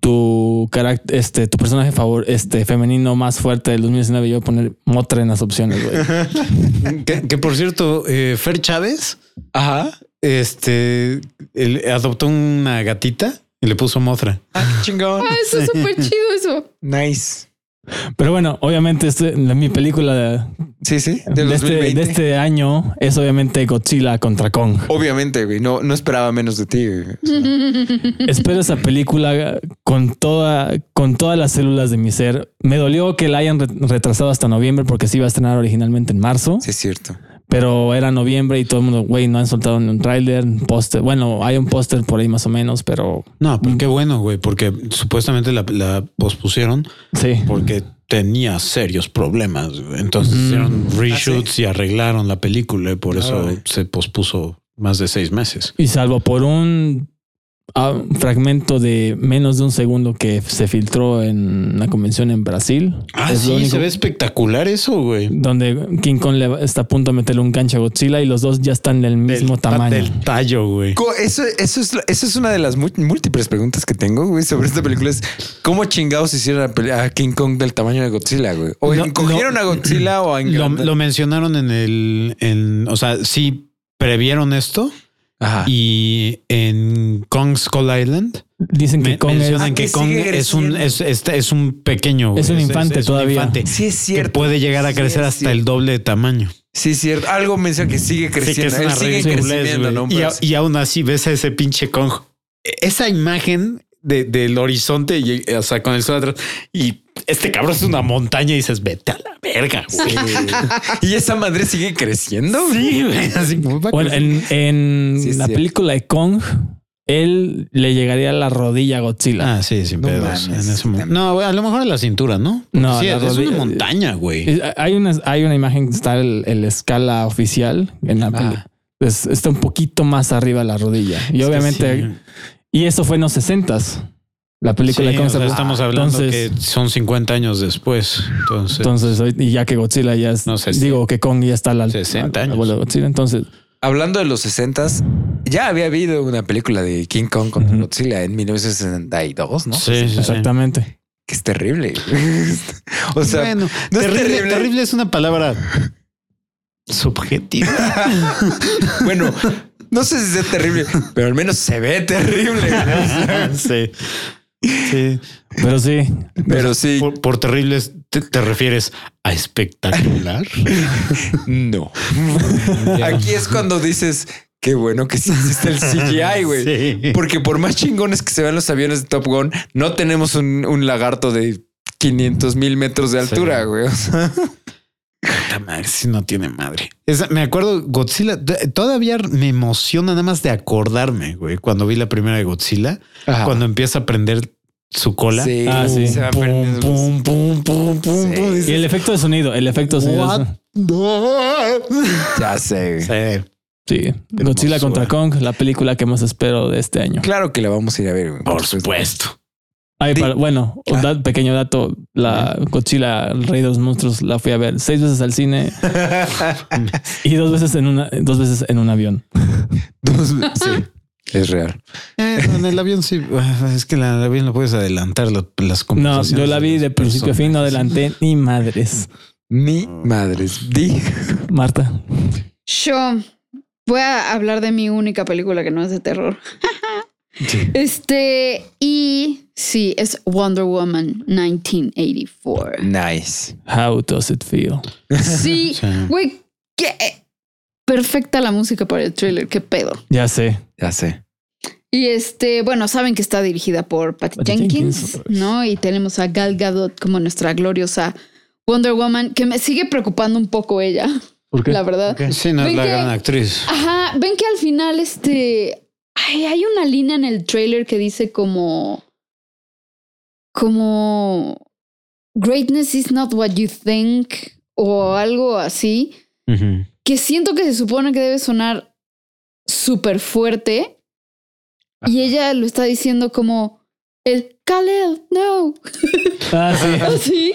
tu caract- este tu personaje favor este femenino más fuerte del 2019 y yo voy a poner Motra en las opciones güey. Que, que, por cierto, eh, Fer Chávez Ajá. este, él adoptó una gatita y le puso Mothra. Ah, qué chingón. Ah, eso es súper chido eso. Nice. pero bueno obviamente este- la- mi película de, Sí, sí. De de los este, 2020. de este año es obviamente Godzilla contra Kong Obviamente, güey. No, no esperaba menos de ti. güey. espero esa película con toda con todas las células de mi ser me dolió que la hayan re- retrasado hasta noviembre porque se iba a estrenar originalmente en marzo Sí, es cierto. pero era noviembre y todo el mundo güey no han soltado ni un tráiler un póster bueno hay un póster por ahí más o menos pero No, pero qué bueno, güey, porque supuestamente la, la pospusieron sí porque tenía serios problemas. Entonces Ujú. hicieron reshoots y arreglaron la película y por eso Ah, güey. se pospuso más de seis meses. Y salvo por un ah, fragmento de menos de un segundo que se filtró en la convención en Brasil. Ah, es sí, lo único se ve espectacular eso, güey. Donde King Kong le va- está a punto de meterle un gancho a Godzilla y los dos ya están del mismo Del- tamaño. Del tallo, güey. Co- Eso, eso, es, eso es una de las mu- múltiples preguntas que tengo, güey, sobre esta película. Es cómo chingados hicieron a pele- a King Kong del tamaño de Godzilla, güey. O No, encogieron no. a Godzilla o a Lo, engrandaron. lo mencionaron en el, en, o sea, sí previeron esto Ajá. y en Kong Skull Island Dicen que me- Kong es, mencionan Ah, que que Kong sigue es un, es, este- es un pequeño. güey. Es un infante todavía. Sí, es que cierto. puede llegar a Sí, crecer es hasta el cierto. doble de tamaño. Sí, es cierto. Algo menciona que sigue Sí, que creciendo. Él es una sigue regla creciendo, inglés, güey. ¿no? y, Pero a- sí. y aún así ves a ese pinche Kong. Esa imagen de- del horizonte, y, o sea, con el sol atrás, y este cabrón es una montaña y dices, vete a la verga, güey. Y esa madre sigue creciendo. Sí, güey. Así como va a Bueno, crecer. en, en Ah, Sí, es la cierto. película de Kong, él le llegaría a la rodilla a Godzilla. Ah, sí, sin No pedos. mames. en ese momento. No, güey, a lo mejor a la cintura, ¿no? Porque No, sí, la es, es rodilla. una montaña, güey. Y Hay una, hay una imagen que está el, el escala oficial en la Ah. peli. Pues está un poquito más arriba de la rodilla. Y obviamente, y eso fue en los 60s. La película de Sí, Kong o sea, se- estamos hablando entonces, que son 50 años después. Entonces, entonces, hoy- y ya que Godzilla ya es, No sé, digo que Kong ya está a la 60 a- a- a- años. Godzilla, entonces, Hablando de los 60s, ya había habido una película de King Kong contra Ujú. Godzilla en 1962, ¿no? sí, sí, sí. exactamente. Que es terrible. o sea, bueno, no es terrible, terrible. terrible es una palabra subjetiva. bueno, no sé si es terrible, pero al menos se ve terrible. sí. Sí. Pero sí, Pero sí, Por, por terribles te, te refieres a espectacular. no. Aquí es cuando dices, qué bueno que sí existe el CGI, güey. Sí. Porque por más chingones que se vean los aviones de Top Gun, no tenemos un, un lagarto de 500 mil metros de altura, Sí. güey. O sea, Puta madre, si no tiene madre. Esa- me acuerdo, Godzilla, t- todavía me emociona nada más de acordarme, güey, cuando vi la primera de Godzilla, cuando empieza a prender su cola. Sí, Ah, sí. se va Pum, perdiendo. pum, pum, pum, pum, Sí. pum, y dices, el efecto de sonido, el efecto de sonido. "What es- the-" Ya sé. güey. Sí. Sí, Godzilla Hermosura. contra Kong, la película que más espero de este año. Claro que la vamos a ir a ver. güey. Por supuesto. Ay, Di- para- bueno, un da- pequeño dato, la Godzilla, el Rey de los Monstruos, la fui a ver seis veces al cine y dos veces en una, dos veces en un avión. Dos- sí, es real. Eh, no, en el avión sí. ah, Es que en el avión lo puedes adelantar la- las No, conversaciones. yo la vi las de principio a fin, no adelanté ni madres. Mi madre. Di. Marta, Yo voy a hablar de mi única película que no es de terror. Este, y sí, es Wonder Woman 1984. Nice. how does it feel? Sí, Sí. güey, qué eh, perfecta la música para el thriller, qué pedo. Ya sé. Ya sé. Y este, bueno, saben que está dirigida por Patty, Patty Jenkins, Jenkins, otra vez. ¿no? Y tenemos a Gal Gadot como nuestra gloriosa Wonder Woman, que me sigue preocupando un poco ella, ¿Por la verdad. Ok. Sí, no es Ven la que- gran actriz. Ajá, ven que al final este ay, hay una línea en el trailer que dice como como greatness is not what you think o algo así, Ujú. que siento que se supone que debe sonar súper fuerte y ella lo está diciendo como el Kalel, no, Ah, sí. Ah, así,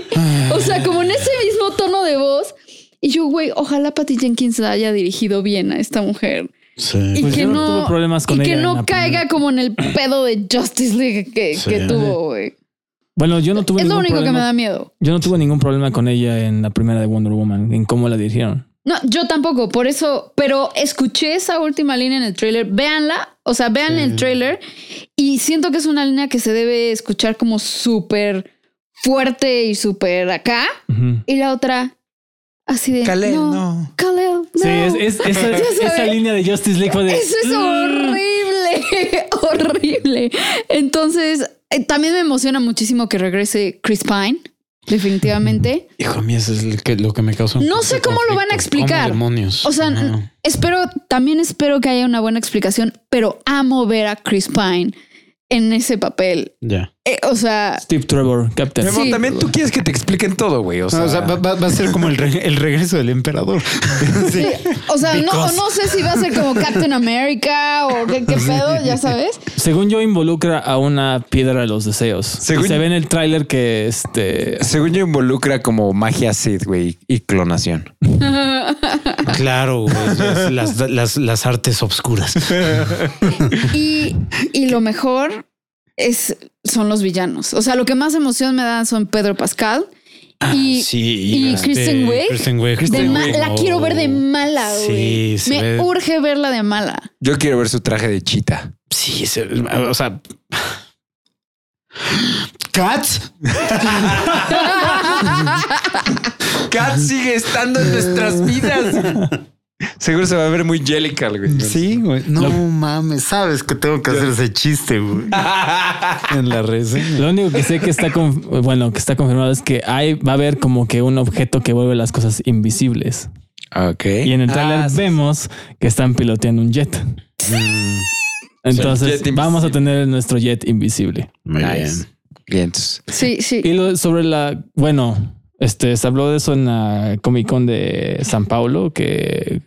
o sea, como en ese mismo tono de voz Y yo, güey, ojalá Patty Jenkins la haya dirigido bien a esta mujer. Y Sí. Pues que yo no no, tuve problemas con y que ella en no la caiga primera. como en el pedo de Justice League que, Sí. que tuvo, güey. Bueno, yo no tuve Es lo ningún único que me problema. da miedo. Yo no tuve ningún problema con ella en la primera de Wonder Woman, en cómo la dirigieron. No, yo tampoco, por eso, pero escuché esa última línea en el tráiler, véanla, o sea, vean el tráiler y siento que es una línea que se debe escuchar como súper fuerte y súper acá Ujú. y la otra así de Kalel, no, no. Kalel, no. Sí, es, es- esa, Ya sabes. esa línea de Justice League fue de. "Mm". Eso es horrible, horrible. Entonces, eh, también me emociona muchísimo que regrese Chris Pine, definitivamente. Hijo mío, eso es lo que, lo que me causó. un No sé poquito de cómo lo van a conflicto. ¿Cómo explicar? demonios? O sea, Ajá. n- espero, también espero que haya una buena explicación, pero amo ver a Chris Pine en ese papel. ya. Eh, o sea, Steve Trevor, Captain. Mi amor, Sí. también tú quieres que te expliquen todo, güey. O sea, No, o sea, va, va- va a ser como el, re- el regreso del emperador. Sí. o sea, no, no sé si va a ser como Captain America o qué, qué pedo, ya sabes. Según yo, involucra a una piedra de los deseos. Según- Y se ve en el tráiler que este. según yo involucra como magia Sith, güey, y clonación. Claro, güey, las, las- las- las artes obscuras. Y, y lo mejor es, son los villanos. O sea, lo que más emoción me dan son Pedro Pascal y, Ah, sí, y Kristen Wiig. Kristen Wiig. de Kristen ma- Wiig. Oh. la quiero ver de mala, Sí, güey. se me ve- urge verla de mala. Yo quiero ver su traje de chita. Sí, se- o sea. Cats. Kat sigue estando en nuestras vidas. Seguro se va a ver muy Jellical, güey. Sí, güey. No mames, sabes que tengo que hacer ese chiste, güey. en la reseña. Lo único que sé que está con- bueno, que está confirmado es que hay, va a haber como que un objeto que vuelve las cosas invisibles. Ok. Y en el tráiler Ah, sí, vemos que están piloteando un jet. Sí, Entonces el jet vamos a invisible. tener nuestro jet invisible. Muy Nice. Bien, entonces, Sí, sí. Y lo, sobre la, bueno, este se habló de eso en la Comic Con de San Paulo, que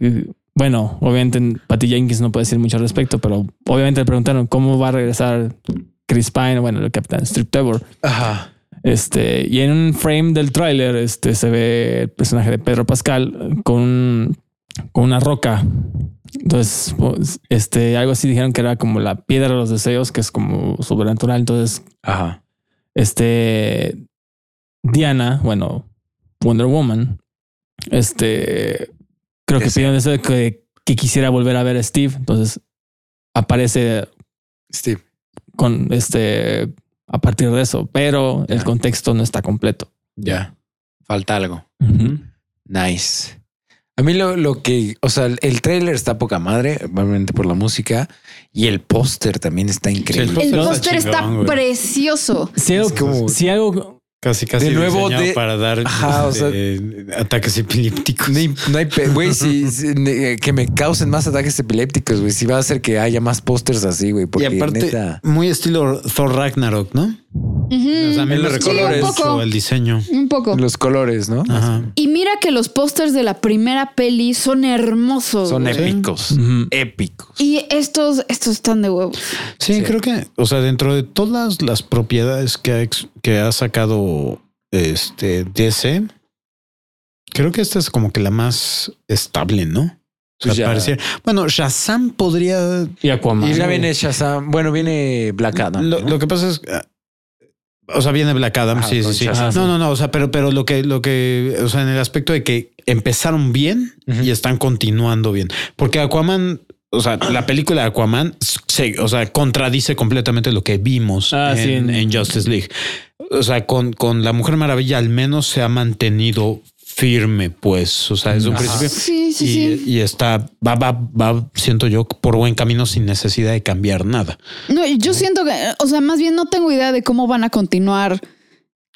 bueno, obviamente Patty Jenkins no puede decir mucho al respecto, pero obviamente le preguntaron cómo va a regresar Chris Pine, bueno, el Capitán Strip Trevor. Ajá. Este, y en un frame del tráiler, este se ve el personaje de Pedro Pascal con, con una roca. Entonces, pues, este, algo así dijeron que era como la piedra de los deseos, que es como sobrenatural. Entonces, Ajá. este Diana, bueno, Wonder Woman, este creo que Desea. pidieron eso de que, que quisiera volver a ver a Steve. Entonces aparece Steve. con este a partir de eso, pero el Ya. contexto no está completo. Ya. Falta algo. Nice. A mí lo, lo que, o sea, el tráiler está poca madre, obviamente por la música, y el póster también está increíble. el Está póster está chingón, güey. precioso. Si Es como- algo, si algo Casi, casi. De nuevo, diseñado de- para dar Ajá, o este, ataques epilépticos. No hay, no hay pe- güey, si, si- ne- que me causen más ataques epilépticos, güey. Si va a hacer que haya más pósters así, güey. Y Porque aparte, neta, muy estilo Thor Ragnarok, ¿no? Ujú. O sea, a mí me los recuerda colores. mucho el diseño. Un poco. los colores, ¿no? Ah, Ajá. Y mira que los pósters de la primera peli son hermosos. Son güey. épicos. Ujú. Épicos. Y estos, estos están de huevos. Sí, Sí. creo que, o sea, dentro de todas las propiedades que ha, ex- que ha sacado este DC, creo que esta es como que la más estable, ¿no? O sea, Pues ya. pareciera- Bueno, Shazam podría. y Aquaman. Y ya viene Shazam. Bueno, viene Black Adam. lo, ¿no? lo que pasa es. ah, O sea, viene Black Adam, Ajá, sí, sí, con sí. Shazam. No, no, no. O sea, pero, pero lo que, lo que, o sea, en el aspecto de que empezaron bien Ujú. y están continuando bien. Porque Aquaman, o sea, la película de Aquaman, se- o sea, contradice completamente lo que vimos Ah, en, sí, en- en Justice League. O sea, con, con la Mujer Maravilla al menos se ha mantenido firme, pues. O sea, desde un Ajá. principio. Sí, sí, y, sí. y está, va, va, va, siento yo, por buen camino sin necesidad de cambiar nada. No, yo siento que, o sea, más bien no tengo idea de cómo van a continuar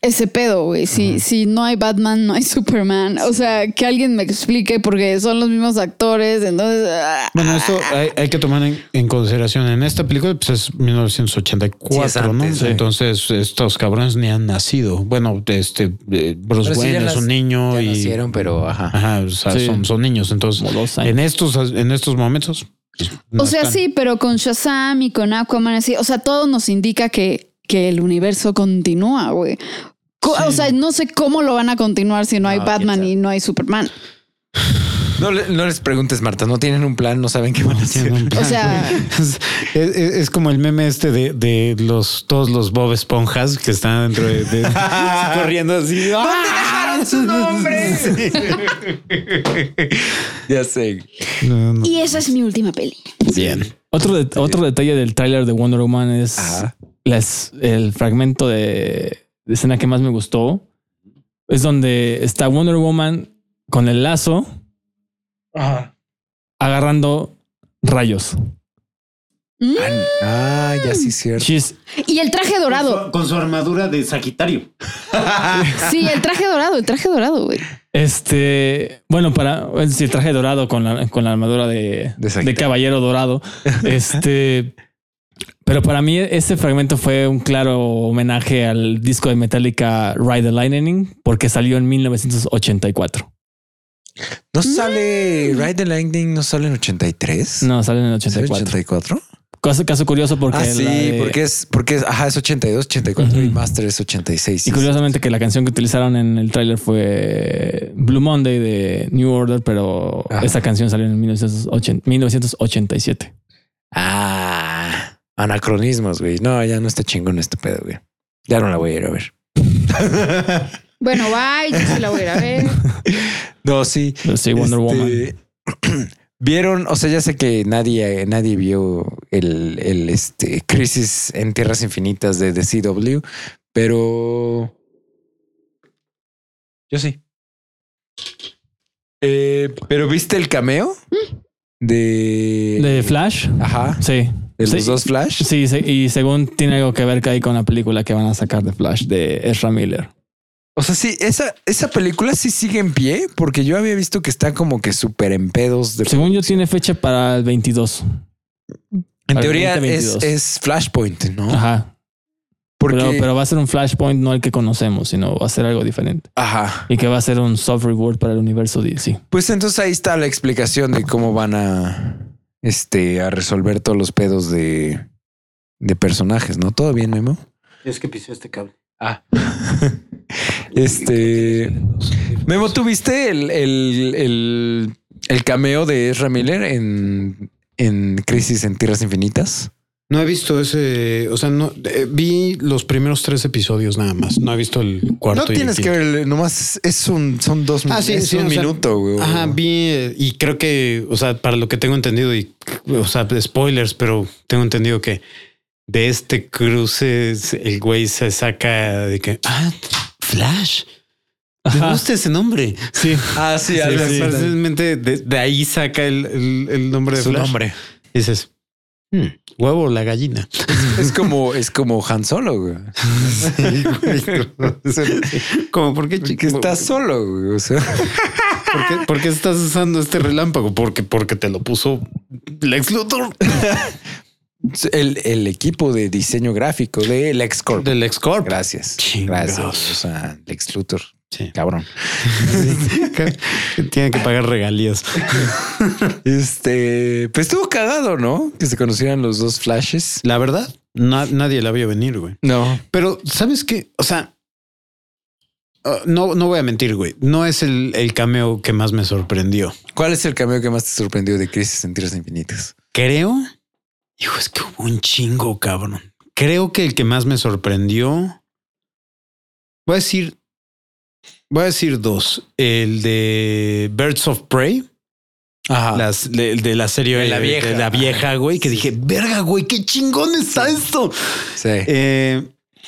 ese pedo, güey. Si, si no hay Batman, no hay Superman. O sea, que alguien me explique porque son los mismos actores. Entonces, ah. Bueno, esto hay, hay que tomar en, en consideración. En esta película, pues es 1984, Sí, es antes, ¿no? sí. Entonces, estos cabrones ni han nacido. Bueno, este eh, Bruce Pero sí, Wayne ya es las- un niño Ya y. nacieron, pero ajá. Ajá, o sea, Sí. son, son niños. Entonces, Como dos años. en estos, en estos momentos. pues, no o sea, están. sí, pero con Shazam y con Aquaman, así. O sea, todo nos indica que, que el universo continúa, güey. Co- O sea, no sé cómo lo van a continuar si no hay No, quién Batman sabe. y no hay Superman. No, le- no les preguntes, Marta. No tienen un plan, no saben qué van a hacer. O sea, Es, es- es como el meme este de, de los todos los Bob Esponjas que están dentro de, de- corriendo así. ¡Ah! su nombre! ya sé. No, no. y esa es mi última peli. Bien. Otro, de- otro detalle del tráiler de Wonder Woman es este Ajá. las- el fragmento de, de escena que más me gustó. Es donde está Wonder Woman con el lazo agarrando rayos. Mm. Ah, ya sí es cierto. She's- Y el traje dorado. Con su armadura de Sagitario. Sí, el traje dorado, el traje dorado, güey. este, bueno, para es decir, traje dorado con la, con la armadura de, De de Sagitario. caballero dorado. Este, pero para mí ese fragmento fue un claro homenaje al disco de Metallica Ride the Lightning porque salió en 1984. ¿No sale Ride the Lightning? ¿No sale en 83? No, salió en el ¿Sale en 84. 84? Caso, caso curioso porque ah, la sí, de- porque es, porque es, ajá, es 82, 84 y Ujú. Master es 86. y curiosamente que la canción que utilizaron en el tráiler fue Blue Monday de New Order, pero Ajá. esa canción salió en 1980 1987. Ah, anacronismos, güey. No, ya no está chingón este pedo, güey. Ya no la voy a ir a ver. Bueno, bye, yo sí la voy a ir a ver. No, sí. Pero sí, Wonder Woman. Este, Vieron, o sea, ya sé que nadie, nadie vio el, el, este, Crisis en Tierras Infinitas de, de CW, pero yo sí. Eh, pero viste el cameo de, De Flash. ajá, Sí. de los Sí. dos Flash. Sí, se- y según tiene algo que ver que hay con la película que van a sacar de Flash de Ezra Miller. O sea, sí, esa, esa película sí sigue en pie, porque yo había visto que está como que súper en pedos. De, Según yo, tiene fecha para el 22. en para el teoría es, 2022. es Flashpoint, ¿no? Ajá. porque, Pero, pero va a ser un Flashpoint, no el que conocemos, sino va a ser algo diferente. ajá. Y que va a ser un soft reward para el universo DC. Pues entonces ahí está la explicación de cómo van a este a resolver todos los pedos de, de personajes, ¿no? ¿Todo bien, Memo? Es que pisé este cable. Ah. este. Memo, ¿tú viste el, el, el, el cameo de Ezra Miller en, en Crisis en Tierras Infinitas? No he visto ese, o sea, no eh, vi los primeros tres episodios nada más. No he visto el cuarto. No y el tienes que quinto. ver, nomás es un, son dos Ah, minutos. sí, sí, un o sea, minuto, güey. Ajá, vi eh, y creo que, o sea, para lo que tengo entendido y, o sea, spoilers, pero tengo entendido que de este cruce se- el güey se saca de que, ah, Flash. Me Ajá. gusta ese nombre. Sí, Ah, sí, o algo sea, así. precisamente de, de ahí saca el, el- el nombre de Su Flash. nombre. Y dices, "Hmm, huevo o la gallina. Es como, es como Han Solo, güey. Sí, güey. Como, ¿por qué, Que chico? estás solo, güey. O sea. ¿Por qué, por qué estás usando este relámpago? Porque, porque te lo puso Lex Luthor. El, el equipo de diseño gráfico de Lex Corp. Del Lex Corp. Gracias. Chingados. Gracias. O sea, Lex Luthor. Sí. Cabrón. Que Tiene que pagar regalías. Este, pues estuvo cagado, ¿no? Que se conocieran los dos flashes. La verdad, na- nadie la vio venir, güey. No. Pero, ¿sabes qué? O sea, uh, no, no voy a mentir, güey. No es el, el cameo que más me sorprendió. ¿Cuál es el cameo que más te sorprendió de Crisis en Tierras Infinitas? Creo. Hijo, es que hubo un chingo, cabrón. Creo que el que más me sorprendió. Voy a decir. Voy a decir dos. El de Birds of Prey. Ajá. las- de, de la serie Ah. De la vieja. la vieja, güey, que dije, verga, güey, qué chingón está esto. sí. Eh,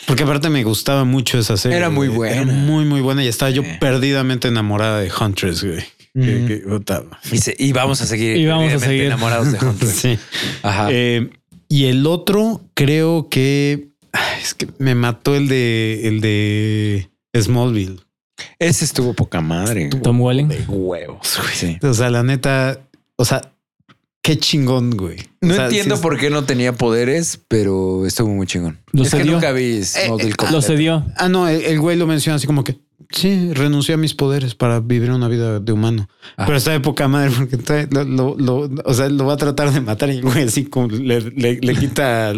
porque aparte me gustaba mucho esa serie. Era muy güey. Era buena. muy, muy buena. Y estaba yo Sí. perdidamente enamorada de Huntress, güey. Que- que- puta. Y, se- y vamos a seguir. Y vamos a evidentemente, seguir. enamorados de Hunter. Sí. Ajá. Eh, y el otro, creo que ay, es que me mató el de el de Smallville. Ese estuvo poca madre. Tom Welling. de huevos, güey. O sea, la neta, o sea, qué chingón, güey. O No sea, entiendo sí es- por qué no tenía poderes, pero estuvo muy chingón. Lo es que cedió. nunca vi Smallville eh, Lo completo. cedió. Ah, no, el, el güey lo menciona así como que sí, renuncié a mis poderes para vivir una vida de humano. Ah. Pero está de poca madre porque todavía lo, lo- lo- o sea, lo va a tratar de matar y el güey así como le, le- le quita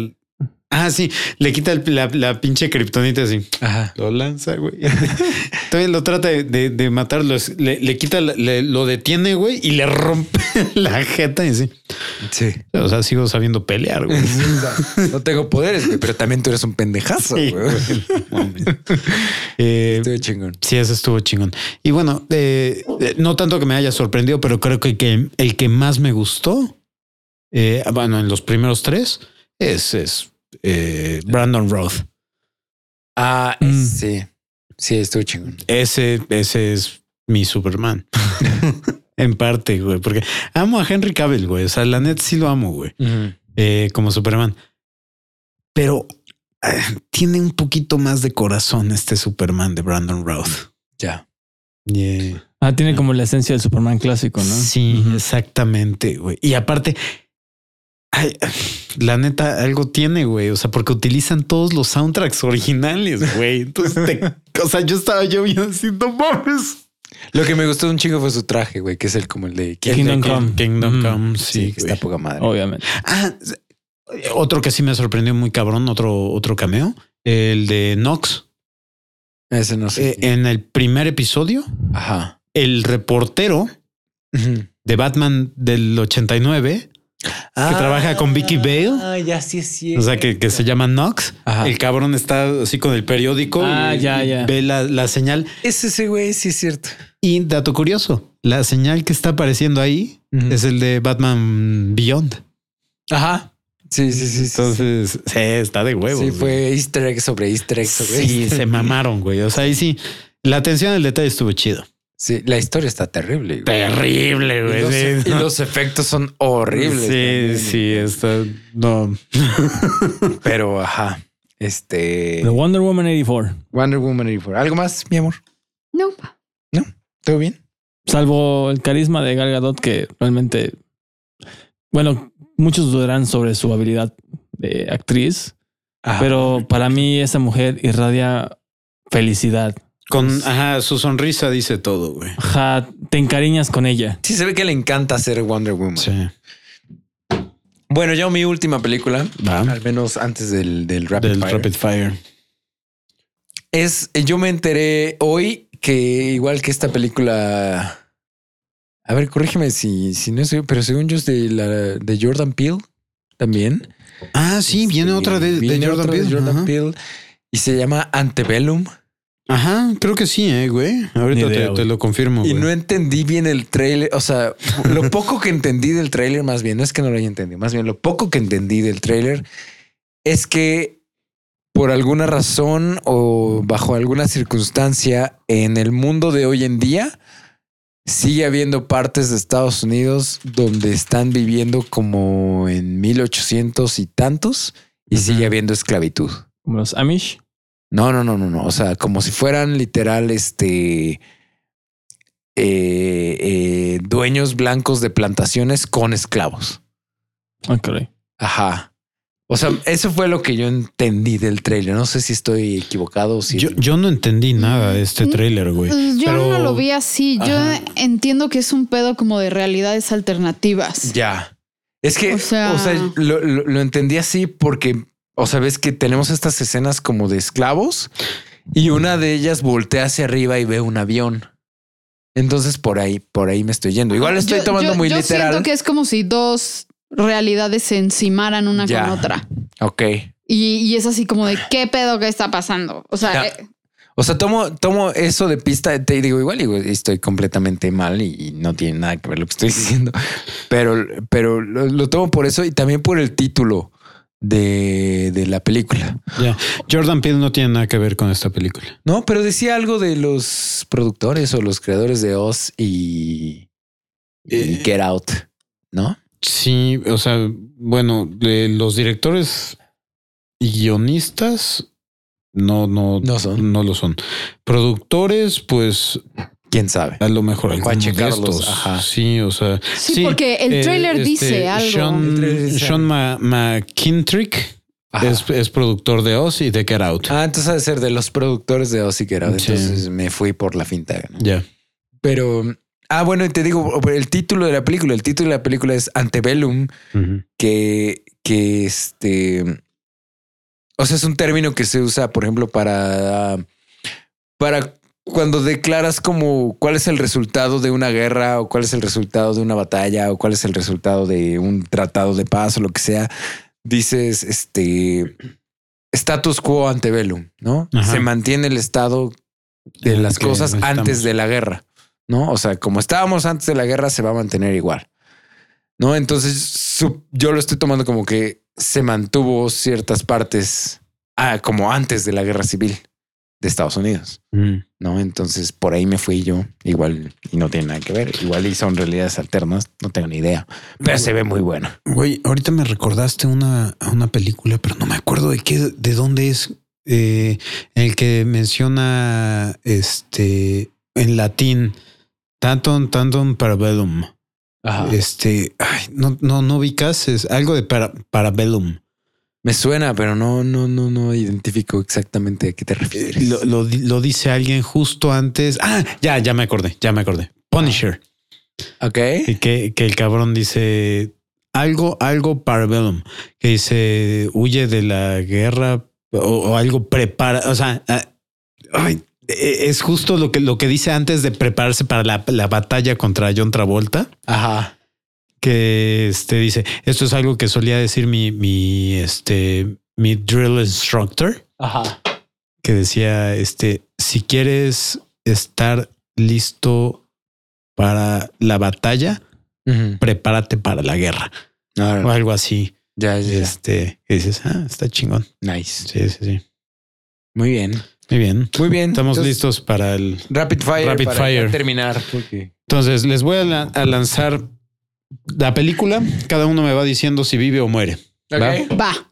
Ah, sí, le quita el- la, la pinche kriptonita así. Ajá. Lo lanza, güey. Todavía lo trata de, de- de matar, los- le, le quita, la- le- lo detiene, güey, y le rompe la jeta y así. Sí. O sea, sigo sabiendo pelear, güey. No tengo poderes, güey, pero también tú eres un pendejazo, Sí, güey. güey. Mames. Eh, Estoy chingón. Sí, eso estuvo chingón. Y bueno, eh, eh, no tanto que me haya sorprendido, pero creo que, que el que más me gustó, eh, bueno, en los primeros tres, es, es eh, Brandon Roth. Ah, Mm. sí. Sí, estuvo chingón. Ese, ese es mi Superman. en parte, güey, porque amo a Henry Cavill, güey. O sea, la net sí lo amo, güey, eh, como Superman. Pero eh, tiene un poquito más de corazón este Superman de Brandon Roth. Ya. Yeah. Ah, tiene como la esencia del Superman clásico, ¿no? Sí, Ujú. exactamente, güey. Y aparte, ay, la neta, algo tiene, güey. O sea, porque utilizan todos los soundtracks originales, güey. Entonces, te- o sea, yo estaba yo viendo así, no mames. Lo que me gustó un chingo fue su traje, güey, que es el como el de Kingdom King- Come. Kingdom Ujú. Come, Sí, sí. que güey. está poca madre. Obviamente. Ah, s- otro que sí me sorprendió muy cabrón, otro, otro cameo, el de Knox. Ese no sé. Eh, en el primer episodio, Ajá. el reportero de Batman del 89, que trabaja con Vicky Bale. Ah, ya sí es o cierto. sea, que, que se llama Knox. Ajá. El cabrón está así con el periódico. Ah, y- ya, y ya. Ve la, la señal. Es ese güey, sí es cierto. Y dato curioso, la señal que está apareciendo ahí es el de Batman Beyond. Ajá. Sí, sí, sí. sí, sí. Entonces, sí, está de huevos. sí, güey. fue easter egg sobre easter egg sobre Sí, se mamaron, güey. O sea, ahí sí, la atención al detalle estuvo chido. Sí, la historia está terrible. güey. Terrible, Y los, e- Sí, y los efectos son horribles. también. Sí, sí, está. No. Pero, ajá. Este. The Wonder Woman 84. Wonder Woman 84. ¿Algo más, mi amor? No. ¿Todo bien? Salvo el carisma de Gal Gadot, que realmente. Bueno, muchos dudarán sobre su habilidad de actriz, Ajá. pero para mí esa mujer irradia felicidad. Con ajá, su sonrisa dice todo, güey. Ajá, te encariñas con ella. Sí, se ve que le encanta ser Wonder Woman. Sí. Bueno, ya mi última película, Va. al menos antes del, del Rapid Del Fire. Rapid Fire. Es, eh, yo me enteré hoy que igual que esta película. A ver, corrígeme si, si no es, pero según yo es de, la, de Jordan Peele también. Ah, sí, viene Este, otra de, de viene Jordan otra de Peele. Jordan Ajá. Peele y se llama Antebellum. Ajá, creo que sí, eh, güey. Ahorita Ni idea, te, güey. te lo confirmo. Y güey. no entendí bien el tráiler, o sea, lo poco que entendí del tráiler, más bien, no es que no lo haya entendido, más bien lo poco que entendí del tráiler es que por alguna razón o bajo alguna circunstancia en el mundo de hoy en día sigue habiendo partes de Estados Unidos donde están viviendo como en 1800 y tantos y sigue habiendo esclavitud. Como los Amish. No, no, no, no, no. O sea, como si fueran literal, este. eh, eh, dueños blancos de plantaciones con esclavos. Ah, caray. Ajá. O sea, eso fue lo que yo entendí del trailer. No sé si estoy equivocado o si. yo, yo no entendí nada de este tráiler, güey. Pues Yo Pero- no lo vi así. Yo Ajá. entiendo que es un pedo como de realidades alternativas. Ya. Es que, o O sea, sea- lo, lo- lo entendí así porque, o sea, ves que tenemos estas escenas como de esclavos y una de ellas voltea hacia arriba y ve un avión. Entonces por ahí, por ahí me estoy yendo. Igual estoy Yo- tomando yo- muy yo literal. siento que es como si dos realidades se encimaran una Ya. con otra. Ok. Y, y es así como de qué pedo que está pasando. O sea, Ya. eh, O sea, tomo, tomo eso de pista, te digo igual, digo, estoy completamente mal y, y no tiene nada que ver lo que estoy diciendo, pero, pero lo, lo tomo por eso y también por el título de, de la película. Ya. Jordan Peele no tiene nada que ver con esta película. No, pero decía algo de los productores o los creadores de Oz y, y Eh. Get Out, ¿no? Sí, o sea, bueno, de los directores y guionistas no, no, No son. no lo son. Productores, pues ¿Quién sabe? a lo mejor Hay que algunos de checarlos, estos. ajá. Sí, o sea, eh, este, sí, porque el eh, trailer este, dice algo. El tráiler Sean, dice Sean Ma- McKintrick Ajá. es, es productor de Oz y de Get Out. Ah, entonces ha de ser de los productores de Oz y Get Out. Sí. Entonces me fui por la finta. ¿no? Ya. Pero, ah, bueno, y te digo, el título de la película, el título de la película es Antebellum, Ujú. que, que este, O sea, es un término que se usa, por ejemplo, para. para cuando declaras como cuál es el resultado de una guerra o cuál es el resultado de una batalla o cuál es el resultado de un tratado de paz o lo que sea, dices este status quo ante velum, ¿no? Ajá. Se mantiene el estado de las que cosas estamos. antes de la guerra, ¿no? O sea, como estábamos antes de la guerra, se va a mantener igual, ¿no? Entonces, su- yo lo estoy tomando como que se mantuvo ciertas partes ah, como antes de la guerra civil de Estados Unidos, Mm. ¿no? Entonces, por ahí me fui yo, igual, y no tiene nada que ver, igual y son realidades alternas, no tengo ni idea, pero se ve muy bueno. Güey, ahorita me recordaste una, a una película, pero no me acuerdo de qué, de dónde es eh, el que menciona este en latín tantum tantum parabellum. Ah. Este, ay, no, no, no ubicas, es algo de para, parabellum. Me suena, pero no, no, no, no identifico exactamente a qué te Eh, refieres. Lo, lo di- lo dice alguien justo antes. Ah, ya, ya me acordé, ya me acordé. Punisher. ok. Y que, que el cabrón dice algo, algo parabellum, que dice huye de la guerra o, o algo prepara. O sea, ah, ay, e- es justo lo que, lo que dice antes de prepararse para la, la batalla contra John Travolta. Ajá. Que este dice esto es algo que solía decir mi, mi, este, mi drill instructor Ajá. que decía este si quieres estar listo para la batalla, prepárate para la guerra o algo así. Ya, ya, ya. Este que dices, ah, está chingón. Nice. Sí, sí, sí. Muy bien. Muy bien. Muy bien. Estamos Entonces, listos para el. Rapid fire. Rapid para fire. ya terminar. porque- Entonces, les voy a, la- a lanzar la película. Cada uno me va diciendo si vive o muere. Ok. Va,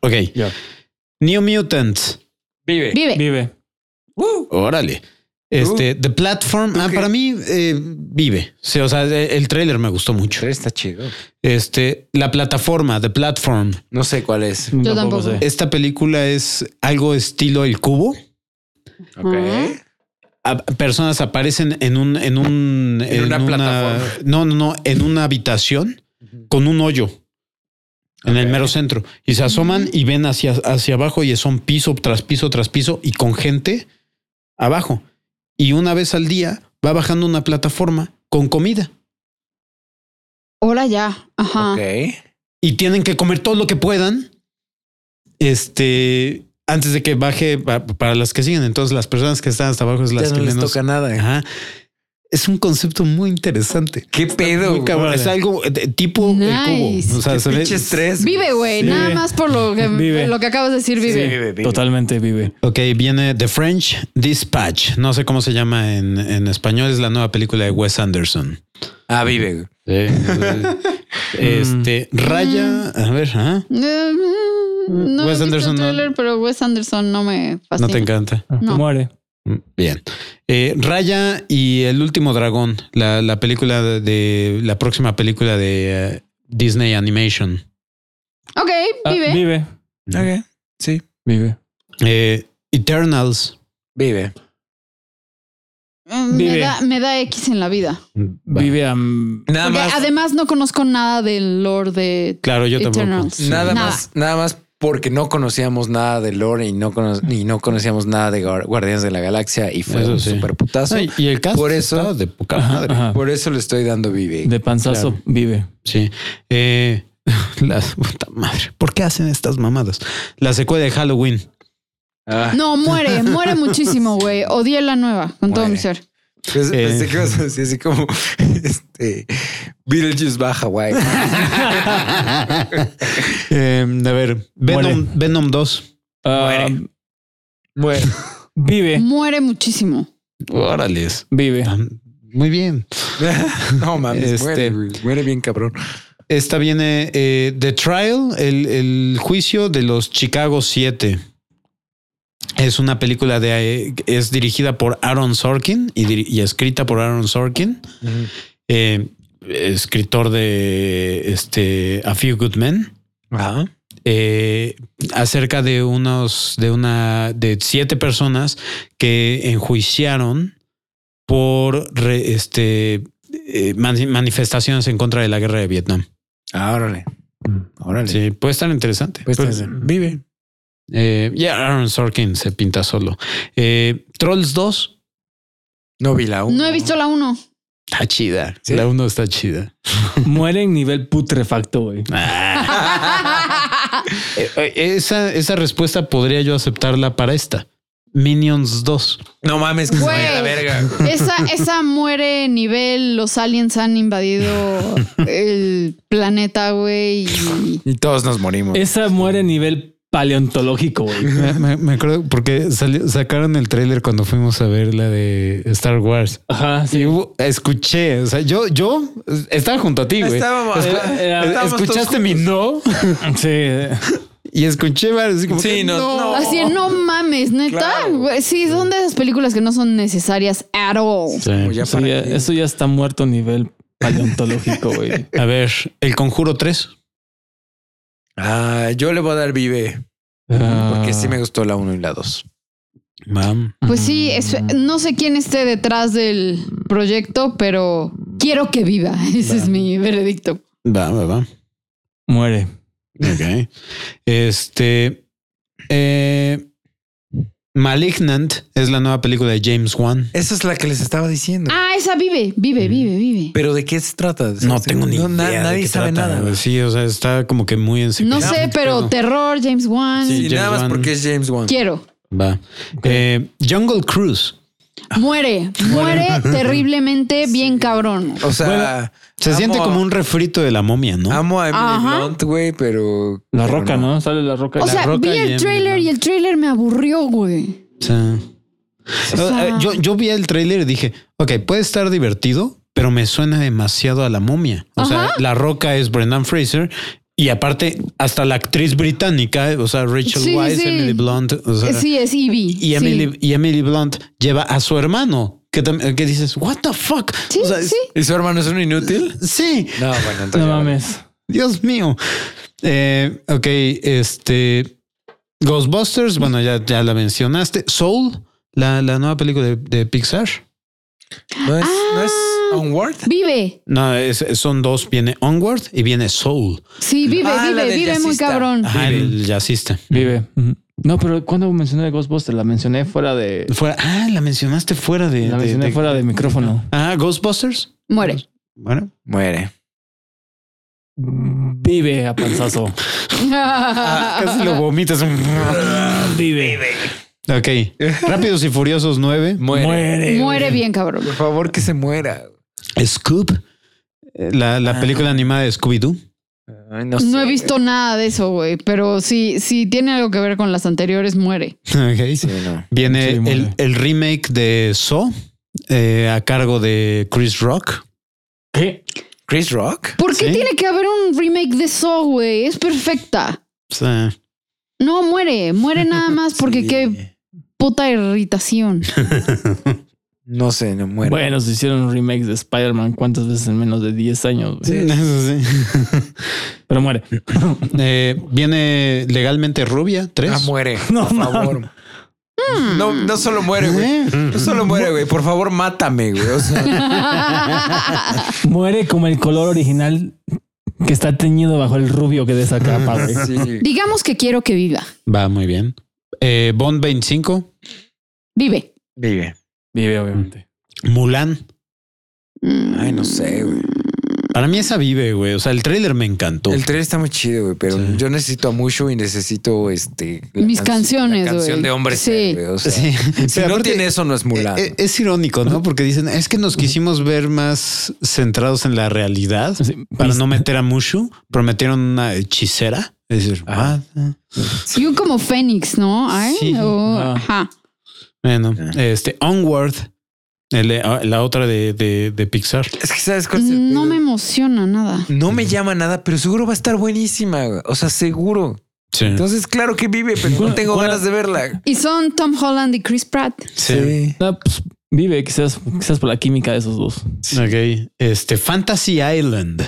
Ok. Ya. New Mutants. Vive. vive. Vive. Órale. Este, The Platform. Ah, Uh. Ok. para mí eh, vive. Sí, o sea, de- el trailer me gustó mucho. Está chido. Este, la plataforma, The Platform. No sé cuál es. Yo tampoco. sé. Esta película es algo estilo El Cubo. Ok. a- personas aparecen en un en un En una plataforma. no no no en una habitación con un hoyo en el Ok. mero centro y se asoman y ven hacia hacia abajo y son piso tras piso tras piso y con gente abajo y una vez al día va bajando una plataforma con comida Ahora ya. Ajá. Ok. y tienen que comer todo lo que puedan. Este antes de que baje pa- para las que siguen, entonces las personas que están hasta abajo es las ya no que les menos toca nada. Ajá. Es un concepto muy interesante. ¿Qué pedo? Muy cabrón. Es algo de- tipo el Nice. cubo. O sea, se ve- Pinche estrés. Vive, güey. Sí. Nada más por lo que, Vive. lo que acabas de decir, vive. Totalmente vive. Ok, viene The French Dispatch. No sé cómo se llama en, en español. Es la nueva película de Wes Anderson. Ah, vive. este Mm. Raya. A ver, ¿ah? Eh, No Wes he visto el Anderson no- trailer, pero Wes Anderson no me no fascina. te encanta. Mm, No. Muere. Bien. Eh, Raya y El último dragón. La, la película de, de- la próxima película de eh, Disney Animation. Ok, Ah, vive. Vive. Ok. Sí. Vive. Eh, Eternals. Vive. Eh, Me, Vive. da, me da X en la vida. Vive a. mm, Nada Porque más. además no conozco nada del lore de Claro, yo tampoco. Eternals. Nada más. Nada más porque no conocíamos nada de Lore y no, cono- y no conocíamos nada de Guar- Guardianes de la Galaxia y fue Eso un sí. super putazo. Ay, y el caso Por eso- de poca Ajá, madre. ajá. Por eso le estoy dando vive. De panzazo Claro. vive. Sí. Eh, las puta madre. ¿Por qué hacen estas mamadas? La secuela de Halloween. Ah, No, muere, muere muchísimo, güey. Odié la nueva con todo mi Muere. ser. pues, Eh. Pensé que ibas a decir así como este, Beetlejuice va a Hawái. Eh, a ver, Venom, Muere. Venom 2. Ah, Bueno, vive. Muere muchísimo. Órale. Vive. Muy bien. no mames, Este- muere, güey, muere bien cabrón. Esta viene eh, The Trial, el, el juicio de los Chicago 7. Es una película de. eh, Es dirigida por Aaron Sorkin y, diri- y escrita por Aaron Sorkin. eh, escritor de este, A Few Good Men, Ajá. eh, acerca de unos, de una, de siete personas que enjuiciaron por re- este, eh, man- manifestaciones en contra de la guerra de Vietnam. Ah, órale. Órale. Sí, puede estar interesante. Pues, Pero- este, vive. Eh, ya Aaron Sorkin se pinta solo. Eh, Trolls 2 Oh, No vi la uno. No he visto la 1. está chida. ¿Sí? La 1 está chida. Muere en nivel putrefacto, güey. Eh, eh, Esa, esa respuesta podría yo aceptarla para esta. Minions 2. No mames, que se Güey. vaya a la verga. güey. Esa, esa muere nivel, los aliens han invadido el planeta, güey. y- Y todos nos morimos. Eh, Esa muere en nivel paleontológico, güey. Me, me- me acuerdo porque salió- sacaron el tráiler cuando fuimos a ver la de Star Wars. Ajá, sí. Y hubo- escuché, o sea, yo, yo estaba junto a ti, güey. Estábamos- Escu- eh, estábamos escuchaste todos mi no Sí. y escuché varios. así como Sí, que, no, no. Así, de, no mames, neta. Claro. güey. Sí, son de esas películas que no son necesarias at all. Sí. Ya Eso para ya, qué. eso ya está muerto a nivel paleontológico, güey. A ver, el conjuro 3. Ah, yo le voy a dar vive. Ah, Porque sí me gustó la 1 y la 2. Ah. Mam. Pues sí, es- no sé quién esté detrás del proyecto, pero quiero que viva. Ese es mi veredicto. Va, va, va. Muere. Ok. Este. eh, Malignant es la nueva película de James Wan. Esa es la que les estaba diciendo. Ah, esa vive, vive, vive, vive. Pero de qué se trata? No tengo ni idea. na- de nadie qué sabe trata. nada. Sí, o sea, está como que muy en No secreto. sé, pero terror, James Wan. Sí. Y nada James más Wan. porque es James Wan. Quiero. Va. Eh, Jungle Cruise. Muere, muere terriblemente bien cabrón. O sea, Se amo siente a- como un refrito de la momia, ¿no? Amo a Emily Ajá. Blunt, güey, pero. La pero roca, ¿no? Sale la roca. O La- sea, Roca vi y el Emily trailer y el trailer me aburrió, güey. O sea, sea- eh, yo, yo vi el tráiler y dije, ok, puede estar divertido, pero me suena demasiado a la momia. O sea, la roca es Brendan Fraser y aparte hasta la actriz británica, eh, o sea, Rachel Sí, Weisz, sí. Emily Blunt, o sea, Sí, es Evie. y, Emily, y Emily Blunt lleva a su hermano, que, tam- que dices, what the fuck? Sí, O sea, es- sí. ¿Y su hermano es un inútil? sí, No, bueno, entonces. No mames. Dios mío. Eh, ok, este. Ghostbusters, bueno, ya, ya la mencionaste. Soul, la, la nueva película de, de Pixar. ¿No es, ¿No es Ah. Onward? Vive. No, es- son dos. Viene Onward y viene Soul. Sí, vive, Ah, la vive, del vive muy jazzista. cabrón. Ajá, el jazzista. Vive. Ujú. No, pero cuando mencioné Ghostbusters, la mencioné fuera de. Fuera, ah, la mencionaste fuera de. La de- mencioné de- fuera de micrófono. Ah, Ghostbusters. Muere. Bueno, Muere. Vive a panzazo. Ah, Ah, casi lo vomitas. Vive. ok. Rápidos y Furiosos 9. Muere. Muere. Muere bien cabrón. Por favor, que se muera. Scoop, eh, la, Ah. la película animada de Scooby-Doo. Ay, No he sé, visto nada de eso, güey. Pero si, si tiene algo que ver con las anteriores, muere. Ok. güey. Sí, no. Viene Sí, muy el, bien. el remake de Saw eh, a cargo de Chris Rock. ¿Qué? Chris Rock. ¿Por qué ¿Sí? tiene que haber un remake de Saw, güey? Es perfecta. O sea, No, muere. Muere nada más porque Sí. eh. qué puta irritación. No sé, no muere. Bueno, se hicieron remakes de Spider-Man cuántas veces en menos de 10 años, güey. eso sí. Pero muere. Eh, viene legalmente Rubia Ah, 3. muere. No, por favor. Hmm. No, no solo muere, güey. No solo muere, güey. Por favor, mátame, güey. O sea, Muere como el color original que está teñido bajo el rubio que de esa capa, güey. sí. Digamos que quiero que viva. Va muy bien. Eh, Bond 25. Vive. Vive. Vive, obviamente. Mulan. Mm, Ay, no sé, güey. Para mí esa vive, güey. O sea, el tráiler me encantó. El trailer está muy chido, güey, pero yo necesito a Mushu y necesito este. la Mis canc- canciones, la canción güey. de hombre. Sí. Sí. o sea, Sí. Si Pero no aparte, tiene eso, no es Mulan. eh, eh, es irónico, ¿no? Porque dicen, es que nos quisimos ver más centrados en la realidad Sí, pues, para mis- no meter a Mushu. Prometieron una hechicera. Es decir, Ajá. ah, Y un como Fénix, ¿no? Ay, Sí. o- Ah. ajá. Bueno, Ah. este Onward, el- la otra de, de- de Pixar. es que sabes cuál es el No me pedo? emociona nada. No me llama nada, pero seguro va a estar buenísima. güey. O sea, seguro. Sí. Entonces, claro que vive, pero no tengo ¿Cuál- ganas de verla. Y son Tom Holland y Chris Pratt. Sí. No, pues, vive, quizás, quizás por la química de esos dos. Ok. Este Fantasy Island,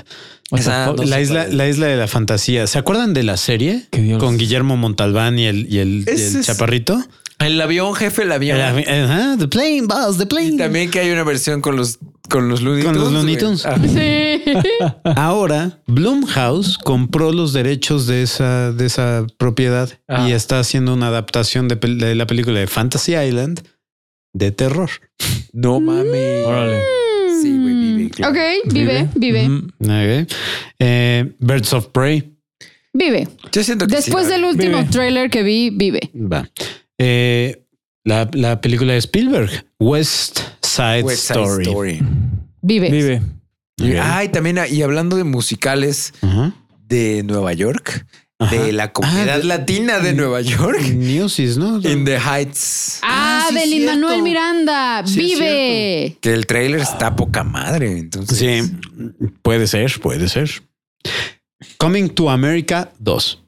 O Esa- sea, No la sé isla, cuál es. la isla de la fantasía. ¿Se acuerdan de la serie Que Dios. con Guillermo Montalbán y el, y el, y el Ese es- chaparrito? El avión, jefe, el avión. Era- ajá, the plane, boss, the plane. Y también que hay una versión con los Con los Looney Con los Tunes, Looney güey. Tunes. Ah, Sí. Ahora, Blumhouse compró los derechos de esa, de esa propiedad Ah. y está haciendo una adaptación de, pel- de la película de Fantasy Island de terror. no Mm. mames. Órale. Sí, güey, vive, claro. Ok, vive, vive, Ujú. Ok. Eh, Birds of Prey. vive. Yo siento que Después sí, del último Vive. trailer que vi, vive. Va. Eh, la, la película de Spielberg, West Side, West Side Story. Story. Ah, Vive. Vive. Ok. Y- Ay, también, y hablando de musicales Ajá. de Nueva York, Ajá. de Mm. la comunidad Ah, de- latina de Nueva York, Newsies, ¿no? In the Heights. Ah, sí, de Lin cierto. Manuel Miranda. Sí, es vive. Que el trailer está poca madre. Entonces, Sí, puede ser, puede ser. Coming to America 2.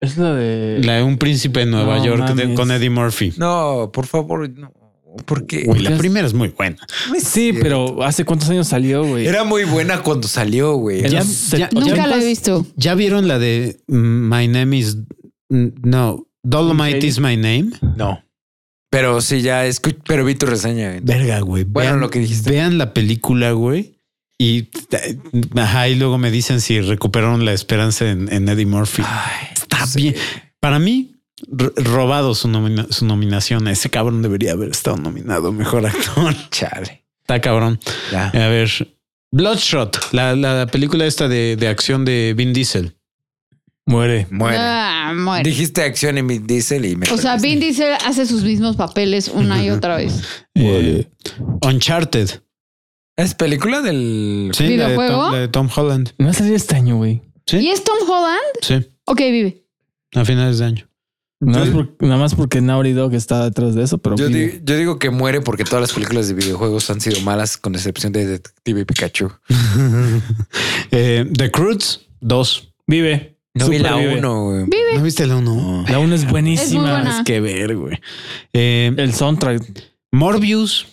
Es la de. La de un príncipe en Nueva No York de- mames. con Eddie Murphy. No, por favor, no. Porque Güey, la Porque es- primera es muy buena. Sí, pero ¿hace cuántos años salió, güey? era muy buena cuando salió, güey. En Ya- los ya- set- ya- Nunca ochentas. la he visto. ¿Ya vieron la de mm, My Name is... mm, No, Dolomite Ok. is My Name? No. Pero sí, ya escuché, pero vi tu reseña. güey. Verga, güey. Bueno, vean, lo que dijiste. Vean la película, güey. Y, eh, ajá, y luego me dicen si recuperaron la esperanza en, en Eddie Murphy. Ay, Está Ah, sí. bien. Para mí, r- robado su, nomina- su nominación. Ese cabrón debería haber estado nominado mejor actor. Chale. Está cabrón. Ya. A ver. Bloodshot, la, la película esta de, de acción de Vin Diesel. Muere. Muere. Ah, muere. Dijiste acción en mi diésel y me. O sea, Vin Diesel hace sus mismos papeles una y otra vez. Eh, Uncharted. ¿Es película del. Sí, la de, ¿Videojuego? Tom, la de Tom Holland. No va a salir este año, güey. ¿Eh? ¿Y es Tom Holland? Sí, Ok, vive. a finales de año. Nada más, Entonces- por- nada más porque Naughty Dog está detrás de eso, pero. Yo, vive. di- yo digo que muere porque todas las películas de videojuegos han sido malas, con excepción de Detective Pikachu. Eh, The Cruz 2. Vive. No vi Super la vive. uno, güey. ¿No viste la 1? No. La 1 es Es muy buenísima. buena. Qué ver, güey. Eh, El soundtrack. Morbius.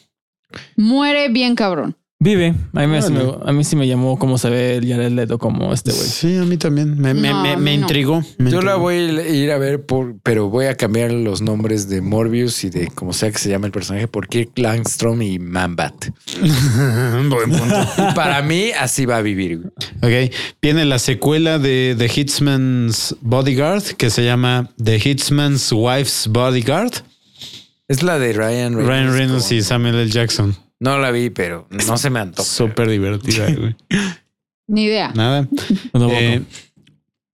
Muere bien cabrón. Vive. A mí, me- Órale. a mí sí me llamó cómo se ve el Jared Leto como este güey. Sí, a mí también. Me, me- No, me- a mí me no. intrigó. me Yo la intrigó. voy a ir a ver, por, pero voy a cambiar los nombres de Morbius y de como sea que se llame el personaje por Kirk Langstrom y Mambat. Buen punto. Y para mí, así va a vivir. güey. ok. Viene la secuela de The Hitman's Bodyguard que se llama The Hitman's Wife's Bodyguard. Es la de Ryan Reynolds. Ryan Reynolds y Samuel L. Jackson. No la vi, pero no se me antoja. Súper divertida, güey. Ni idea. Nada. No, Eh,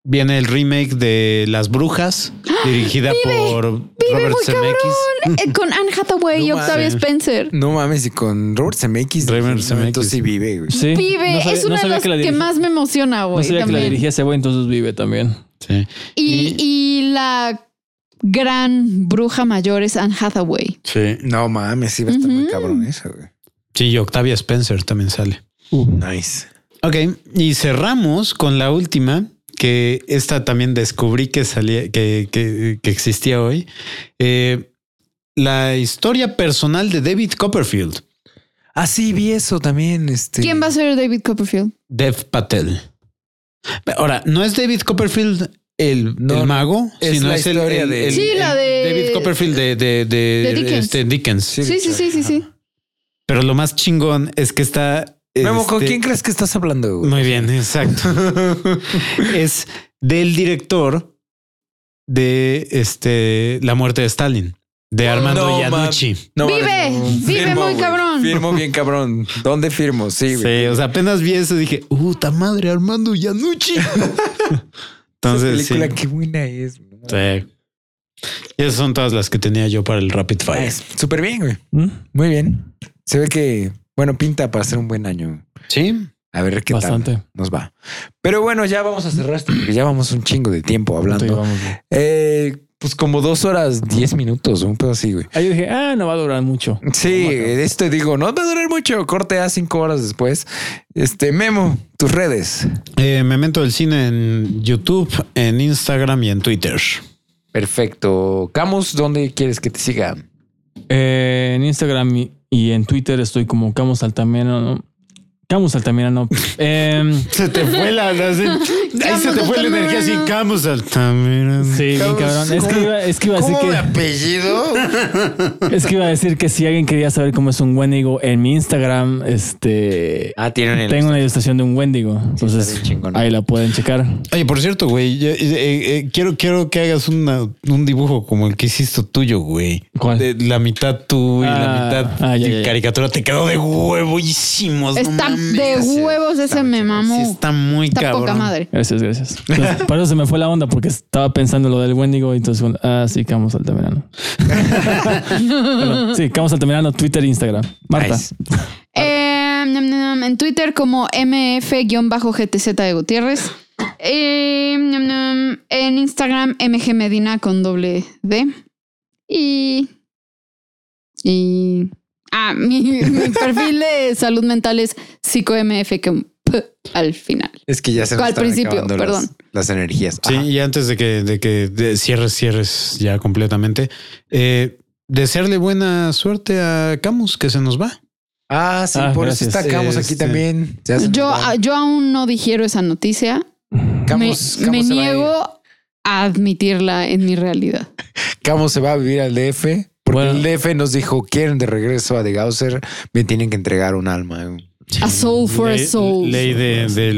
viene el remake de Las Brujas, dirigida por Robert muy Zemeckis. Eh, Con Anne Hathaway y No Octavia mames. Spencer. No mames, y con Robert Zemeckis. Robert no, Entonces Zemeckis. sí vive, güey. sí. Vive, No sabía- es no una de sabía las la que, dirigía- más me emociona, No güey. sabía que la también. dirigía ese güey, entonces vive también. Sí. y, y la gran bruja mayor es Anne Hathaway. sí. No mames, sí va a estar muy Ujú. cabrón eso, güey. Sí, y Octavia Spencer también sale. Nice. Ok, y cerramos con la última, que esta también descubrí que salía, que, que- que existía hoy. Eh, la historia personal de David Copperfield, Ah, sí, vi eso también. Este. ¿Quién va a ser David Copperfield? Dev Patel. Ahora, no es David Copperfield el, No, el no. mago, Es sino la es el, historia el- de- el- Sí, el la de- David Copperfield de, de- de- de Dickens. este, Dickens. Sí, Sí, sí, claro. sí, sí, sí. Pero lo más chingón es que está. Memo, ¿con este, quién crees que estás hablando, güey? Muy bien, exacto. Pues, es del director de este La muerte de Stalin, de Armando no, Iannucci. No Vive, mames, vive muy güey. cabrón. Firmo bien cabrón. ¿Dónde firmo? Sí, güey. Sí, o sea, apenas vi eso y dije, puta madre, Armando Iannucci. Entonces, Esa sí. película, qué buena es. Sí. Y esas son todas las que tenía yo para el Rapid Fire. Nice. Súper bien, güey. ¿Mm? Muy bien. Se ve que, bueno, pinta para ser un buen año. Sí. A ver qué Bastante. tal nos va. Pero bueno, ya vamos a cerrar esto porque ya vamos un chingo de tiempo Entonces, hablando. vamos, güey. Eh, pues como dos horas, diez minutos, un pedo así, güey. Ahí yo dije, ah, no va a durar mucho. Sí, esto digo, no va a durar mucho. Corte a cinco horas después. Este Memo, tus redes. Eh, Memento del cine en YouTube, en Instagram y en Twitter. Perfecto. Camus, ¿dónde quieres que te sigan? Eh, en Instagram y, y en Twitter estoy como Camus Altamirano. Camus Altamirano. Em, Se te fue la. Ahí se te fue la energía así, Camus Altamirano. Sí, bien cabrón. Es que iba, es que iba a decir ¿Cómo de que apellido? es que iba a decir que si alguien quería saber cómo es un Wendigo en mi Instagram, este Ah, tienen el. tengo una ilustración de un Wendigo. está Entonces bien chingón. ahí la pueden checar. Oye, por cierto, güey, ya- eh, eh, eh, quiero, quiero que hagas una- un dibujo como el que hiciste tuyo, güey. ¿Cuál? De la mitad tú y la Ah, mitad ah, ya, de ya, ya. caricatura. Te quedó de huevísimos. no Está mames. de huevos ese me Sí, mamó. está muy Está cabrón. poca madre. Gracias, gracias. Entonces, por eso se me fue la onda porque estaba pensando lo del Wendigo y entonces, bueno, ah, sí, Camus Altamirano. Perdón. sí, Camus Altamirano, Twitter, Instagram. Marta. Nice. Eh, nam, nam, nam, en Twitter como mf-gtz de Gutiérrez. Eh, nam, nam, en Instagram mgmedina con doble D. Y... Y... Ah, mi, mi perfil de salud mental es psicomf con P al final. Es que ya se nos Al están principio, acabando las- perdón. Las, energías. Sí, Ajá. y antes de que, de que de- cierres, cierres ya completamente, eh, desearle buena suerte a Camus, que se nos va. Ah, sí, Ah, por eso gracias. está Camus aquí Este- también. Se hace Yo, ah, notar. yo aún no digiero esa noticia. Camus, me Camus me se va a ir. niego a admitirla en mi realidad. Camus se va a vivir al DF. Porque Bueno. el DF nos dijo, quieren de regreso a De Gausser, me tienen que entregar un alma. A soul for a ley, soul. Ley de, de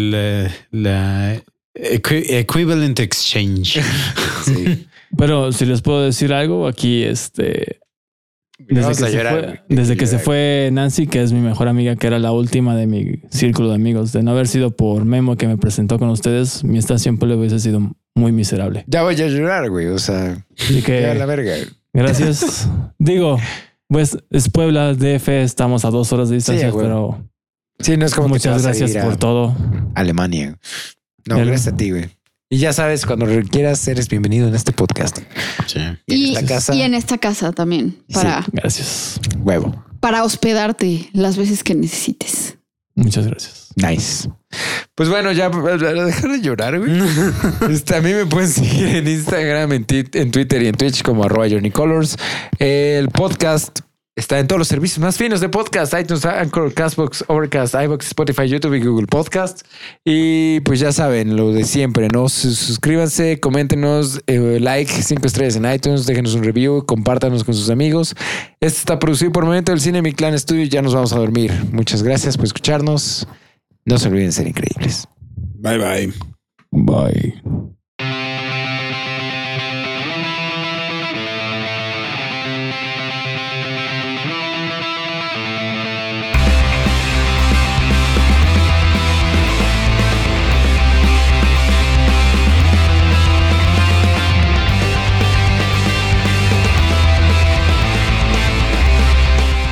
la, la equi- equivalent exchange. Sí. Pero si les puedo decir algo, aquí este. Desde Vamos que, a se llorar, fue, güey. desde que se Llorar. fue Nancy, que es mi mejor amiga, que era la última de mi círculo de amigos, de no haber sido por Memo que me presentó con ustedes, mi estación pues le hubiese sido muy miserable. Ya voy a llorar, güey. O sea, Así ya la que verga. gracias. Digo, pues es Puebla, DF, estamos a dos horas de distancia, güey. pero Sí, no es como que te muchas vas a gracias ir a por todo. Alemania. No, Ya lo- gracias a ti, güey. Y ya sabes, cuando requieras, eres bienvenido en este podcast. Y en Y, esta casa, y en esta casa también, para, Gracias. huevo. para hospedarte las veces que necesites. Muchas gracias. Nice. Pues bueno, ya para dejar de llorar, güey. Este, a mí me pueden seguir en Instagram, en, ti- en Twitter y en Twitch como arroba Johnny Colors. El podcast está en todos los servicios más finos de podcast: iTunes, Anchor, Castbox, Overcast, iBox, Spotify, YouTube y Google Podcast. Y pues ya saben, lo de siempre, ¿no? Sus- Suscríbanse, coméntenos, eh, like, cinco estrellas en iTunes, déjenos un review, compártanos con sus amigos. Este está producido por Momento del Cine, mi clan estudio. Ya nos vamos a dormir. Muchas gracias por escucharnos. No se olviden de ser increíbles. Bye bye. Bye.